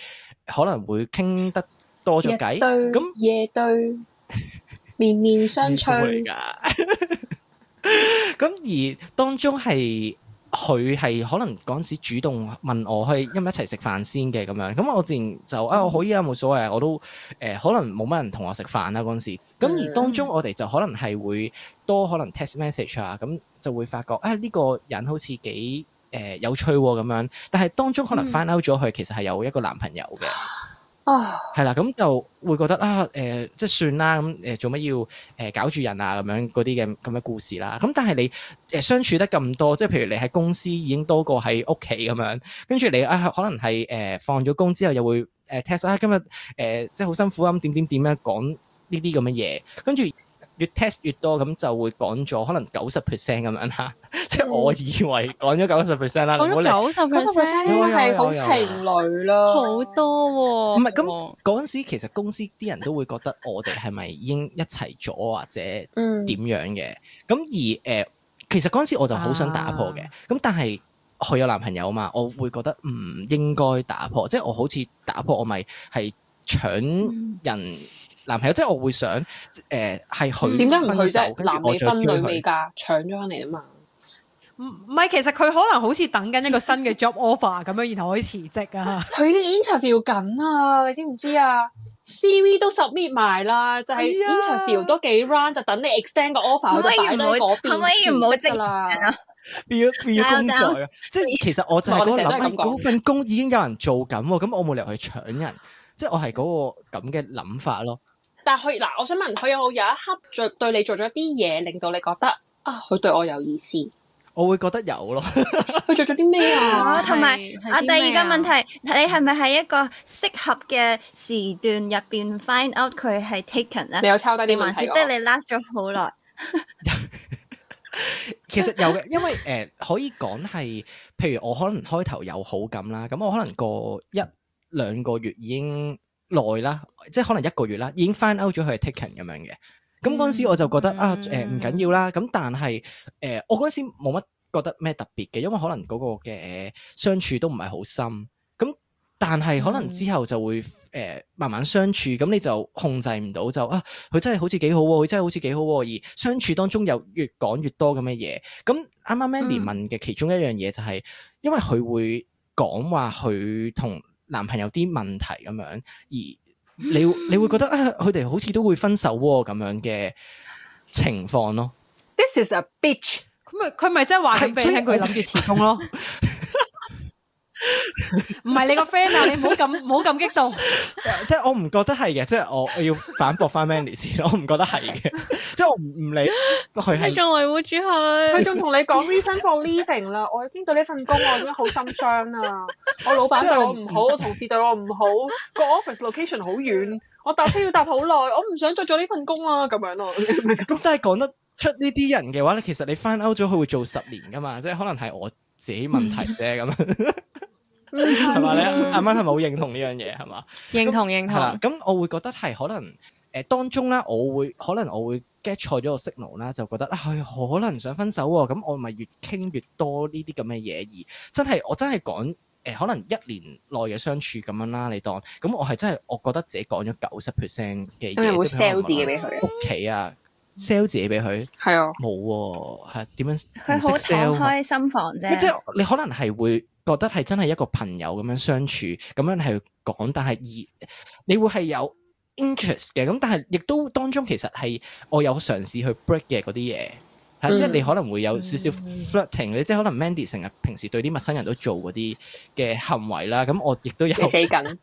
Speaker 1: 可能會傾得多咗
Speaker 2: 日
Speaker 1: 偈。
Speaker 2: 對
Speaker 1: 咁
Speaker 2: 夜對，面面相
Speaker 1: 會
Speaker 2: 覷，
Speaker 1: 噶。咁而當中係佢係可能嗰陣時主動問我去，因為一齊食飯先嘅咁樣。咁我自然就啊，我可以啊，冇所謂啊，我都誒、呃可能冇乜人同我食飯啦嗰陣時。咁而當中我哋就可能係會多可能 text message 啊，咁就會發覺啊呢、個人好似幾誒、呃有趣喎咁樣。但係當中可能 find out 咗佢其實係有一個男朋友嘅。
Speaker 2: 啊，
Speaker 1: 係啦，咁就會覺得啊，誒、即係算啦，咁、誒做乜要誒、搞住人啊，咁樣嗰啲嘅咁嘅故事啦。咁但係你誒、相處得咁多，即係譬如你喺公司已經多過喺屋企咁樣，跟住你啊，可能係誒、放咗工之後又會誒 test 啊，今日誒、即係好辛苦啊，咁點點點樣講呢啲咁嘅嘢，跟住越 test 越多，咁就會講咗可能九十 percent 咁樣啦。即係我以為講咗九十 percent 啦，你唔好
Speaker 5: 講
Speaker 1: 理
Speaker 5: 咗九十
Speaker 2: 嗰個
Speaker 5: percent，
Speaker 2: percent
Speaker 1: 啊
Speaker 2: 應該係好情侶啦，
Speaker 5: 好多
Speaker 1: 唔
Speaker 5: 喎。
Speaker 1: 係咁嗰陣時，其實公司啲人都會覺得我哋係咪已經一齊咗或者點
Speaker 2: 嗯，
Speaker 1: 樣嘅？咁而誒、呃其實嗰陣時我就好想打破
Speaker 2: 啊
Speaker 1: 嘅，咁、但係佢有男朋友嘛，我會覺得唔應該打破，即係我好似打破我咪係搶
Speaker 2: 嗯
Speaker 1: 人男朋友，即係我會想誒係佢
Speaker 2: 嗯點解唔去
Speaker 1: 分手
Speaker 2: 啫？
Speaker 1: 跟住
Speaker 2: 男
Speaker 1: 我
Speaker 2: 未
Speaker 1: 再
Speaker 2: 婚
Speaker 1: 追
Speaker 2: 女
Speaker 1: 佢
Speaker 2: 未嫁，搶咗翻嚟啊嘛！
Speaker 3: 唔唔係，其實佢可能好似等緊一個新嘅 job offer 咁樣，然後可以辭職啊。
Speaker 2: 佢已經 interview 緊啊，你知唔知啊？CV 都 submit 埋啦，就係
Speaker 3: 係啊
Speaker 2: interview 多幾 round 就等你 extend 個 offer，佢
Speaker 4: 哎可唔可
Speaker 2: 就擺
Speaker 4: 以
Speaker 2: 低
Speaker 4: 唔好
Speaker 2: 嗰
Speaker 4: 可唔可以唔
Speaker 2: 邊
Speaker 4: 好啊
Speaker 2: 辭職㗎啦。
Speaker 1: 變咗變咗工
Speaker 4: 鬧交
Speaker 1: 作啊！即係其實我就係嗰個
Speaker 2: 我哋成日
Speaker 1: 諗，
Speaker 2: 都係咁
Speaker 1: 哎
Speaker 2: 講
Speaker 1: 嗰份工已經有人做緊喎，咁我冇理由去搶人，即係我係嗰個咁嘅諗法咯。
Speaker 2: 但係佢嗱，我想問佢有冇有一刻做對你做咗啲嘢，令到你覺得啊，佢對我有意思？
Speaker 1: 我會覺得有咯，
Speaker 2: 佢做咗啲咩啊
Speaker 4: 啊？同埋
Speaker 5: 係
Speaker 4: 啊，
Speaker 5: 係啲
Speaker 4: 第
Speaker 5: 咩啊
Speaker 4: 二個問題，你係咪喺一個適合嘅時段入邊 find out 佢係 taken
Speaker 2: 你
Speaker 4: 咧？
Speaker 2: 有抄低
Speaker 4: 定
Speaker 2: 啲
Speaker 4: 還
Speaker 2: 問
Speaker 4: 是
Speaker 2: 題
Speaker 4: 即
Speaker 2: 㗎？
Speaker 4: 係你 last 咗好耐？
Speaker 1: 其實有嘅，因為誒、呃可以講係，譬如我可能開頭有好感啦，咁我可能過一兩個月已經耐啦，即係可能一個月啦，已經 find out 咗佢係 taken 咁樣嘅。咁嗰陣時我就覺得、啊誒唔緊要啦，咁但係誒、呃我嗰陣時冇乜覺得咩特別嘅，因為可能嗰個嘅、呃相處都唔係好深。咁但係可能之後就會誒、呃慢慢相處，咁你就控制唔到就啊，佢真係好似幾好喎，佢真係好似幾好喎，而相處當中又越講越多咁嘅嘢。咁啱啱 Mandy
Speaker 4: 嗯
Speaker 1: 問嘅其中一樣嘢就係、因為佢會講話佢同男朋友啲問題咁樣，而你會你會覺得啊，佢哋好似都會分手喎咁樣嘅情況咯。
Speaker 2: This is a bitch。
Speaker 3: 佢咪佢咪即係話緊俾你聽，
Speaker 1: 係所以
Speaker 3: 佢
Speaker 1: 我
Speaker 3: 諗住辭 工咯。唔係你個 friend 啊！你唔好咁唔好咁激動。
Speaker 1: 即係我唔覺得係嘅，即係我我要反駁翻 Mandy 先，我唔覺得係嘅，即係我唔唔理佢
Speaker 5: 你
Speaker 1: 係
Speaker 5: 仲維護住
Speaker 2: 佢
Speaker 5: 佢，
Speaker 2: 仲同你講 reason for leaving 啦，我已經對呢份工我已經好心傷啦。我老闆對我唔好，我同事對我唔好，個 office location 好遠，我搭車要搭好耐，我唔想再做呢份工啊啦，咁樣 咯。
Speaker 1: 咁，但係講得出呢啲人嘅話咧，其實你翻歐咗佢會做十年噶嘛，即係可能係我自己問題啫 咁樣，係嘛？你阿阿蚊係咪好認同呢樣嘢係嘛？
Speaker 5: 認同認
Speaker 1: 係啦
Speaker 2: 嗯
Speaker 5: 同，，
Speaker 1: 咁我會覺得係可能誒、呃、當中咧，我會可能我會 get 錯咗個 signal 啦，就覺得啊，佢可能想分手喎、咁我咪越傾越多呢啲咁嘅嘢，而真係我真係講誒，可能一年內嘅相處咁樣啦，你當咁我係真係我覺得自己講咗九十 percent 嘅嘢，
Speaker 2: 咁你會
Speaker 1: 即係譬如
Speaker 2: sell 自己俾佢啊
Speaker 1: 屋企啊，sell 自己俾佢
Speaker 2: 係啊，
Speaker 1: 冇喎，係點樣？
Speaker 4: 佢好
Speaker 1: 唔識 sell
Speaker 4: 敞
Speaker 1: 啊
Speaker 4: 開心房啫。
Speaker 1: 即係你可能係會覺得係真係一個朋友咁樣相處，咁樣係講，但係而你會係有 interest 嘅，咁但係亦都當中其實係我有嘗試去 break 嘅嗰啲嘢，係啊
Speaker 4: 嗯
Speaker 1: 即係你可能會有少少 flirting，你即係可能 Mandy 成日平時對啲陌生人都做嗰啲嘅行為啦，咁我亦都有
Speaker 2: 你。死緊，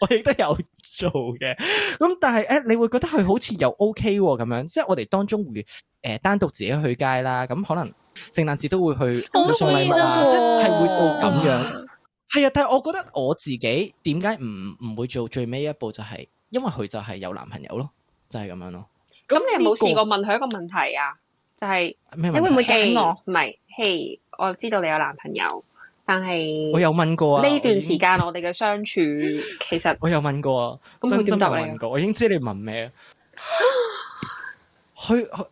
Speaker 1: 我亦都有做嘅。咁但係誒，你會覺得佢好似又 OK 喎咁樣，即係我哋當中會誒、呃、單獨自己去街啦，咁可能聖誕節都會去
Speaker 5: 好
Speaker 1: 送禮物
Speaker 5: 得
Speaker 1: 啊，
Speaker 5: 喎
Speaker 1: 即係會到咁樣。係啊，但係我覺得我自己點解唔唔會做最尾一步，就係因為佢就係有男朋友咯，就係、咁樣咯。
Speaker 2: 咁你有冇試
Speaker 1: 呢個
Speaker 2: 過問佢一個問題啊？就係
Speaker 1: 咩問題？
Speaker 4: 你會唔會
Speaker 2: 嘿
Speaker 4: 揀我？
Speaker 2: 唔係，嘿，我知道你有男朋友，但係
Speaker 1: 我有問過啊，
Speaker 2: 呢
Speaker 1: 我
Speaker 2: 段
Speaker 1: 已
Speaker 2: 時
Speaker 1: 經
Speaker 2: 間我哋嘅相處，其實
Speaker 1: 我有問過啊，
Speaker 2: 咁佢
Speaker 1: 真
Speaker 2: 點
Speaker 1: 心有
Speaker 2: 答你啊
Speaker 1: 問過，我已經知你問 咩啊。佢佢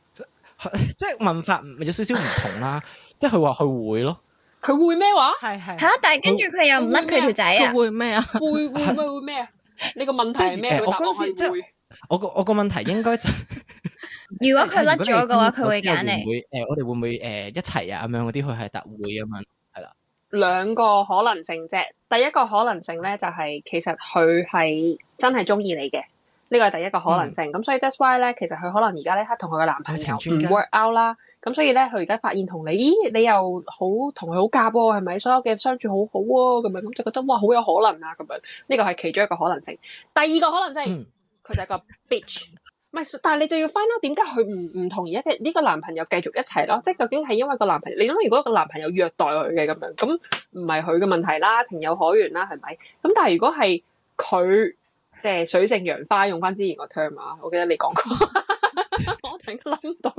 Speaker 1: 佢即係問法唔有少少唔同啦，即係佢話佢會咯，
Speaker 2: 佢會咩話？
Speaker 3: 係係
Speaker 4: 吓，但係跟住佢又唔甩佢條仔啊
Speaker 5: 佢！會咩啊？
Speaker 2: 會會會會咩啊？你個問題係
Speaker 1: 即
Speaker 2: 咩？佢
Speaker 1: 係誒
Speaker 2: 答案
Speaker 1: 我嗰陣時即
Speaker 2: 係
Speaker 1: 係嗯
Speaker 2: 會。
Speaker 1: 我個我個問題應該就
Speaker 4: 如果佢甩
Speaker 1: 如
Speaker 4: 咗嘅話，佢會
Speaker 1: 你
Speaker 4: 揀
Speaker 1: 會唔
Speaker 4: 你。
Speaker 1: 會誒，我哋會唔會誒一齊啊？咁樣嗰啲佢係答會啊咁樣，
Speaker 2: 兩個可能性啫。第一個可能性咧，就係、其實佢係真係中意你嘅，呢個係第一個可能性。咁、所以 that's why 咧，其實佢可能而家咧，同佢嘅男朋友
Speaker 1: 愛情專
Speaker 2: 唔
Speaker 1: 家
Speaker 2: work out 啦。咁所以咧，佢而家發現同你，咦，你又好同佢好夾喎，係咪？所有嘅相處好好、喎，咁樣咁就覺得哇，好有可能啊，咁樣呢個係其中一個可能性。第二個可能性，
Speaker 1: 嗯
Speaker 2: 佢、就係個 bitch。唔係，但係你就要 find out 點解佢唔唔同而家嘅呢個男朋友繼續一齊咯？即係究竟係因為個男朋友，你諗如果個男朋友虐待佢嘅咁樣，咁唔係佢嘅問題啦，情有可原啦，係咪？咁但係如果係佢即係水性楊花，用翻之前個 term 啊，我記得你講過。我突然間諗唔到，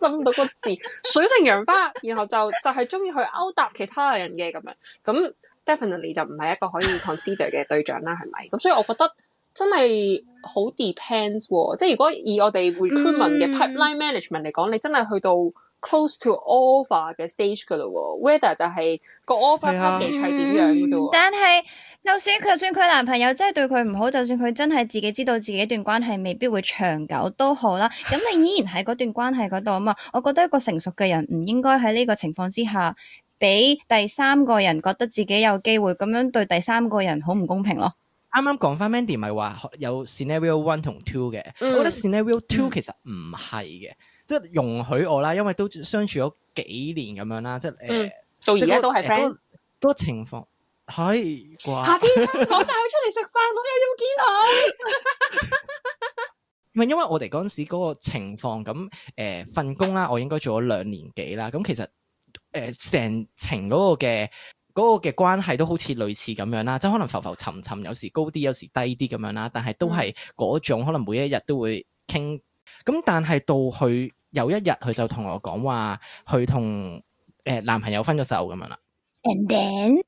Speaker 2: 諗唔到個字，水性楊花，然後就就係中意去勾搭其他人嘅咁樣，咁 definitely 就唔係一個可以 consider 嘅對象啦，係咪？咁所以我覺得真係好 depends 喎，即係如果以我哋 recruitment 嘅
Speaker 4: 嗯
Speaker 2: pipeline management 嚟講，你真係去到 close to offer 嘅 stage 噶咯喎，whether 就係個 offer
Speaker 1: 係啊
Speaker 2: package 係點樣嘅啫喎。
Speaker 4: 嗯但係就算佢就算佢男朋友真係對佢唔好，就算佢真係自己知道自己段關係未必會長久都好啦，咁你依然喺嗰段關係嗰度啊嘛。我覺得一個成熟嘅人唔應該喺呢個情況之下，俾第三個人覺得自己有機會，咁樣對第三個人好唔公平咯。
Speaker 1: 啱啱講翻 Mandy 咪話有 scenario one 同 two 嘅，
Speaker 2: 嗯
Speaker 1: 我覺得 scenario two 其實唔係嘅，即係容許我啦，因為都相處咗幾年咁樣啦，即係誒
Speaker 2: 嗯。到而
Speaker 1: 即係
Speaker 2: 家
Speaker 1: 嗰
Speaker 2: 都係
Speaker 1: 誒
Speaker 2: friend
Speaker 1: 嗰。嗰個情況係
Speaker 2: 下
Speaker 1: 啩？
Speaker 2: 次講帶佢出嚟食飯，我又要見佢。
Speaker 1: 唔係因為我哋嗰陣時嗰個情況咁誒份工啦，我應該做咗兩年幾啦。咁其實誒成、程嗰個嘅嗰、個嘅關係都好似類似咁樣啦，即係可能浮浮沉沉，有時高啲，有時低啲咁樣啦。但係都係
Speaker 2: 嗯
Speaker 1: 嗰種可能每一日都會傾。咁但係到佢有一日佢就同我講話，佢同誒男朋友分咗手 咁樣啦。
Speaker 4: And then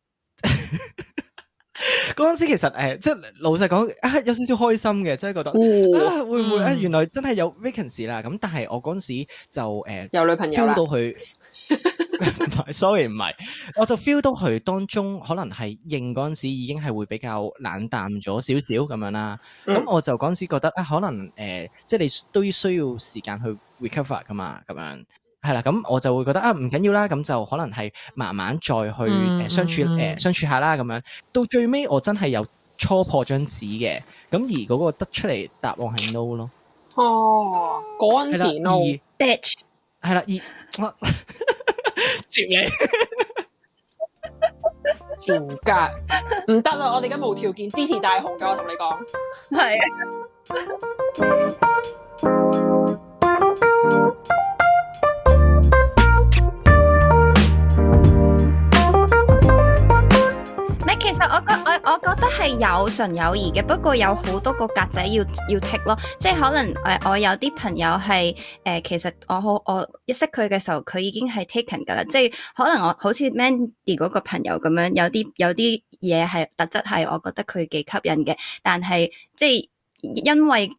Speaker 1: 嗰陣時其實誒、呃即係老實講啊，有少少開心嘅，即係覺得
Speaker 2: 哦，
Speaker 1: 啊，會唔會啊？
Speaker 3: 嗯
Speaker 1: 原來真係有 vacancy 啦。咁但係我嗰陣時就呃誒
Speaker 2: 有女朋友
Speaker 1: feel
Speaker 2: 啦
Speaker 1: 到，佢，唔係，sorry 唔係，我就 feel 到佢當中可能係應嗰陣時已經係會比較冷淡咗少少咁樣啦。咁、
Speaker 2: 嗯
Speaker 1: 我就嗰陣時覺得啊，可能誒、呃即係你都要需要時間去 recover 噶嘛，咁樣。係啦，咁我就會覺得啊，唔緊要啦，咁就可能係慢慢再去
Speaker 3: 嗯
Speaker 1: 誒相處
Speaker 3: 嗯嗯
Speaker 1: 誒相處下啦，咁樣到最尾我真係有戳破張紙嘅，咁而嗰個得出嚟答案係 no 咯，
Speaker 2: 哦，嗰陣時
Speaker 1: 係啦，
Speaker 2: no，
Speaker 1: 而
Speaker 4: bitch
Speaker 1: 係啦，而我 接你
Speaker 2: 賤格，唔得啦！我哋而家無條件支持大雄嘅，我同你講。
Speaker 4: 係啊。唔係，其實我覺我我覺得係有純友誼嘅，不過有好多個格仔要要剔咯，即係可能誒、呃我有啲朋友係誒、呃其實我好我一識佢嘅時候，佢已經係 taken 㗎啦，即係可能我好似 Mandy 嗰個朋友咁樣，有啲有啲嘢係特質係我覺得佢幾吸引嘅，但係即係因為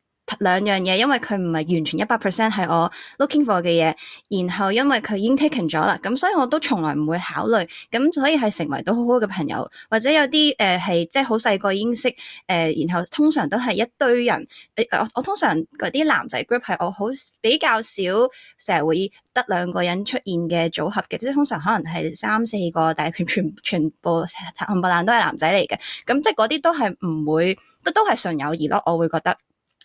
Speaker 4: 兩樣嘢，因為佢唔係完全一百 percent 係我 looking for 嘅嘢，然後因為佢已經 taken 咗啦，咁所以我都從來唔會考慮，咁所以係成為到好好嘅朋友，或者有啲誒係即係好細個已經識誒、呃然後通常都係一堆人，誒我我通常嗰啲男仔 group 係我好比較少成日會得兩個人出現嘅組合嘅，即係通常可能係三四個，但係佢全全部冚唪唥都係男仔嚟嘅，咁即係嗰啲都係唔會都都係純友誼咯，我會覺得。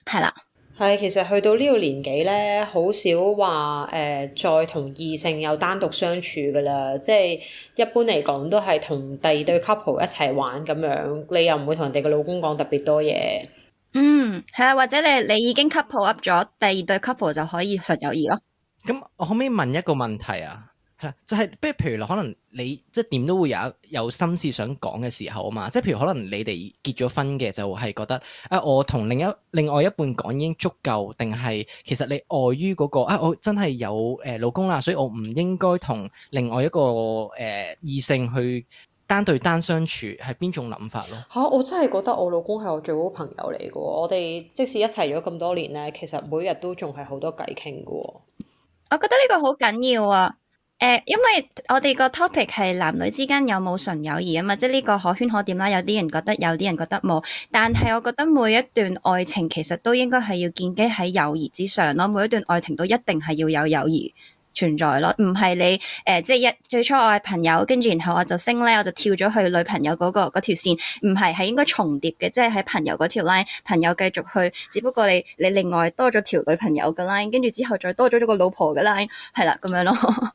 Speaker 4: 係啦。
Speaker 6: 係，其實去到呢個年紀咧，好少話誒、呃再同異性有單獨相處噶啦，即係一般嚟講都係同第二對 couple 一齊玩咁樣，你又唔會同人哋嘅老公講特別多嘢。
Speaker 4: 嗯，係啦，或者你你已經 couple up 咗，第二對 couple 就可以純友誼咯。
Speaker 1: 咁我可唔可以問一個問題啊？係啦，就係、不如譬如可能你即係點都會有一有心事想講嘅時候啊嘛，即係譬如可能你哋結咗婚嘅就係覺得啊，我同另一另外一半講已經足夠，定係其實你礙於嗰、個啊，我真係有誒、呃老公啦，所以我唔應該同另外一個誒、呃、異性去單對單相處，係邊種諗法咯？
Speaker 6: 嚇、我真係覺得我老公係我最好朋友嚟嘅喎，我哋即使一齊咗咁多年咧，其實每日都仲係好多偈傾嘅喎。
Speaker 4: 我覺得呢個好緊要啊！誒、因為我哋個 topic 係男女之間有冇純友誼啊嘛，即係呢個可圈可點啦。有啲人覺得有，啲人覺得冇。但係我覺得每一段愛情其實都應該係要建基喺友誼之上咯。每一段愛情都一定係要有友誼存在咯，唔係你誒、即係一最初我係朋友，跟住然後我就升咧，我就跳咗去女朋友嗰、個嗰條線，唔係係應該重疊嘅，即係喺朋友嗰條 line，朋友繼續去，只不過你你另外多咗條女朋友嘅 line，跟住之後再多咗咗個老婆嘅 line，係啦咁樣咯。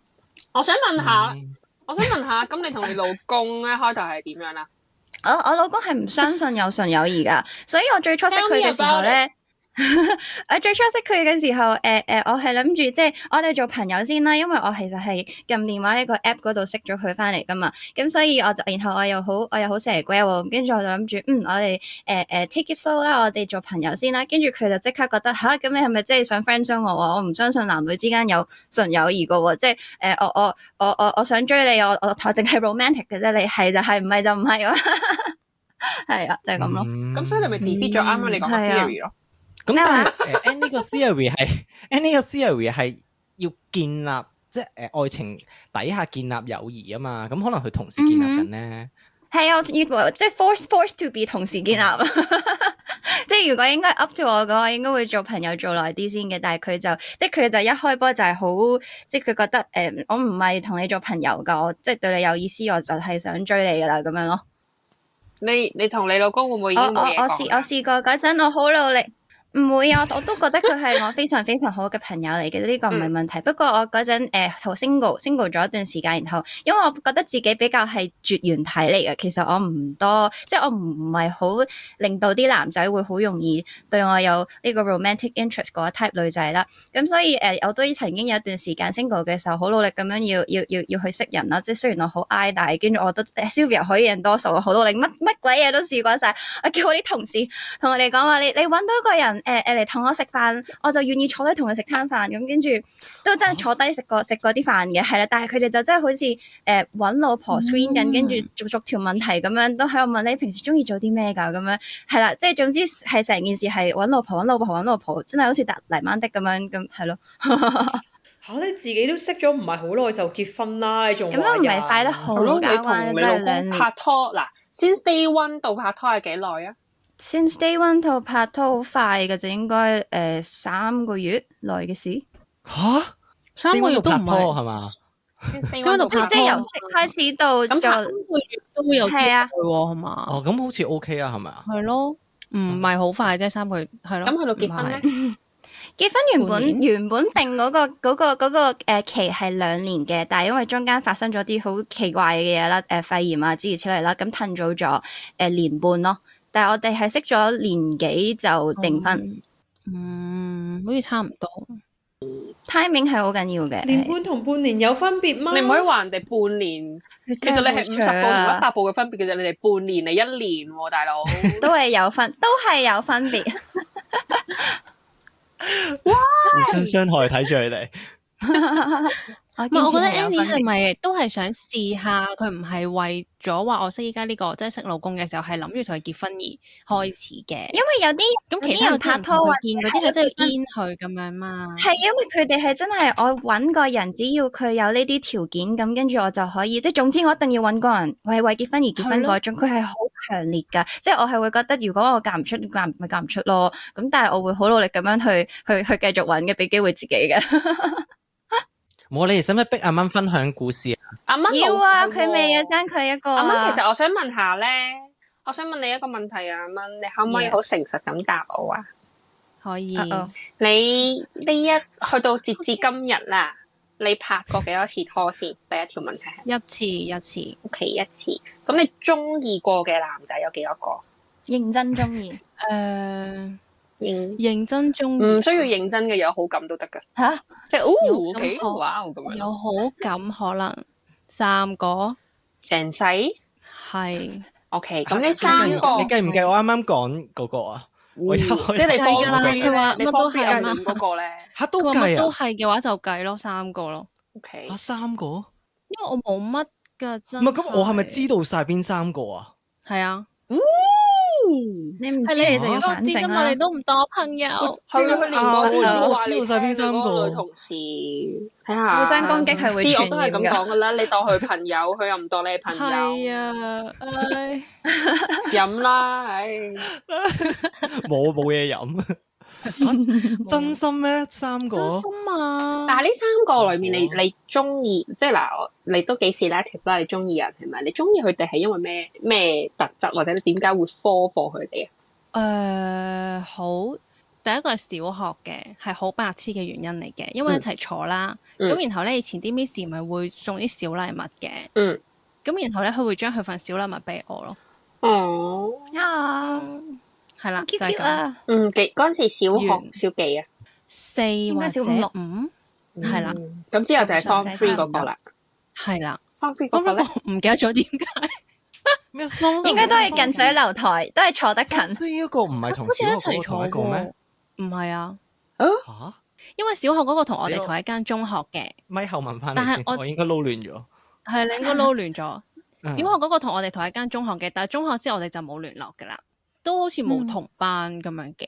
Speaker 2: 我想問下，我想問下，咁你同你老公咧開頭係點樣啦？
Speaker 4: 我我老公係唔相信有純友誼噶，所以我最初識佢嘅時候
Speaker 2: Tell me
Speaker 4: 咧， 我最初識佢嘅時候，誒、誒、我係諗住即係我哋做朋友先啦，因為我其實係撳電話喺個 app 嗰度識咗佢翻嚟噶嘛，咁所以我就然後我又好我又好蛇龜喎，跟住我就諗住嗯我哋誒誒 take it slow 啦，我哋做朋友先啦，跟住佢就即刻覺得吓咁、你係咪真係想 friend 傷我啊？我唔相信男女之間有純友誼噶喎，即係誒、呃我我我我我想追你，我我我淨係 romantic 嘅啫，你係就係唔係就唔 係咁。系啊，就系咁咯。
Speaker 2: 咁所以你
Speaker 1: 嗯
Speaker 2: 咪 delete 咗啱啱你講嘅
Speaker 4: 係啊
Speaker 2: theory 咯。
Speaker 1: 咁
Speaker 4: 咩
Speaker 1: 但係 誒 a n 呢個 theory 係 a n 呢個 theory 係要建立即係誒愛情底下建立友誼啊嘛，咁可能佢同時建立緊咧。
Speaker 4: 系啊，我要即系 force force to be 同時建立。 即係如果應該 up to 我嘅話，應該會做朋友做耐啲先嘅。但係佢就即係佢就一開波就係好，即係佢覺得诶、誒我唔係同你做朋友噶，我即係對你有意思，我就係想追你噶啦咁樣咯。
Speaker 2: 你你同你老公會唔會已
Speaker 4: 我
Speaker 2: 經
Speaker 4: 我
Speaker 2: 冇嘢
Speaker 4: 我试
Speaker 2: 講
Speaker 4: 我
Speaker 2: 啦？
Speaker 4: 试过嗰陣，我好努力。唔會啊，我我都覺得佢係我非常非常好嘅朋友嚟嘅，呢、個
Speaker 2: 嗯
Speaker 4: 唔係問題。不過我嗰陣誒同 single single 咗一段時間，然後因為我覺得自己比較係絕緣體嚟嘅，其實我唔多，即係我唔係好令到啲男仔會好容易對我有呢個 romantic interest 嗰一 type 女仔啦。咁所以誒、呃我都曾經有一段時間 single 嘅時候，好努力咁樣要要要要去識人啦。即係雖然我好 I，但係跟住我都呃 Sylvia 可以 endorse 我，好努力，乜乜鬼嘢都試過晒。我 叫我啲同事同我哋講話，你你揾到一個人誒誒嚟同我食飯，我就願意坐低同佢食餐飯。咁跟住都
Speaker 2: 哦
Speaker 4: 真係坐低食過食過啲飯嘅，係啦。但係佢哋就真係好似誒揾老
Speaker 2: 嗯
Speaker 4: 婆 screen 緊，跟住逐逐條問題咁樣，都喺度問你平時中意做啲咩㗎咁樣。係啦，即係總之係成件事係揾老婆揾老婆揾老婆，真係好似達黎曼的咁樣咁係咯。
Speaker 6: 嚇、你自己都識咗唔係好耐就結婚啦，你仲
Speaker 4: 咁都唔係
Speaker 6: 話
Speaker 4: 快得
Speaker 6: 人
Speaker 4: 好
Speaker 2: 係咯，
Speaker 4: 交
Speaker 2: 你
Speaker 4: 關
Speaker 2: 同
Speaker 4: 都
Speaker 2: 你老
Speaker 4: 係兩
Speaker 2: 公
Speaker 4: 年。
Speaker 2: 拍拖嗱，since day one 到拍拖係幾耐啊？
Speaker 4: Since day one 套拍拖好快嘅，就應該誒、呃三個月內嘅事，即
Speaker 1: 嚇！
Speaker 5: 三個月啊都唔
Speaker 1: 點解要拍拖啊
Speaker 5: 係，
Speaker 1: 係嘛？
Speaker 2: Since day one
Speaker 5: 咁
Speaker 2: 到
Speaker 5: 喺度
Speaker 2: 拍
Speaker 5: 拍
Speaker 4: 即
Speaker 5: 拖
Speaker 4: 係由
Speaker 2: 拖啊
Speaker 4: 識，開始到
Speaker 2: 咁拍
Speaker 4: 做
Speaker 5: 三個月都會有機會
Speaker 4: 係啊
Speaker 5: 喎，係嘛？
Speaker 1: 哦，咁好似 OK 啊，係咪啊？
Speaker 5: 係咯，唔係好快啫，三個月係咯。
Speaker 2: 咁去到結婚
Speaker 5: 唔係
Speaker 2: 咧，
Speaker 4: 結婚原
Speaker 5: 半
Speaker 4: 本原本定嗰、個嗰、個嗰、個、呃、期係兩年嘅，但係因為中間發生咗啲好奇怪嘅嘢啦，誒、肺炎啊諸如此類啦，咁褪早咗誒、呃年半咯。但係我哋係識咗年幾就定
Speaker 5: 哦
Speaker 4: 婚、
Speaker 5: 嗯，好似差唔多。
Speaker 4: t i m i n g 係好緊要嘅。
Speaker 6: 年半同半年有分別嗎？
Speaker 2: 你唔可以話人哋半年，
Speaker 4: 係
Speaker 2: 其實你係五十步同一
Speaker 4: 啊
Speaker 2: 百步嘅分別嘅啫，你哋半年你一年喎，大佬。
Speaker 4: 都係有分，都係有分別。
Speaker 1: 互相傷害，睇住佢哋。
Speaker 4: 我
Speaker 5: 唔係，我覺得
Speaker 4: 堅持係有
Speaker 5: Annie
Speaker 4: 分別
Speaker 5: 係咪都係想試下，佢唔係為咗話我識依家呢個，即係識老公嘅時候係諗住同佢結婚而開始嘅。
Speaker 4: 因為有啲
Speaker 5: 咁
Speaker 4: 有
Speaker 5: 其
Speaker 4: 啲
Speaker 5: 他
Speaker 4: 人
Speaker 5: 人
Speaker 4: 拍
Speaker 5: 拍
Speaker 4: 拖啊
Speaker 5: 拖
Speaker 4: 或
Speaker 5: 佢
Speaker 4: 者
Speaker 5: 見嗰 啲係真係要 in 佢咁樣嘛。
Speaker 4: 係因為佢哋係真係我揾個人，只要佢有呢啲條件，咁跟住我就可以，即係總之我一定要揾個人為為結婚而結婚
Speaker 5: 係咯
Speaker 4: 嗰種，佢係好強烈㗎。即係我係會覺得，如果我嫁唔出，嫁唔咪嫁唔出咯。咁但係我會好努力咁樣去去去繼續揾嘅，俾機會自己嘅。
Speaker 1: 冇，啊你哋使唔使逼阿蚊分享故事啊？
Speaker 2: 阿蚊
Speaker 4: 要啊，
Speaker 2: 冇
Speaker 4: 佢未啊，爭佢一個
Speaker 2: 阿
Speaker 4: 啊。
Speaker 2: 蚊，其實我想問下咧，我想問你一個問題啊，阿蚊，你可唔可以
Speaker 5: Yes
Speaker 2: 好誠實咁答我啊？
Speaker 5: 可 以。
Speaker 4: 哦
Speaker 2: 你呢一去到截至今日啦，你拍過幾多次拖先？第一條問題係
Speaker 5: 一次一次，
Speaker 2: 屋企一次，咁你中意過嘅男仔有幾多個？
Speaker 4: 認真中意
Speaker 5: 诶、
Speaker 2: 認
Speaker 5: 认呃真中意，
Speaker 2: 唔需要認真嘅，有好感都得噶，
Speaker 4: 吓，
Speaker 2: 即係
Speaker 5: 嗯有
Speaker 2: 哦
Speaker 5: 感
Speaker 2: ，OK，
Speaker 5: 覺
Speaker 2: 哇咁樣，
Speaker 5: 有好感，可能三個
Speaker 2: 成世
Speaker 5: 係
Speaker 2: OK，咁呢
Speaker 5: 計
Speaker 2: 三個
Speaker 1: 你計唔計我啱啱講嗰個啊？我有
Speaker 2: 嗯即係你放
Speaker 5: 計㗎啦
Speaker 2: 肆
Speaker 5: 佢話
Speaker 2: 你
Speaker 5: 乜
Speaker 2: 放
Speaker 5: 都
Speaker 2: 肆
Speaker 5: 係
Speaker 2: 暗
Speaker 5: 啊
Speaker 2: 戀嗰個 咧
Speaker 1: 吓
Speaker 5: 佢
Speaker 1: 都
Speaker 5: 話乜
Speaker 1: 計
Speaker 5: 都
Speaker 1: 啊？
Speaker 5: 係嘅話就計咯，三個咯，
Speaker 2: ，OK，
Speaker 5: 啊
Speaker 1: 吓三個？唔
Speaker 5: 因為我冇乜噶真。
Speaker 1: 係咁，我係咪知？道晒邊三個啊？
Speaker 5: 係啊，
Speaker 4: 你唔知
Speaker 5: 係
Speaker 4: 你
Speaker 5: 你
Speaker 4: 就
Speaker 1: 唔
Speaker 4: 要
Speaker 5: 我
Speaker 4: 反
Speaker 5: 知㗎
Speaker 4: 省啊
Speaker 5: 嘛，
Speaker 4: 啦
Speaker 5: 你。都唔當我朋友。
Speaker 2: 係佢連嗰啲都話
Speaker 1: 我
Speaker 2: 你
Speaker 1: 知道晒邊
Speaker 2: 聽
Speaker 1: 三個
Speaker 2: 嗰個女同事，睇下
Speaker 4: 互相攻擊係會
Speaker 2: 知我
Speaker 4: 傳
Speaker 2: 都係
Speaker 4: 染
Speaker 2: 咁
Speaker 4: 㗎。
Speaker 2: 講噶啦，你當佢朋友，佢又唔當你係啊朋
Speaker 5: 係
Speaker 2: 友，
Speaker 5: 啊， 唉，
Speaker 2: 飲啦，唉，
Speaker 1: 冇冇嘢飲。 嚇真心咩？三
Speaker 5: 真
Speaker 1: 個？
Speaker 5: 心啊！
Speaker 2: 但係呢三個裏面，
Speaker 5: 嗯
Speaker 2: 你你中意，即係嗱，我你都幾 selective 啦，你中意人係咪？你中意佢哋係因為咩咩特質，或者你點解會 follow 佢哋啊？
Speaker 5: 誒、好，第一個係小學嘅，係好白痴嘅原因嚟嘅，因為一齊坐啦，
Speaker 2: 嗯
Speaker 5: 咁、然後咧以前啲 miss 咪會送啲小禮物嘅，
Speaker 2: 嗯，
Speaker 5: 咁然後咧佢會將佢份小禮物俾我咯，
Speaker 2: 哦，
Speaker 4: 啊
Speaker 5: 係啦，就
Speaker 4: ，keep
Speaker 5: 係
Speaker 4: keep
Speaker 5: 咁，
Speaker 4: 啊，
Speaker 2: 嗯，幾嗰陣時小學
Speaker 5: 完
Speaker 2: 小幾啊？
Speaker 5: 四
Speaker 4: 該
Speaker 5: 或
Speaker 4: 小
Speaker 5: 者
Speaker 4: 五六
Speaker 5: 五，係啦，
Speaker 2: 嗯，咁之後就係 form
Speaker 4: 咁上
Speaker 2: three
Speaker 4: 就差
Speaker 2: 嗰
Speaker 4: 唔多
Speaker 2: 個啦
Speaker 5: 係啦，
Speaker 2: ，form three
Speaker 5: 我
Speaker 2: 嗰個咧，
Speaker 5: 唔記得咗點解，
Speaker 1: 咩？
Speaker 4: 應該都係近水樓台，都係坐得近。
Speaker 1: 所以嗰個唔係同
Speaker 5: 好似
Speaker 1: 小
Speaker 5: 一
Speaker 1: 學嗰
Speaker 5: 齊
Speaker 1: 個同
Speaker 5: 坐
Speaker 1: 一個咩？
Speaker 5: 喎，唔係啊，
Speaker 1: 吓？
Speaker 5: 因為小學嗰個同我哋
Speaker 1: 你個
Speaker 5: 同一間中學嘅，
Speaker 1: 咪後問翻
Speaker 5: 但
Speaker 1: 你
Speaker 5: 係
Speaker 1: 先，
Speaker 5: 我
Speaker 1: 我應該撈亂咗。
Speaker 5: 係你應該撈亂
Speaker 4: 啊
Speaker 5: 咗。
Speaker 1: 嗯
Speaker 5: 小學嗰個同我哋同一間中學嘅，但係中學之後我哋就冇聯絡噶啦，都好似冇同班咁樣嘅。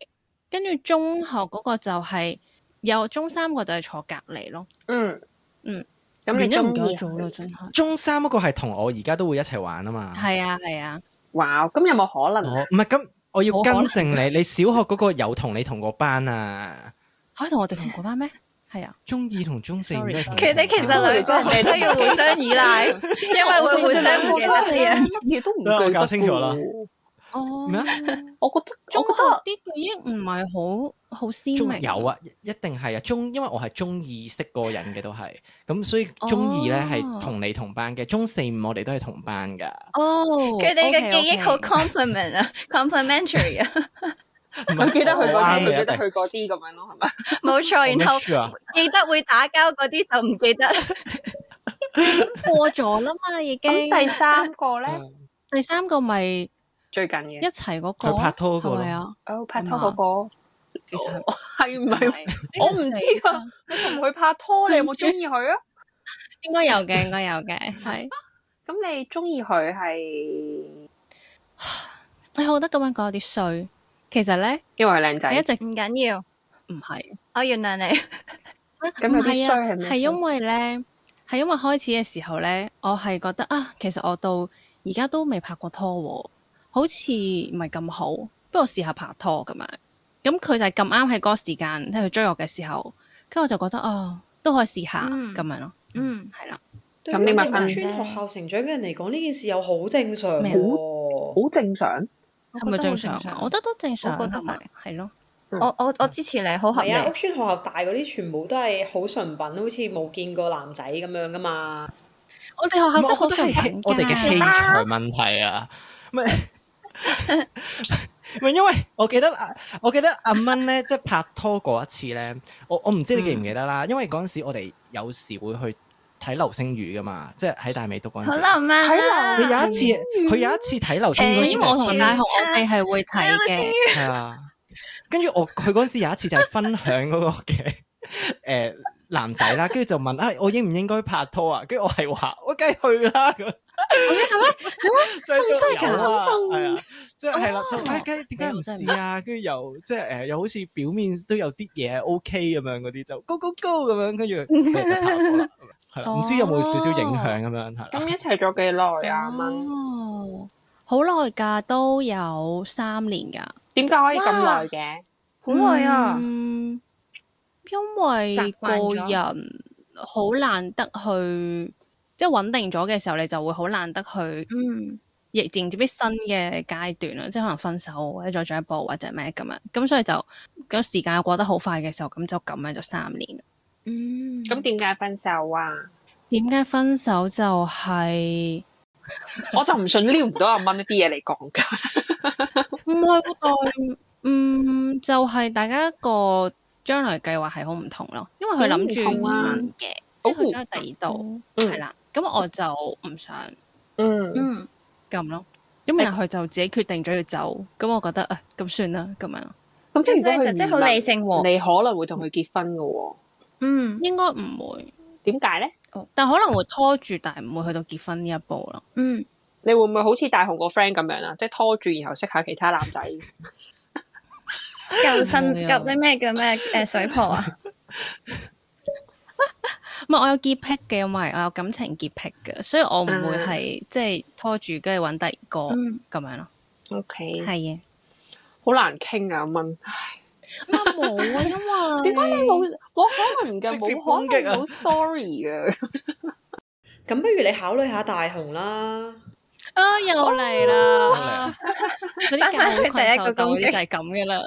Speaker 5: 跟住中學嗰個就係、有中三個就係坐隔離咯，
Speaker 2: 嗯
Speaker 5: 嗯，
Speaker 2: 咁你
Speaker 5: 都
Speaker 2: 中
Speaker 5: 唔記
Speaker 2: 意
Speaker 5: 得
Speaker 2: 佢
Speaker 5: 咗啦，真
Speaker 4: 啊
Speaker 5: 係。
Speaker 1: 中三嗰個係同我而家都會一齊玩啊嘛。
Speaker 5: 係啊係啊，
Speaker 2: 哇！咁有冇可能啊？
Speaker 1: 我唔係咁，我要
Speaker 5: 冇可能
Speaker 1: 更正你，你小學嗰個有同你同個班啊，
Speaker 5: 可以同我哋同嗰班咩？係啊，
Speaker 1: 中二同中四唔
Speaker 5: Sorry，
Speaker 1: 係
Speaker 5: sorry
Speaker 1: 同
Speaker 4: 佢哋其實兩個好需要互 相依賴，因為會互相唔記得嘅嘢。
Speaker 2: 乜嘢都唔
Speaker 1: 得
Speaker 2: 記
Speaker 1: 我
Speaker 2: 得
Speaker 1: 搞清楚啦
Speaker 2: 嘅喎
Speaker 5: 哦，
Speaker 1: 咩啊
Speaker 2: 我覺得
Speaker 5: 中
Speaker 2: 我覺
Speaker 5: 學
Speaker 2: 得
Speaker 5: 啲記憶唔係好好鮮
Speaker 1: 中
Speaker 5: 明。
Speaker 1: 有啊，一一定係啊，中因為我係中二識個人嘅都係，咁所以中二咧
Speaker 5: 哦
Speaker 1: 係同你同班嘅，中四五我哋都係同班噶，
Speaker 5: 哦，
Speaker 4: 佢哋嘅
Speaker 5: OK，OK
Speaker 4: 記憶好 complement 啊，complementary 啊，
Speaker 1: 唔係
Speaker 2: 佢記得佢嗰啲，佢
Speaker 1: 啱嘅
Speaker 2: 記得
Speaker 1: 一定
Speaker 2: 佢嗰啲咁樣咯，係咪？
Speaker 4: 冇錯。然後
Speaker 1: 我 make sure 啊
Speaker 4: 記得會打交嗰啲就唔記得。
Speaker 5: 過咗啦嘛，已經。
Speaker 2: 咁第三個咧
Speaker 1: 嗯
Speaker 5: 第三個咪一
Speaker 2: 最近嘅
Speaker 5: 齊嗰個
Speaker 1: 佢拍拖嗰個
Speaker 5: 係
Speaker 1: 咯
Speaker 5: 咪啊？
Speaker 2: 哦拍拖嗰個
Speaker 5: 其實係
Speaker 2: 係唔係？ 我唔知啊。你同佢拍拖，你有冇中意佢啊？
Speaker 5: 應該有嘅，應該有嘅，係。
Speaker 2: 咁你中意佢係
Speaker 5: 唉我覺得咁樣講有啲衰。其實咧，
Speaker 2: 因為佢靚
Speaker 5: 你一
Speaker 2: 仔，
Speaker 5: 直
Speaker 4: 唔緊要，
Speaker 5: 唔係。
Speaker 4: 我原諒你。
Speaker 5: 咁
Speaker 2: 咁有啲衰係咩
Speaker 5: 係因為咧，係因為開始嘅時候咧，我係覺得啊，其實我到而家都未拍過拖喎，好似唔係咁好。不過試下拍拖咁樣。咁佢就係咁啱喺嗰個時間，即係佢追我嘅時候，跟住我就覺得啊，都可以試下
Speaker 4: 嗯
Speaker 5: 咁樣咯，
Speaker 4: 嗯，
Speaker 5: 係啦。
Speaker 2: 咁你咪
Speaker 6: 對於
Speaker 2: 分
Speaker 6: 喺村學校成長嘅人嚟講，呢件事又好正常
Speaker 5: 咩
Speaker 6: 喎。
Speaker 2: 好正常。
Speaker 5: 係咪正常啊？我覺得都正常，
Speaker 4: 我覺得
Speaker 5: 係咪係咯。
Speaker 4: 我我我支持你，好合理
Speaker 6: 係。啊，屋村學校大嗰啲全部都係好純品，好似冇見過男仔咁樣噶嘛。
Speaker 5: 我哋學校
Speaker 1: 唔
Speaker 5: 啊真係
Speaker 1: 係
Speaker 5: 好
Speaker 1: 我覺得
Speaker 5: 上
Speaker 1: 係
Speaker 5: 緊
Speaker 1: 我哋嘅器材問題啊，唔 係唔係因為我記得啊我記得阿蚊咧，即係拍拖嗰一次咧，我我唔知你記唔記得啦，因為嗰陣時我哋有時會去睇流星雨噶嘛，即係喺大美督嗰陣
Speaker 4: 好
Speaker 1: 時。
Speaker 4: 浪漫啦。啊
Speaker 1: 佢有一次，佢有一次睇流星雨嗰
Speaker 5: 係
Speaker 1: 陣時
Speaker 5: 啊因
Speaker 1: 就
Speaker 5: 為我同
Speaker 1: 係
Speaker 5: 大
Speaker 1: 分
Speaker 5: 雄，我哋係會睇
Speaker 4: 流星
Speaker 5: 嘅
Speaker 4: 雨。
Speaker 1: 係啊，跟住我佢嗰陣時有一次就係分享嗰個嘅 誒男仔啦，跟住就問啊，我應唔應該拍拖啊？跟住我係話我梗係去啦咁。即哦 係仲有啊，係啊，即係係啦，就唉，梗係點解唔試啊？跟住又即係誒，又好似表面都有啲嘢 OK 咁 樣嗰啲，就 go go go 咁樣，跟住佢就拍拖啦，係啦，唔知有冇少少影響咁樣係
Speaker 2: 咁
Speaker 1: 啦。
Speaker 2: 一齊咗幾耐啊？阿蚊
Speaker 5: 哦，好耐㗎，都有三年㗎。
Speaker 2: 點解可以咁耐嘅？
Speaker 4: 好耐啊，
Speaker 5: 嗯，因為
Speaker 4: 習慣
Speaker 5: 個
Speaker 4: 咗
Speaker 5: 人好難得去，即係穩定咗嘅時候，你就會好難得去
Speaker 4: 嗯，
Speaker 5: 亦迎接啲新嘅階段啦，即係可能分手或者再進一步或者咩咁樣，咁所以就咁時間又過得好快嘅時候，咁就咁樣就三年。
Speaker 4: 嗯，
Speaker 2: 咁點解分手啊？
Speaker 5: 點解分手就係
Speaker 2: 我就唔信撩唔到阿蚊一啲嘢嚟講㗎。
Speaker 5: 唔係喎？嗯，就係、大家個將來計劃係好唔同咯，因為佢諗住
Speaker 2: 點唔
Speaker 5: 移
Speaker 2: 同啊
Speaker 5: 民嘅，即係佢咗去第二度，
Speaker 2: 嗯
Speaker 5: 係啦、咁我就唔想
Speaker 2: 嗯，
Speaker 4: 嗯，
Speaker 5: 咁咯。咁然後佢就自己決定咗要走，咁我覺得啊，咁算啦，咁樣
Speaker 2: 咁即係
Speaker 4: 即
Speaker 2: 如果
Speaker 4: 係
Speaker 2: 佢
Speaker 4: 就即係好
Speaker 2: 唔
Speaker 4: 理性喎。
Speaker 2: 你可能會同佢結婚㗎喎。
Speaker 4: 嗯
Speaker 5: 應該唔會，
Speaker 2: 點解咧？
Speaker 5: 哦但可能會拖住，但係唔會去到結婚呢一步咯。
Speaker 4: 嗯，
Speaker 2: 你會唔會好似大雄個 friend 咁樣啊？即係拖住，然後識下其他男仔。
Speaker 4: 救生
Speaker 5: 係
Speaker 4: 救
Speaker 5: 啊
Speaker 4: 啲咩叫咩誒水泡啊？
Speaker 5: 唔係我有潔癖嘅，因為我有感情潔癖嘅，所以我唔會
Speaker 2: 嗯
Speaker 5: 係即係拖住跟住揾第二個
Speaker 4: 嗯
Speaker 5: 咁樣咯。
Speaker 2: O K，
Speaker 5: 係嘅。
Speaker 2: 好難傾啊，阿蚊。
Speaker 5: 咁啊冇啊，因 為
Speaker 2: 點解你冇冇可能㗎？
Speaker 1: 直接
Speaker 2: 冇
Speaker 1: 攻
Speaker 2: 可
Speaker 1: 擊啊
Speaker 2: 能冇 story 嘅。
Speaker 6: 咁不如你考慮下大雄啦。
Speaker 5: 啊又嚟
Speaker 1: 哦又
Speaker 5: 啦
Speaker 1: 嚟？
Speaker 5: 嗰啲
Speaker 4: 翻返去
Speaker 5: 教
Speaker 4: 第一
Speaker 5: 困
Speaker 4: 個
Speaker 5: 獸鬥
Speaker 4: 攻
Speaker 5: 嗰
Speaker 4: 擊
Speaker 5: 啲就係咁嘅啦，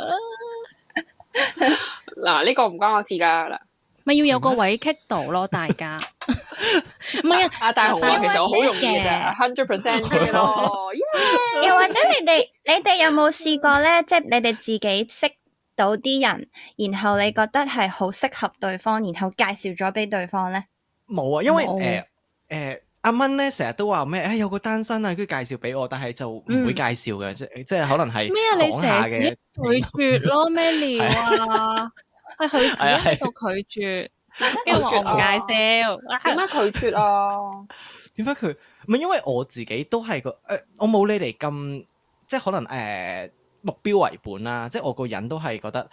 Speaker 2: 嗱，呢個唔關我事㗎啦。
Speaker 5: 咪要有個位棘到咯，大 家。唔係啊，
Speaker 2: 阿大雄話
Speaker 5: 因
Speaker 2: 其
Speaker 5: 為
Speaker 2: 實我好容易嘅
Speaker 5: 嘅
Speaker 2: 啫，hundred percent 嘅咯。
Speaker 4: 又或者你哋你哋有冇試過咧？即係你哋自己識到啲人，然後你覺得係好適合對方，然後介紹咗俾對方咧？
Speaker 1: 冇啊，因為
Speaker 5: 冇
Speaker 1: 誒誒阿蚊咧成日都話咩？誒有個單身啊，跟住介紹俾我，但係就唔會介紹嘅，即即係可能係
Speaker 5: 嗯咩啊？你
Speaker 1: 講
Speaker 5: 成
Speaker 1: 下
Speaker 5: 日
Speaker 1: 嘅。
Speaker 5: 自己拒絕咯，咩料 啊？係
Speaker 1: 啊
Speaker 5: 佢自己喺度拒絕，跟住話我唔介紹。啊
Speaker 2: 啊點解拒絕啊？
Speaker 1: 點解佢唔係因為我自己都係個誒、呃我冇你哋咁即係可能誒、呃目標為本啦，即係我個人都係覺得，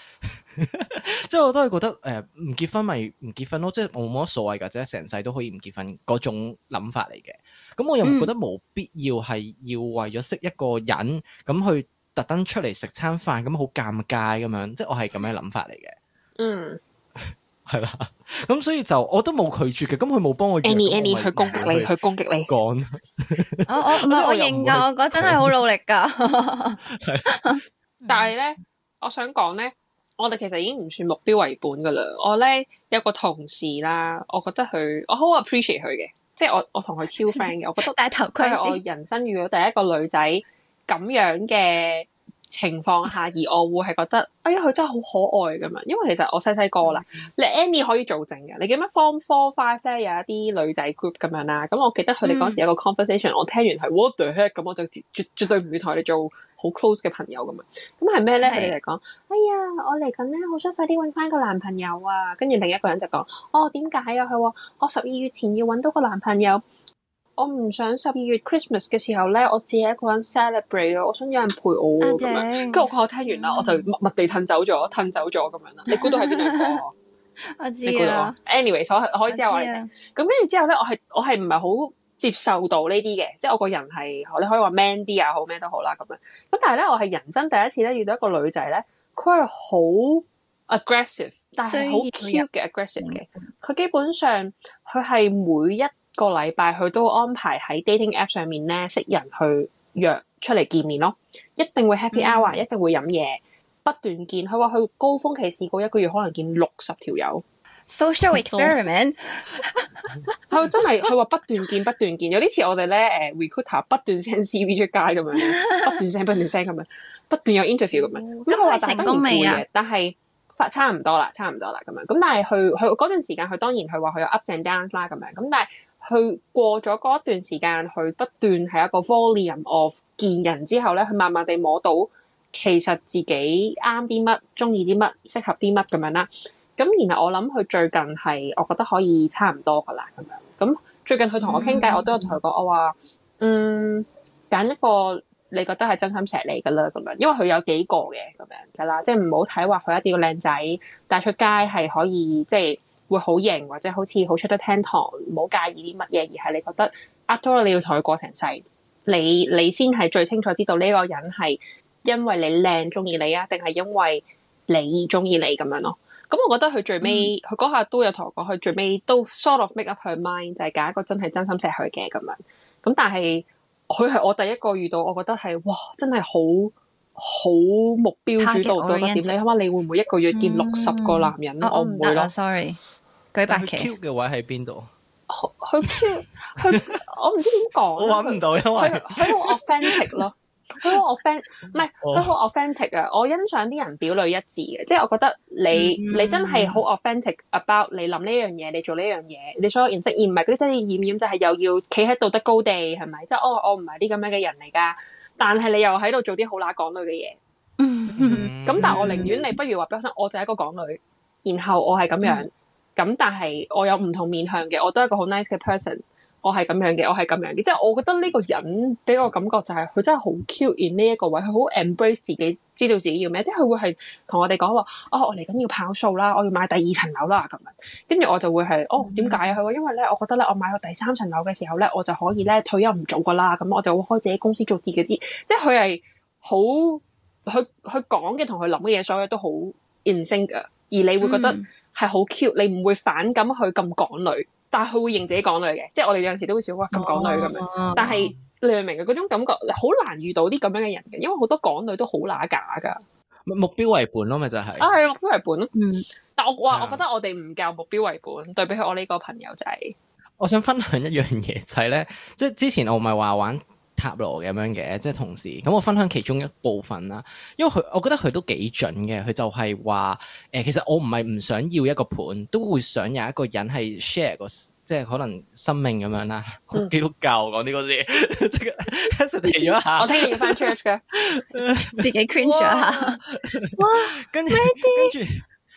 Speaker 1: 即係我都係覺得誒唔、結婚咪唔結婚咯，即係我冇乜所謂㗎，即係成世都可以唔結婚嗰種諗法嚟嘅。咁我又
Speaker 2: 嗯
Speaker 1: 唔覺得冇必要係要為咗識一個人咁去特登出嚟食餐飯咁好尷尬咁樣，即係我係咁嘅諗法嚟嘅。
Speaker 2: 嗯
Speaker 1: 係啦，咁所以就我都冇拒絕嘅，咁佢冇幫我約
Speaker 2: ，Annie
Speaker 1: 咁我咪
Speaker 2: Annie 去攻擊你，去攻擊你。
Speaker 1: 講
Speaker 4: 我我唔係
Speaker 1: 我
Speaker 4: 我
Speaker 1: 又
Speaker 4: 認
Speaker 1: 唔會
Speaker 4: 噶，我嗰陣係好努力噶。
Speaker 2: 但係咧，我想講咧，我哋其實已經唔算目標為本噶啦。我咧有個同事啦，我覺得佢我好 appreciate 佢嘅，即係我我同佢超 friend 嘅。我覺得
Speaker 4: 戴頭盔
Speaker 2: 佢係我
Speaker 4: 先，
Speaker 2: 人生遇到第一個女仔咁樣嘅情況 下，而我會係覺得，哎呀佢真係好可愛咁樣。因為其實我細細個啦，你 Annie 可以做證嘅。你記唔記得 Form Four Five 咧有一啲女仔 group 咁樣啦？咁我記得佢哋嗰時有個 conversation，、我聽完係 what the heck 咁，我就絕絕絕對唔會同佢哋做。好 close 嘅朋友咁樣，咁係咩咧？佢哋就講：哎呀，我嚟緊咧，好想快啲揾翻個男朋友啊！跟住另一個人就講：哦，點解啊？佢話我十二月前要揾到個男朋友，我唔想十二月 Christmas 嘅時候咧，我自己一個人 celebrate 啊！我想有人陪我啊咁
Speaker 4: 阿
Speaker 2: 樣。
Speaker 4: 正嗯
Speaker 2: 跟，住我聽完啦，我就默默地褪走咗，褪走咗咁樣啦。你估到係邊兩個？
Speaker 4: 我
Speaker 2: 你
Speaker 4: 知
Speaker 2: 估到
Speaker 4: 啊
Speaker 2: 啊。？anyway，所我可以之後話
Speaker 4: 我
Speaker 2: 你
Speaker 4: 知
Speaker 2: 聽。
Speaker 4: 啊
Speaker 2: 咁跟住之後咧，我係我係唔係好接受到呢啲嘅，即係我個人係你可以話 man 啲啊，好咩都好啦咁樣。咁但係咧，我係人生第一次咧遇到一個女仔咧，佢係好 aggressive，但係好
Speaker 4: 需要
Speaker 2: cute 嘅 aggressive 嘅。佢基本上佢係每一個禮拜佢都安排喺 dating app 上面咧識人去約出嚟見面咯，一定會 happy hour，、一定會飲嘢，不斷見。佢話佢高峰期試過一個月可能見六十條友。
Speaker 4: social experiment，
Speaker 2: 佢真係佢話不斷見不斷見，有啲似我哋咧誒 recruiter 不斷 send CV 出街咁樣， 不斷 send 不斷 send 咁樣，不斷有 interview 咁樣。咁佢話
Speaker 4: 哦咁佢
Speaker 2: 但係
Speaker 4: 成
Speaker 2: 當然
Speaker 4: 功未
Speaker 2: 攰
Speaker 4: 啊
Speaker 2: 嘅，但係發差唔多啦，差唔多啦咁樣。咁但係佢佢嗰段時間佢當然佢話佢有 ups and downs 啦咁樣，咁但係佢過咗嗰一段時間，佢不斷係一個 volume of 見人之後咧，佢慢慢地摸到其實自己啱啲乜，中意啲乜，適合啲乜咁樣啦。咁然後我諗佢最近係，我覺得可以差唔多噶啦咁樣。咁最近佢同我傾偈，我都有同佢講，我話嗯揀一個你覺得係真心錫你噶啦咁樣，因為佢有幾個嘅咁樣噶啦，即係唔好睇話佢一定要靚仔，帶出街係可以即係會好型或者好似好出得廳堂，唔好介意啲乜嘢，而係你覺得 after all 你要同佢過成世，你你先係最清楚知道呢個人係因為你靚中意你啊，定係因為你中意你咁樣咯。咁我覺得佢最尾，
Speaker 4: 嗯
Speaker 2: 佢嗰下都有同我講，佢最尾都 sort of make up her mind，就係揀一個真係真心錫佢嘅咁樣。咁但係佢係我第一個遇到，我覺得係哇，真係好好目標主導到一點，你
Speaker 4: Target-oriented
Speaker 2: 諗下你會唔會一個月見
Speaker 4: 嗯
Speaker 2: 六十個男人？
Speaker 4: 哦
Speaker 2: 嗯我唔會咯
Speaker 4: 啊。，sorry，舉白
Speaker 1: 但佢
Speaker 4: 旗
Speaker 1: Q 嘅位喺邊度？
Speaker 2: 佢 Q 佢， 我唔知點講。啊
Speaker 1: 我揾唔到，因
Speaker 2: 佢
Speaker 1: 為
Speaker 2: 佢好 authentic 咯，佢好 authentic，唔係
Speaker 1: 哦
Speaker 2: 佢好 authentic 啊！我欣賞啲人表裏一致嘅，即係我覺得你、
Speaker 4: 嗯
Speaker 2: 你真係好 authentic about 你諗呢樣嘢，你做呢樣嘢，你所有認識而唔係嗰啲真係掩掩，就係又要企喺道德高地，係咪？即係哦，我唔係啲咁樣嘅人嚟㗎，但係你又喺度做啲好乸港女嘅嘢。
Speaker 4: 嗯
Speaker 5: Ừ,
Speaker 4: 嗯
Speaker 2: 咁但係我寧願你不如話俾我聽，我就係一個港女，然後我係咁樣，咁、但係我有唔同面向嘅，我都係一個好 nice 嘅 person，我係咁樣嘅，我係咁樣嘅，即係我覺得呢個人俾我感覺就係、佢真係好 cute in 呢一個位，佢好 embrace 自己，知道自己要咩，即係佢會係同我哋講話，哦，我嚟緊要跑數啦，我要買第二層樓啦咁樣，跟住我就會係，哦，點解啊？佢話因為咧，我覺得咧，我買咗第三層樓嘅時候咧，我就可以咧退休唔做噶啦，咁我就會開自己公司做自己啲，即係佢係好。佢佢講嘅同佢諗嘅嘢，所有嘢都好 in sync 噶，而你會覺得
Speaker 4: 嗯
Speaker 2: 係好 cute，你唔會反感佢咁港女，但係佢會認自己港女嘅，即係我哋有陣時都會笑哇咁港女咁樣，
Speaker 5: 樣
Speaker 2: 但係你明唔明嘅嗰種感覺，你好難遇到啲咁樣嘅人嘅，因為好多港女都好乸假噶，
Speaker 1: 目標為本咯，咪就係
Speaker 2: 啊係目標為本咯，
Speaker 4: 嗯
Speaker 2: 但我
Speaker 1: 係
Speaker 2: 話
Speaker 1: 啊
Speaker 2: 我覺得我哋唔夠目標為本，對比起我呢個朋友仔，
Speaker 1: 我想分享一樣嘢就係咧，即係之前我唔係話玩塔羅咁樣嘅，即係同事咁我分享其中一部分啦。因為佢，我覺得佢都幾準嘅。佢就係話誒，其實我唔係唔想要一個盤，都會想有一個人係 share 個即係可能生命咁樣啦。
Speaker 2: 嗯
Speaker 1: 基督教講呢個 字，即刻 hesitate 咗 一
Speaker 2: 我
Speaker 1: 下，
Speaker 2: 聽日要翻 church 嘅，
Speaker 4: 自己 cringe 咗一
Speaker 2: 啊
Speaker 4: 下。
Speaker 1: 跟住跟住，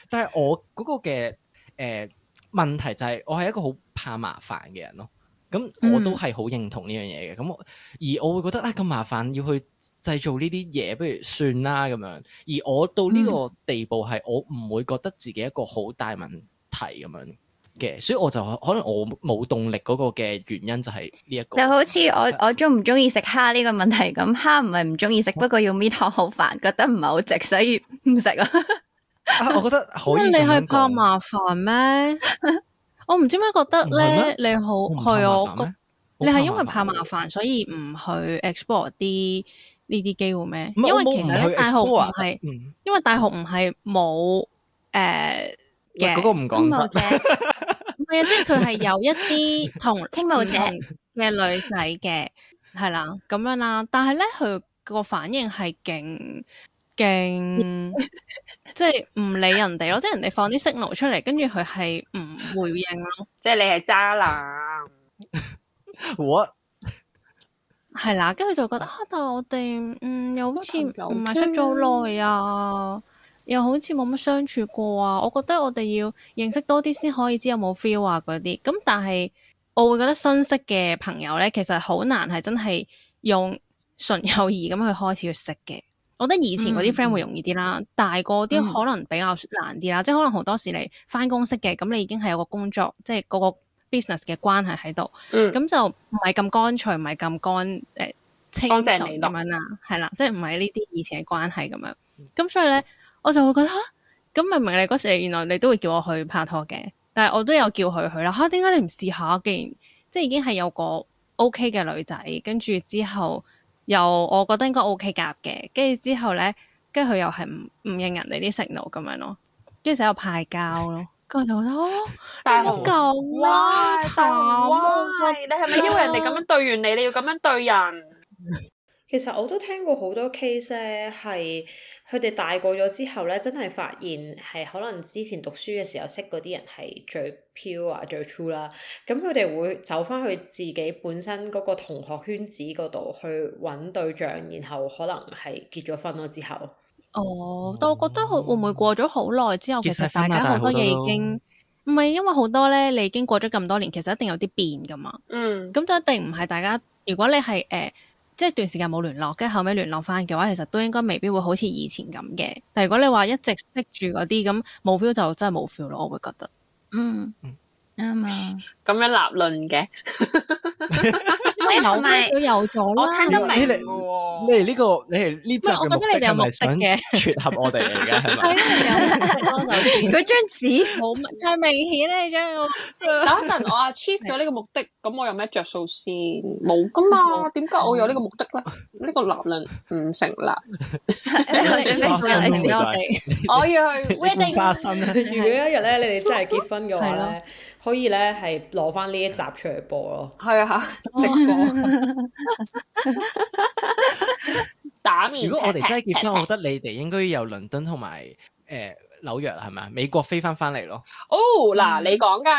Speaker 1: 但係我嗰個嘅誒、呃、問題就係我係一個好怕麻煩嘅人咯。咁
Speaker 5: 嗯
Speaker 1: 我都係好認同呢樣嘢嘅。咁我而我會覺得啊咁麻煩，要去製造呢啲嘢，不如算啦咁樣。而我到呢個
Speaker 5: 嗯
Speaker 1: 地步係，我唔會覺得自己一個好大問題咁樣嘅，所以我就可能我冇動力嗰個嘅原因就係呢一個。
Speaker 4: 就好似我我中唔中意食蝦呢個問題咁，蝦唔係唔中意食，不過要搣殼好煩，覺得唔係好值，所以唔食啊。
Speaker 1: 啊，我覺得可以
Speaker 5: 因為你
Speaker 1: 咁樣
Speaker 5: 係
Speaker 1: 講
Speaker 5: 怕麻煩 咩？我唔知點解覺得咧，你好
Speaker 1: 我唔怕
Speaker 5: 係啊我
Speaker 1: 麻煩
Speaker 5: 覺
Speaker 1: 咩
Speaker 5: 你係因
Speaker 1: 啊我
Speaker 5: 為怕麻
Speaker 1: 咩
Speaker 5: 煩，所以唔去 explore 啲呢啲機會咩？
Speaker 1: 唔係
Speaker 5: 因
Speaker 1: 我
Speaker 5: 為
Speaker 1: 冇
Speaker 5: 其
Speaker 1: 唔
Speaker 5: 實咧，
Speaker 1: 去
Speaker 5: 大學唔
Speaker 1: explore
Speaker 5: 係，
Speaker 1: 嗯
Speaker 5: 因為大學唔係冇誒
Speaker 1: 喂
Speaker 5: 嘅，
Speaker 1: 嗰個唔
Speaker 4: 傾
Speaker 1: 講
Speaker 4: 慕
Speaker 5: 啊
Speaker 1: 得。
Speaker 4: 者，
Speaker 5: 唔係啊，即係佢係有一啲 同
Speaker 4: 傾慕
Speaker 5: 唔
Speaker 4: 者，
Speaker 5: 同嘅女仔嘅，係啦咁樣啦。但係咧，佢個反應係勁 勁，即係唔理人哋咯，即係人哋放啲 signal 出嚟，跟住佢係唔回應咯，
Speaker 2: 即係你係渣男，
Speaker 1: 我
Speaker 5: 係啦。跟住就覺得啊，但係我哋嗯又好似唔
Speaker 2: 朋友
Speaker 5: 係識咗好耐啊，又好似冇乜相處過啊。我覺得我哋要認識多啲先可以知有冇 feel 啊嗰啲。咁但係我會覺得新識嘅朋友咧，其實好難係真係用純友誼咁去開始去識嘅。我覺得以前嗰啲 friend 會容易啲啦，大個啲
Speaker 2: 嗯
Speaker 5: 可能比較難啲啦。即係可能好多時你翻工識嘅，咁你已經係有個工作，即係嗰個 business 嘅關係喺度，
Speaker 2: 嗯
Speaker 5: 咁就唔係咁乾脆，唔係咁乾誒清
Speaker 2: 乾淨
Speaker 5: 純
Speaker 2: 利
Speaker 5: 咁
Speaker 2: 落
Speaker 5: 樣啦，係啦，即係唔係呢啲以前嘅關係咁樣。咁所以咧，我就會覺得吓，咁明明你嗰時你原來你都會叫我去拍拖嘅，但係我都有叫佢去啦。吓、點解你唔試下？既然即係已經係有個 OK 嘅女仔，跟住之後又我覺得應該 OK 夾嘅，跟住之後咧，跟住佢又係唔唔應人哋啲 signal 咁樣咯，跟住就喺度派膠咯。跟住我就覺得哦，
Speaker 2: 大
Speaker 5: 你
Speaker 2: 雄
Speaker 5: 唔夠啦，
Speaker 2: 喂
Speaker 5: 慘
Speaker 2: 大雄
Speaker 5: 啊
Speaker 2: 喂你係咪因為人哋咁樣對完你，你要咁樣對人？
Speaker 6: 其實我都聽過好多 case 咧，係佢哋大個咗之後咧，真係發現係可能之前讀書嘅時候識嗰啲人係最 pure 啊、最 true 啦。咁佢哋會走翻去自己本身嗰個同學圈子嗰度去揾對象，然後可能係結咗婚咯之後。
Speaker 5: 哦，但我覺得佢會唔會過咗好耐之後，其
Speaker 1: 結晒
Speaker 5: 實
Speaker 1: 婚
Speaker 5: 大
Speaker 1: 啦
Speaker 5: 家
Speaker 1: 但係
Speaker 5: 好
Speaker 1: 好多
Speaker 5: 多嘢
Speaker 1: 都
Speaker 5: 已經唔係因為好多咧，你已經過咗咁多年，其實一定有啲變噶嘛。
Speaker 2: 嗯。
Speaker 5: 咁就一定唔係大家，如果你係誒、呃即係段時間冇聯絡，跟住後尾聯絡翻嘅話，其實都應該未必會好似以前咁嘅。但如果你話一直識住嗰啲咁冇 feel 就真係冇 feel 咯，我會覺得。
Speaker 4: 嗯，啱啊。
Speaker 2: 咁樣立論嘅，
Speaker 4: 你
Speaker 5: 扭
Speaker 4: 哎同埋
Speaker 5: 翻都有咗
Speaker 2: 我
Speaker 5: 啦。
Speaker 2: 聽得明
Speaker 1: 你
Speaker 2: 嘅
Speaker 1: 哋
Speaker 2: 喎。
Speaker 1: 你哋呢個你哋呢集
Speaker 5: 唔係我
Speaker 1: 嘅
Speaker 5: 覺
Speaker 1: 目
Speaker 5: 得你哋
Speaker 1: 的
Speaker 5: 有
Speaker 1: 係咪
Speaker 5: 目的嘅
Speaker 1: 想撮合我哋嚟嘅係
Speaker 5: 係啊
Speaker 1: 咪？
Speaker 5: 咯，你有
Speaker 4: 嗰張 紙
Speaker 5: 冇乜太明顯啦，你將個
Speaker 2: 等一陣，我 achieve 咗呢個目的，咁我有咩着數先？冇噶嘛？點解我有呢個目的咧？呢個立論唔成立。
Speaker 4: 你後準備上嚟
Speaker 1: 你
Speaker 4: 先
Speaker 1: 先
Speaker 5: 我哋
Speaker 2: 我要去
Speaker 1: 你咁
Speaker 2: wedding
Speaker 1: 花生啊咧，
Speaker 6: 如果一日咧，你哋真 係結婚嘅話
Speaker 5: 係
Speaker 6: 咧，可以咧係攞翻呢一集出嚟播咯。
Speaker 2: 係啊，直播打面。
Speaker 1: 如果我哋真係結婚，我覺得你哋應該有倫敦同埋誒紐約係咪啊？美國飛翻翻嚟咯，
Speaker 2: 哦，嗱，你講㗎，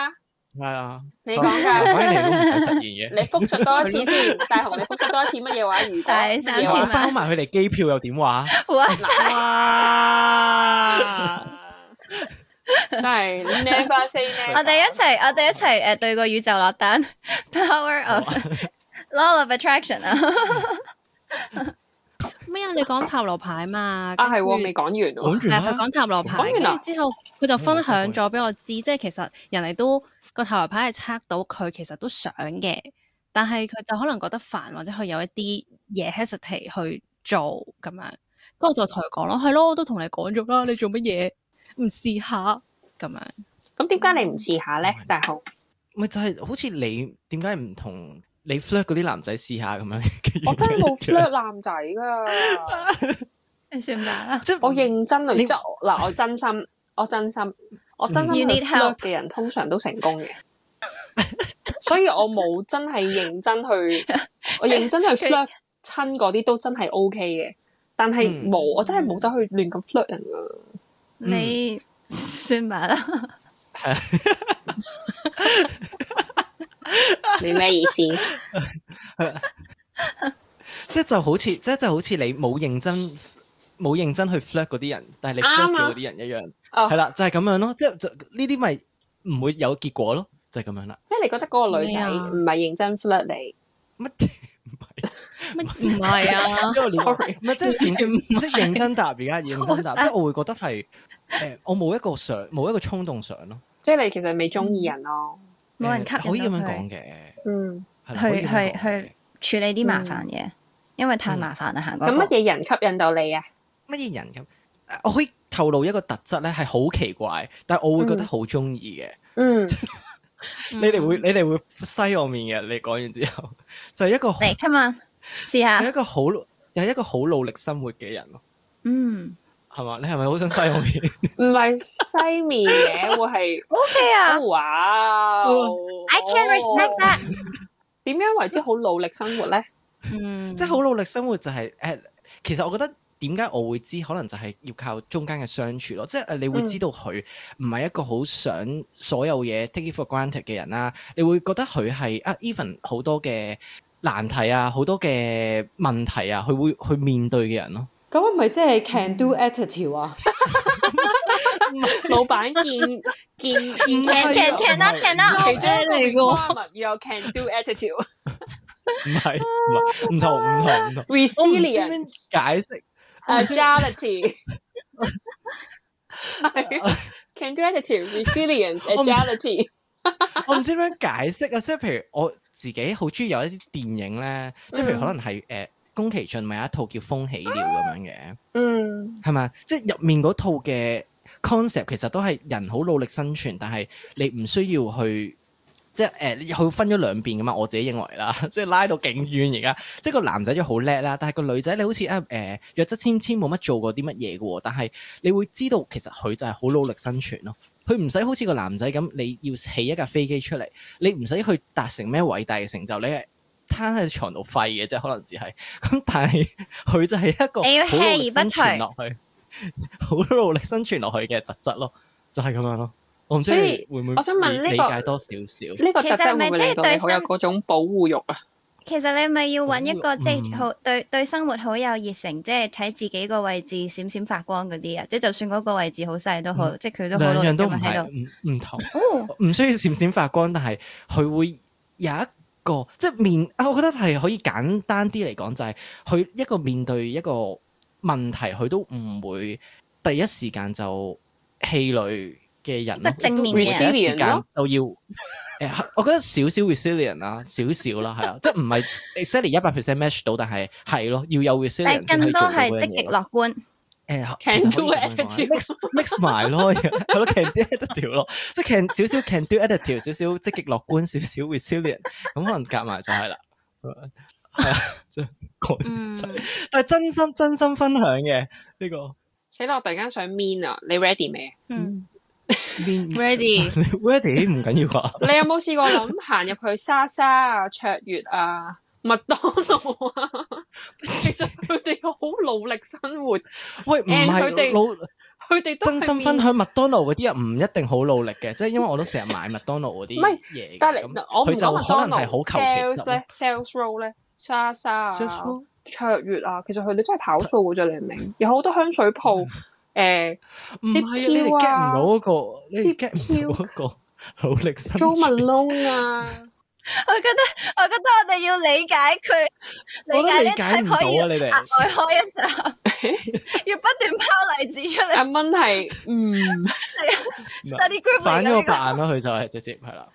Speaker 1: 係啊，
Speaker 2: 你講㗎，
Speaker 1: 反正你都唔使實現嘅。
Speaker 2: 你復述多一次先。大雄，你復述多一次乜嘢話？如果
Speaker 4: 係三
Speaker 2: 乜嘢話
Speaker 4: 千
Speaker 1: 我
Speaker 4: 萬
Speaker 1: 包埋佢哋機票又點話？
Speaker 4: 哇！
Speaker 2: 真係 never say never。
Speaker 4: 我哋一齊，我哋一齊誒對個宇宙落單 ，Power of Law of Attraction 啊！
Speaker 5: 咩啊？你講塔羅牌嘛？
Speaker 2: 啊，係
Speaker 5: 跟
Speaker 2: 喎，
Speaker 5: 住
Speaker 2: 未講完喎。
Speaker 1: 講
Speaker 5: 係
Speaker 1: 完
Speaker 5: 佢
Speaker 1: 啦，
Speaker 5: 講塔羅牌，
Speaker 2: 啊講完
Speaker 5: 跟
Speaker 2: 啦
Speaker 5: 住之後佢就分享咗俾我知，即係其啊實人哋都個塔羅牌係測到佢其實都想嘅，但係佢就可能覺得煩，或者佢有一啲嘢 hesitate 去做咁樣。不過我就同佢講咯，係咯，我都同你講咗啦，你做乜嘢唔試下咁樣？
Speaker 2: 咁點解你唔試下咧？大雄，
Speaker 1: 咪就係好似你點解唔同你 flirt 嗰啲男仔試下咁樣？
Speaker 2: 我真係冇 flirt 男仔㗎。
Speaker 4: 你 算吧啦，
Speaker 1: 即係
Speaker 2: 我認真嚟，
Speaker 1: 你
Speaker 2: 即係我嗱，我真心，我真心，我真心
Speaker 4: You
Speaker 2: 去
Speaker 4: need
Speaker 2: flirt
Speaker 4: help
Speaker 2: 嘅人通常都成功嘅， 所以我冇真係認真去，我認真去 flirt 親嗰啲都真係 OK 嘅，但係
Speaker 1: 嗯
Speaker 2: 冇，我真係冇走去亂咁 flirt 人啊噶。
Speaker 4: 你算吧啦。
Speaker 2: 你咩意思？
Speaker 1: 即係就好似，即係就好似你冇認真冇認真去 flirt 嗰啲人，但係你
Speaker 2: 啱啊
Speaker 1: flirt 咗嗰啲人一樣，
Speaker 2: 哦
Speaker 1: 係啦，就係咁樣咯。即係就呢啲咪唔會有結果咯，就係咁樣啦。
Speaker 2: 即係你覺得嗰個女仔
Speaker 5: 咩啊
Speaker 2: 唔係認真 flirt 你？
Speaker 1: 乜唔係？
Speaker 5: 乜唔係啊？
Speaker 1: 因為你
Speaker 2: Sorry
Speaker 1: 唔係即係認真，即係認真答而家認真答，
Speaker 4: 好
Speaker 1: 即係我會覺得係誒，我冇一個想，冇一個衝動想咯。
Speaker 2: 即係你其實未中意人咯。
Speaker 4: 冇人吸
Speaker 1: 誒
Speaker 4: 引
Speaker 1: 可以咁樣
Speaker 4: 到佢
Speaker 1: 講嘅，
Speaker 2: 嗯，
Speaker 1: 係啦，可以咁樣
Speaker 4: 去
Speaker 1: 講
Speaker 4: 去
Speaker 1: 嘅
Speaker 4: 去處理啲麻煩嘢，因為太麻煩啦，行嗰
Speaker 2: 嗯咁
Speaker 4: 步
Speaker 2: 乜嘢人吸引到你啊？
Speaker 1: 乜嘢人咁？啊我可以透露一個特質咧，係好奇怪，但係我會覺得好中意嘅。
Speaker 2: 嗯，
Speaker 1: 你哋會你哋會西我面嘅。你講完之後， 就係一個好
Speaker 4: 嚟，come on，試下
Speaker 1: 係。一個好就係一個好努力生活嘅人咯，
Speaker 4: 嗯
Speaker 1: 係嘛？你係咪好想西我面？
Speaker 2: 唔係西面嘅會係。
Speaker 4: ，OK 啊
Speaker 2: 哇哦
Speaker 4: ，I can respect that。
Speaker 2: 點樣為之好努力生活咧？
Speaker 5: 嗯，
Speaker 1: 即係好努力生活就係、誒，其實我覺得點解我會知，可能就係要靠中間嘅相處咯。即係誒你會知道佢唔係一個好想所有嘢 take it for granted 嘅人啦。你會覺得佢係啊，even 好多嘅難題啊，好多嘅問題啊，佢會去面對嘅人咯。
Speaker 6: 咁係咪即係 can do attitude 啊？
Speaker 2: 老闆見見見
Speaker 1: 係啊
Speaker 4: Can can can 啦
Speaker 1: 唔係
Speaker 4: can 啦，
Speaker 2: 其中一個
Speaker 5: 嚟㗎
Speaker 2: requirement 要有 can do attitude
Speaker 1: 唔係唔係唔同唔同唔同。我唔知點
Speaker 2: resilience
Speaker 1: 樣解釋。
Speaker 2: agility 係啊 can do attitude resilience
Speaker 1: 我唔
Speaker 2: agility
Speaker 1: 我唔知點樣解釋啊！即係譬如我自己好中意有一啲電影咧，即係譬如可能係誒宮崎駿咪有一套叫《風起了》咁樣嘅，
Speaker 2: 嗯
Speaker 1: 係咪？即係入面嗰套嘅 concept 其實都係人好努力生存，但係你唔需要去。即係誒，佢、分咗兩邊噶嘛，我自己認為啦， 即係拉到勁遠而家。即係個男仔就好叻啦，但係個女仔你好似啊誒弱質纖纖冇乜做過啲乜嘢嘅喎，但係你會知道其實佢就係好努力生存咯。佢唔使好似個男仔咁，你要起一架飛機出嚟，你唔使去達成咩偉大嘅成就，你係攤喺床度廢嘅啫，可能只係咁，但係 佢就係一個
Speaker 4: 你要
Speaker 1: 好努力
Speaker 4: hea 而
Speaker 1: 生
Speaker 4: 不
Speaker 1: 存落去，好努力生存落去嘅特質咯，就係、咁樣咯。我唔知
Speaker 2: 所
Speaker 1: 你
Speaker 2: 以
Speaker 1: 會唔會
Speaker 2: 我想問呢個
Speaker 1: 理解多少少？
Speaker 2: 呢個
Speaker 4: 其
Speaker 2: 特
Speaker 4: 實
Speaker 2: 質會
Speaker 4: 咪
Speaker 2: 唔會
Speaker 4: 即係
Speaker 2: 令到
Speaker 4: 對
Speaker 2: 你好有
Speaker 4: 生
Speaker 2: 嗰種保護欲啊？
Speaker 4: 其實你咪要揾一個
Speaker 1: 嗯
Speaker 4: 即係好對對生活好有熱誠，即係睇自己個位置閃閃發光嗰啲啊！即係就算嗰個位置好細都好，即係佢都好
Speaker 1: 嗯兩
Speaker 4: 努力
Speaker 1: 樣都
Speaker 4: 咁
Speaker 1: 唔
Speaker 4: 樣喺度。
Speaker 1: 係唔唔同。
Speaker 4: 哦，
Speaker 1: 唔需要閃閃發光，但係佢會有一
Speaker 4: 哦
Speaker 1: 個即係面啊，我覺得係可以簡單啲嚟講，就係、佢一個面啊對一個問題，佢都唔會第一時間就氣餒嘅人咯，
Speaker 4: 不正面
Speaker 1: 亦都唔會
Speaker 4: 嘅
Speaker 2: 人
Speaker 1: 第一時間就要诶，我覺得少少 resilient 啦，少少啦，係啊，即系唔係 exactly 一百 percent match 到，但係係咯，要有 resilient
Speaker 4: 但
Speaker 1: 先可以做
Speaker 4: 係更多
Speaker 1: 到
Speaker 4: 係
Speaker 1: 嗰樣
Speaker 4: 積極
Speaker 1: 嘢咯。
Speaker 4: 樂觀。
Speaker 1: 誒
Speaker 2: Can
Speaker 1: 其實可以
Speaker 2: do
Speaker 1: 咁樣講
Speaker 2: attitude
Speaker 1: mix mix 埋 咯，係咯，can do attitude 咯，即係 can 少少 can do attitude，少少積極樂觀，少少 resilient，咁可能夾埋就係啦。 係啊，即係講
Speaker 5: 嗯，
Speaker 1: 但係真心真心分享嘅呢個
Speaker 2: 死啦！我突然間想 mean 啊，你 ready 未？
Speaker 5: 嗯
Speaker 3: 邊
Speaker 5: ready，
Speaker 1: 你 ready 唔緊要 啩？
Speaker 2: 你有冇試過諗行入去莎莎啊、卓越啊、麥當勞啊？ 其實佢哋好努力生活，
Speaker 1: 喂，唔
Speaker 2: And 佢
Speaker 1: 係
Speaker 2: 哋
Speaker 1: 老。
Speaker 2: 佢哋都
Speaker 1: 真
Speaker 2: 係
Speaker 1: 心分
Speaker 2: mean
Speaker 1: 享麥當勞嗰啲人唔一定好努力嘅，即係因為我都成日買麥當勞嗰啲
Speaker 2: 唔係
Speaker 1: 嘢嘅。
Speaker 2: 但係
Speaker 1: 咁
Speaker 2: 你我唔
Speaker 1: 佢就
Speaker 2: 講
Speaker 1: 可
Speaker 2: 麥當
Speaker 1: 能係
Speaker 2: 勞
Speaker 1: 好求
Speaker 2: sales
Speaker 1: 其啦
Speaker 2: 咧、sales role 咧、莎莎啊
Speaker 1: Sales、role？
Speaker 2: 卓越啊，其實佢哋真係跑數嘅啫，你明唔明？有好多香水鋪，誒
Speaker 1: 唔係啊，你
Speaker 2: 啲
Speaker 1: 哋
Speaker 2: Q 啊
Speaker 1: get 唔到嗰個，你哋
Speaker 2: 啲
Speaker 1: get 唔到 嗰個努力生
Speaker 2: Jo
Speaker 1: 存。
Speaker 2: Malone 啊，
Speaker 4: 我覺得，我覺得我哋要理解佢，
Speaker 1: 我都
Speaker 4: 解
Speaker 1: 理
Speaker 4: 呢
Speaker 1: 解唔
Speaker 4: 一
Speaker 1: 到
Speaker 4: 可
Speaker 1: 啊！
Speaker 4: 以
Speaker 1: 你哋
Speaker 4: 額外開一 集，要不斷拋例子出嚟
Speaker 1: 啊
Speaker 2: 阿蚊係嗯。
Speaker 4: study group 嚟
Speaker 1: 反
Speaker 4: 嘅
Speaker 1: 咗個白
Speaker 4: 呢個。
Speaker 1: 眼咯，佢就係直接係啦，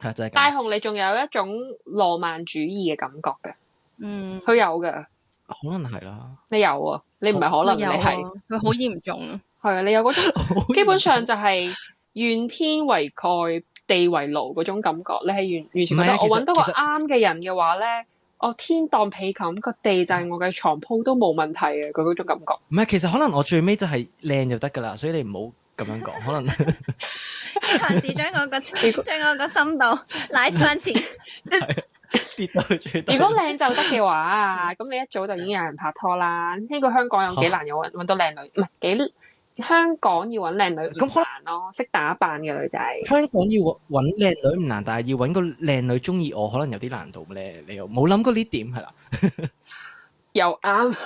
Speaker 1: 係就係
Speaker 2: 大
Speaker 1: 咁。
Speaker 2: 雄，你仲有一種浪漫主義嘅感覺嘅，
Speaker 5: 嗯，
Speaker 2: 佢有嘅，
Speaker 1: 可能係啦，
Speaker 2: 你有啊，你唔係可能，
Speaker 5: 有啊
Speaker 2: 你係
Speaker 5: 佢好嚴重，
Speaker 2: 係啊，你有嗰種，基本上就係怨天為蓋，地為牢嗰種感覺。你係完完全覺
Speaker 1: 唔係
Speaker 2: 得
Speaker 1: 啊
Speaker 2: 我
Speaker 1: 其實
Speaker 2: 揾到個
Speaker 1: 其實
Speaker 2: 啱嘅人嘅話咧，我天當被冚，個地就係我嘅床鋪都冇問題嘅，佢嗰種感 覺。
Speaker 1: 唔係其實可能我最尾就係靚就得㗎啦，所以你唔好咁樣講，可能。
Speaker 4: 下次將我個 將我個深度拉翻前，
Speaker 1: 跌到最低
Speaker 2: 如。果靚就得嘅話啊，咁你一早就已經有人拍拖啦。呢、個香港有幾難有揾揾到靚女，唔係幾香港要揾靚女
Speaker 1: 咁可
Speaker 2: 咁難咯，識打扮嘅女仔。
Speaker 1: 香港要揾靚女唔難，但係要揾個靚女中意我，可能有啲難度咧。你又冇諗過呢點係啦？
Speaker 2: 又啱，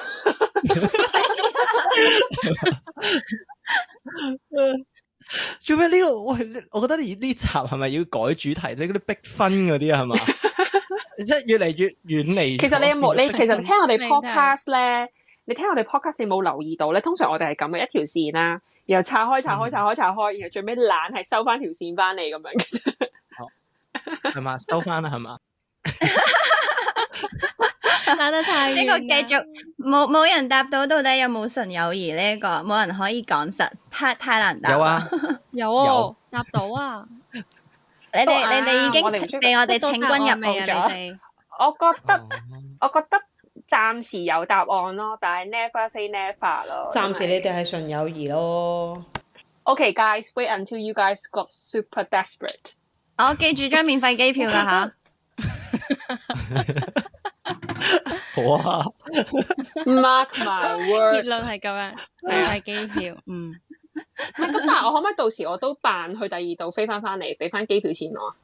Speaker 1: 做咩呢度？喂，我覺得呢呢集係咪要改主題即係嗰啲逼婚嗰啲係嘛？即係越嚟越遠離咗。
Speaker 2: 其實你有冇你其實聽我哋
Speaker 5: 明白
Speaker 2: podcast 咧，你聽我哋 podcast 你冇留意到咧？通常我哋係咁嘅一條線啦，然後拆開拆
Speaker 6: 嗯
Speaker 2: 開拆開拆開，然後最尾懶係收翻條線翻嚟咁樣。
Speaker 1: 係嘛？收翻啦係嘛？
Speaker 5: 打 得太
Speaker 4: 呢
Speaker 5: 遠
Speaker 4: 個
Speaker 5: 啦
Speaker 4: 繼續冇冇人答到到底有冇純友誼呢一個，冇人可以講實，太太難答。
Speaker 1: 有，啊，
Speaker 5: 有
Speaker 1: 有
Speaker 5: 啊答到啊，
Speaker 4: 你
Speaker 2: 都啱
Speaker 4: 哋你哋已
Speaker 2: 我哋唔需要
Speaker 4: 經俾我
Speaker 5: 得
Speaker 4: 哋
Speaker 5: 到
Speaker 4: 請君
Speaker 5: 答案
Speaker 4: 入冇
Speaker 5: 未啊
Speaker 4: 咗。
Speaker 5: 你哋
Speaker 2: 我覺得
Speaker 1: 哦
Speaker 2: 我覺得暫時有答案咯，但係 never say never 咯。
Speaker 6: 暫時你哋係純友誼咯。
Speaker 2: OK guys wait until you guys got super desperate。
Speaker 4: 我記住張免費機票㗎吓，
Speaker 1: 好啊，
Speaker 2: Mark my
Speaker 5: 結
Speaker 2: word。
Speaker 5: 論係啊咁樣，係機票，嗯。
Speaker 2: 唔係咁，但係我可唔可以到時我都扮去第二度飛翻翻嚟，俾翻機票錢 我啊？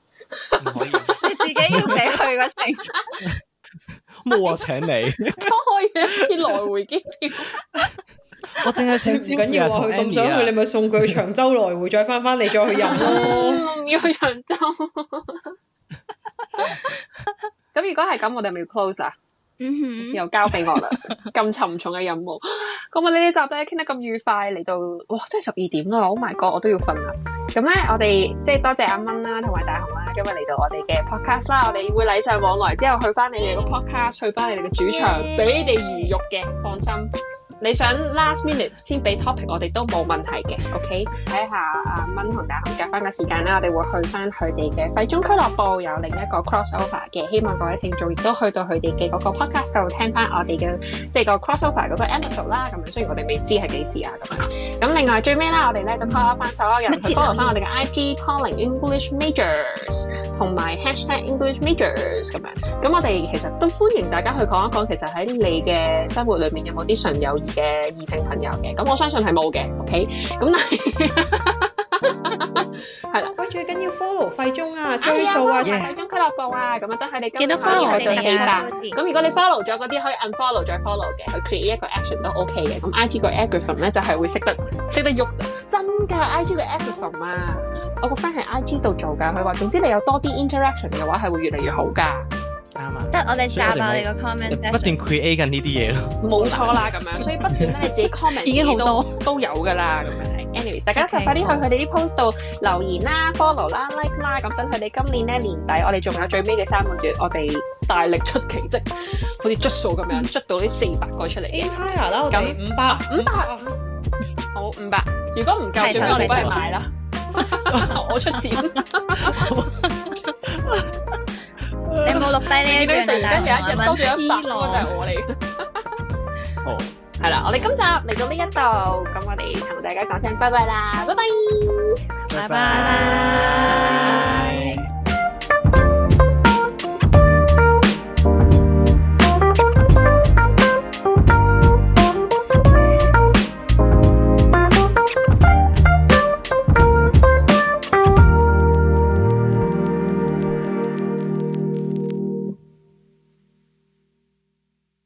Speaker 1: 唔可以，
Speaker 4: 你自己要俾佢個程。
Speaker 1: 冇話請你，
Speaker 2: 都可以一次來回機票。
Speaker 1: 我淨係請
Speaker 6: 唔緊
Speaker 1: Sylvia
Speaker 6: 要啊！
Speaker 1: 同
Speaker 6: 佢咁想去，你
Speaker 1: Annie 啊
Speaker 6: 咪送佢去長洲來回，再翻翻嚟再去 飲咯。
Speaker 2: 嗯，要長洲。咁如果係咁，我哋咪要 close 啦，
Speaker 4: 嗯哼，
Speaker 2: 又交俾我啦。咁沉重嘅任務，咁啊呢一集咧傾得咁愉快，嚟到哇真係十二點啦，Oh my god，我都要瞓啦。咁咧我哋即係多謝阿蚊啦，同埋大雄啦，今日嚟到我哋嘅 podcast 啦，我哋會禮尚往來之後去翻你哋個 podcast，去翻你哋嘅主場，俾你哋魚肉嘅，放心。你想 last minute 先俾 topic，我哋都冇問題嘅。OK，睇下阿蚊同大雄夾翻個時間啦，我哋會去翻佢哋嘅廢中俱樂部有另一個 crossover 嘅，希望各位聽眾亦都去到佢哋嘅嗰個 podcast 度聽翻我哋嘅即係個 crossover 嗰個 episode 啦。咁樣雖然我哋未知係幾時啊，咁樣。咁另外最尾啦，我哋咧都 call 翻所有人去 follow 翻我哋嘅 IG calling English majors 同埋 hashtag English majors 咁樣。咁我哋其實都歡迎大家去講一講，其實喺你嘅生活裏面有冇啲純友誼嘅異性朋友嘅？咁我相信係冇嘅，OK？咁但係係啦，
Speaker 6: 喂，最緊要 follow 費中啊，
Speaker 2: 哎
Speaker 6: 追
Speaker 2: 呀
Speaker 6: 數啊，
Speaker 2: ，follow 大中俱樂部啊，咁啊，等佢哋今
Speaker 5: 記得
Speaker 2: 日可以去
Speaker 5: follow
Speaker 2: 到
Speaker 5: 我哋
Speaker 2: 四
Speaker 5: 嘅
Speaker 2: 百。
Speaker 4: 數字
Speaker 2: 咁如果你 follow 咗嗰啲，可以 unfollow 再 follow 嘅，去 create 一個 action 都 OK 嘅。咁 IG 個 algorithm 咧就係會識得識得喐，真㗎 IG 個 algorithm 啊！我個 friend 喺 IG 度做㗎，佢話總之你有多啲 interaction 嘅話，係會越嚟越好㗎。
Speaker 1: 啱啊，
Speaker 4: 得我哋集
Speaker 1: 所以我哋
Speaker 4: 爆
Speaker 1: 咪
Speaker 4: 你個 comment
Speaker 1: 不斷
Speaker 4: section。
Speaker 1: create 緊呢啲嘢咯。
Speaker 2: 冇錯啦，咁樣，所以不斷咧你自己 comment
Speaker 5: 已經好多
Speaker 2: 自己都都有噶啦，咁樣係。 anyways，大家就
Speaker 5: OK
Speaker 2: 快啲去佢哋啲 post 度留言啦、follow 啦、like 啦，咁等佢哋今年咧年底，我哋仲有最尾嘅三個月，我哋大力出奇蹟，好似捽數咁樣，捽到呢四百個出嚟
Speaker 6: a
Speaker 2: 嘅
Speaker 6: m。p i r 啦，我哋五百
Speaker 2: 五百好五百，如果唔夠，
Speaker 4: 齊
Speaker 2: 最尾我
Speaker 4: 頭
Speaker 2: 哋幫你
Speaker 4: 嚟
Speaker 2: 買 啦，我出錢。
Speaker 4: 你冇錄低
Speaker 2: 見到
Speaker 4: 呢一
Speaker 2: 突
Speaker 4: 段啊
Speaker 2: 然間有一日多咗一百，
Speaker 5: 黐
Speaker 2: 嗰個就係我嚟。
Speaker 1: 好，
Speaker 2: 係啦，我哋今集嚟到呢一度，咁我哋同大家講聲拜拜啦，拜拜。
Speaker 4: 拜拜。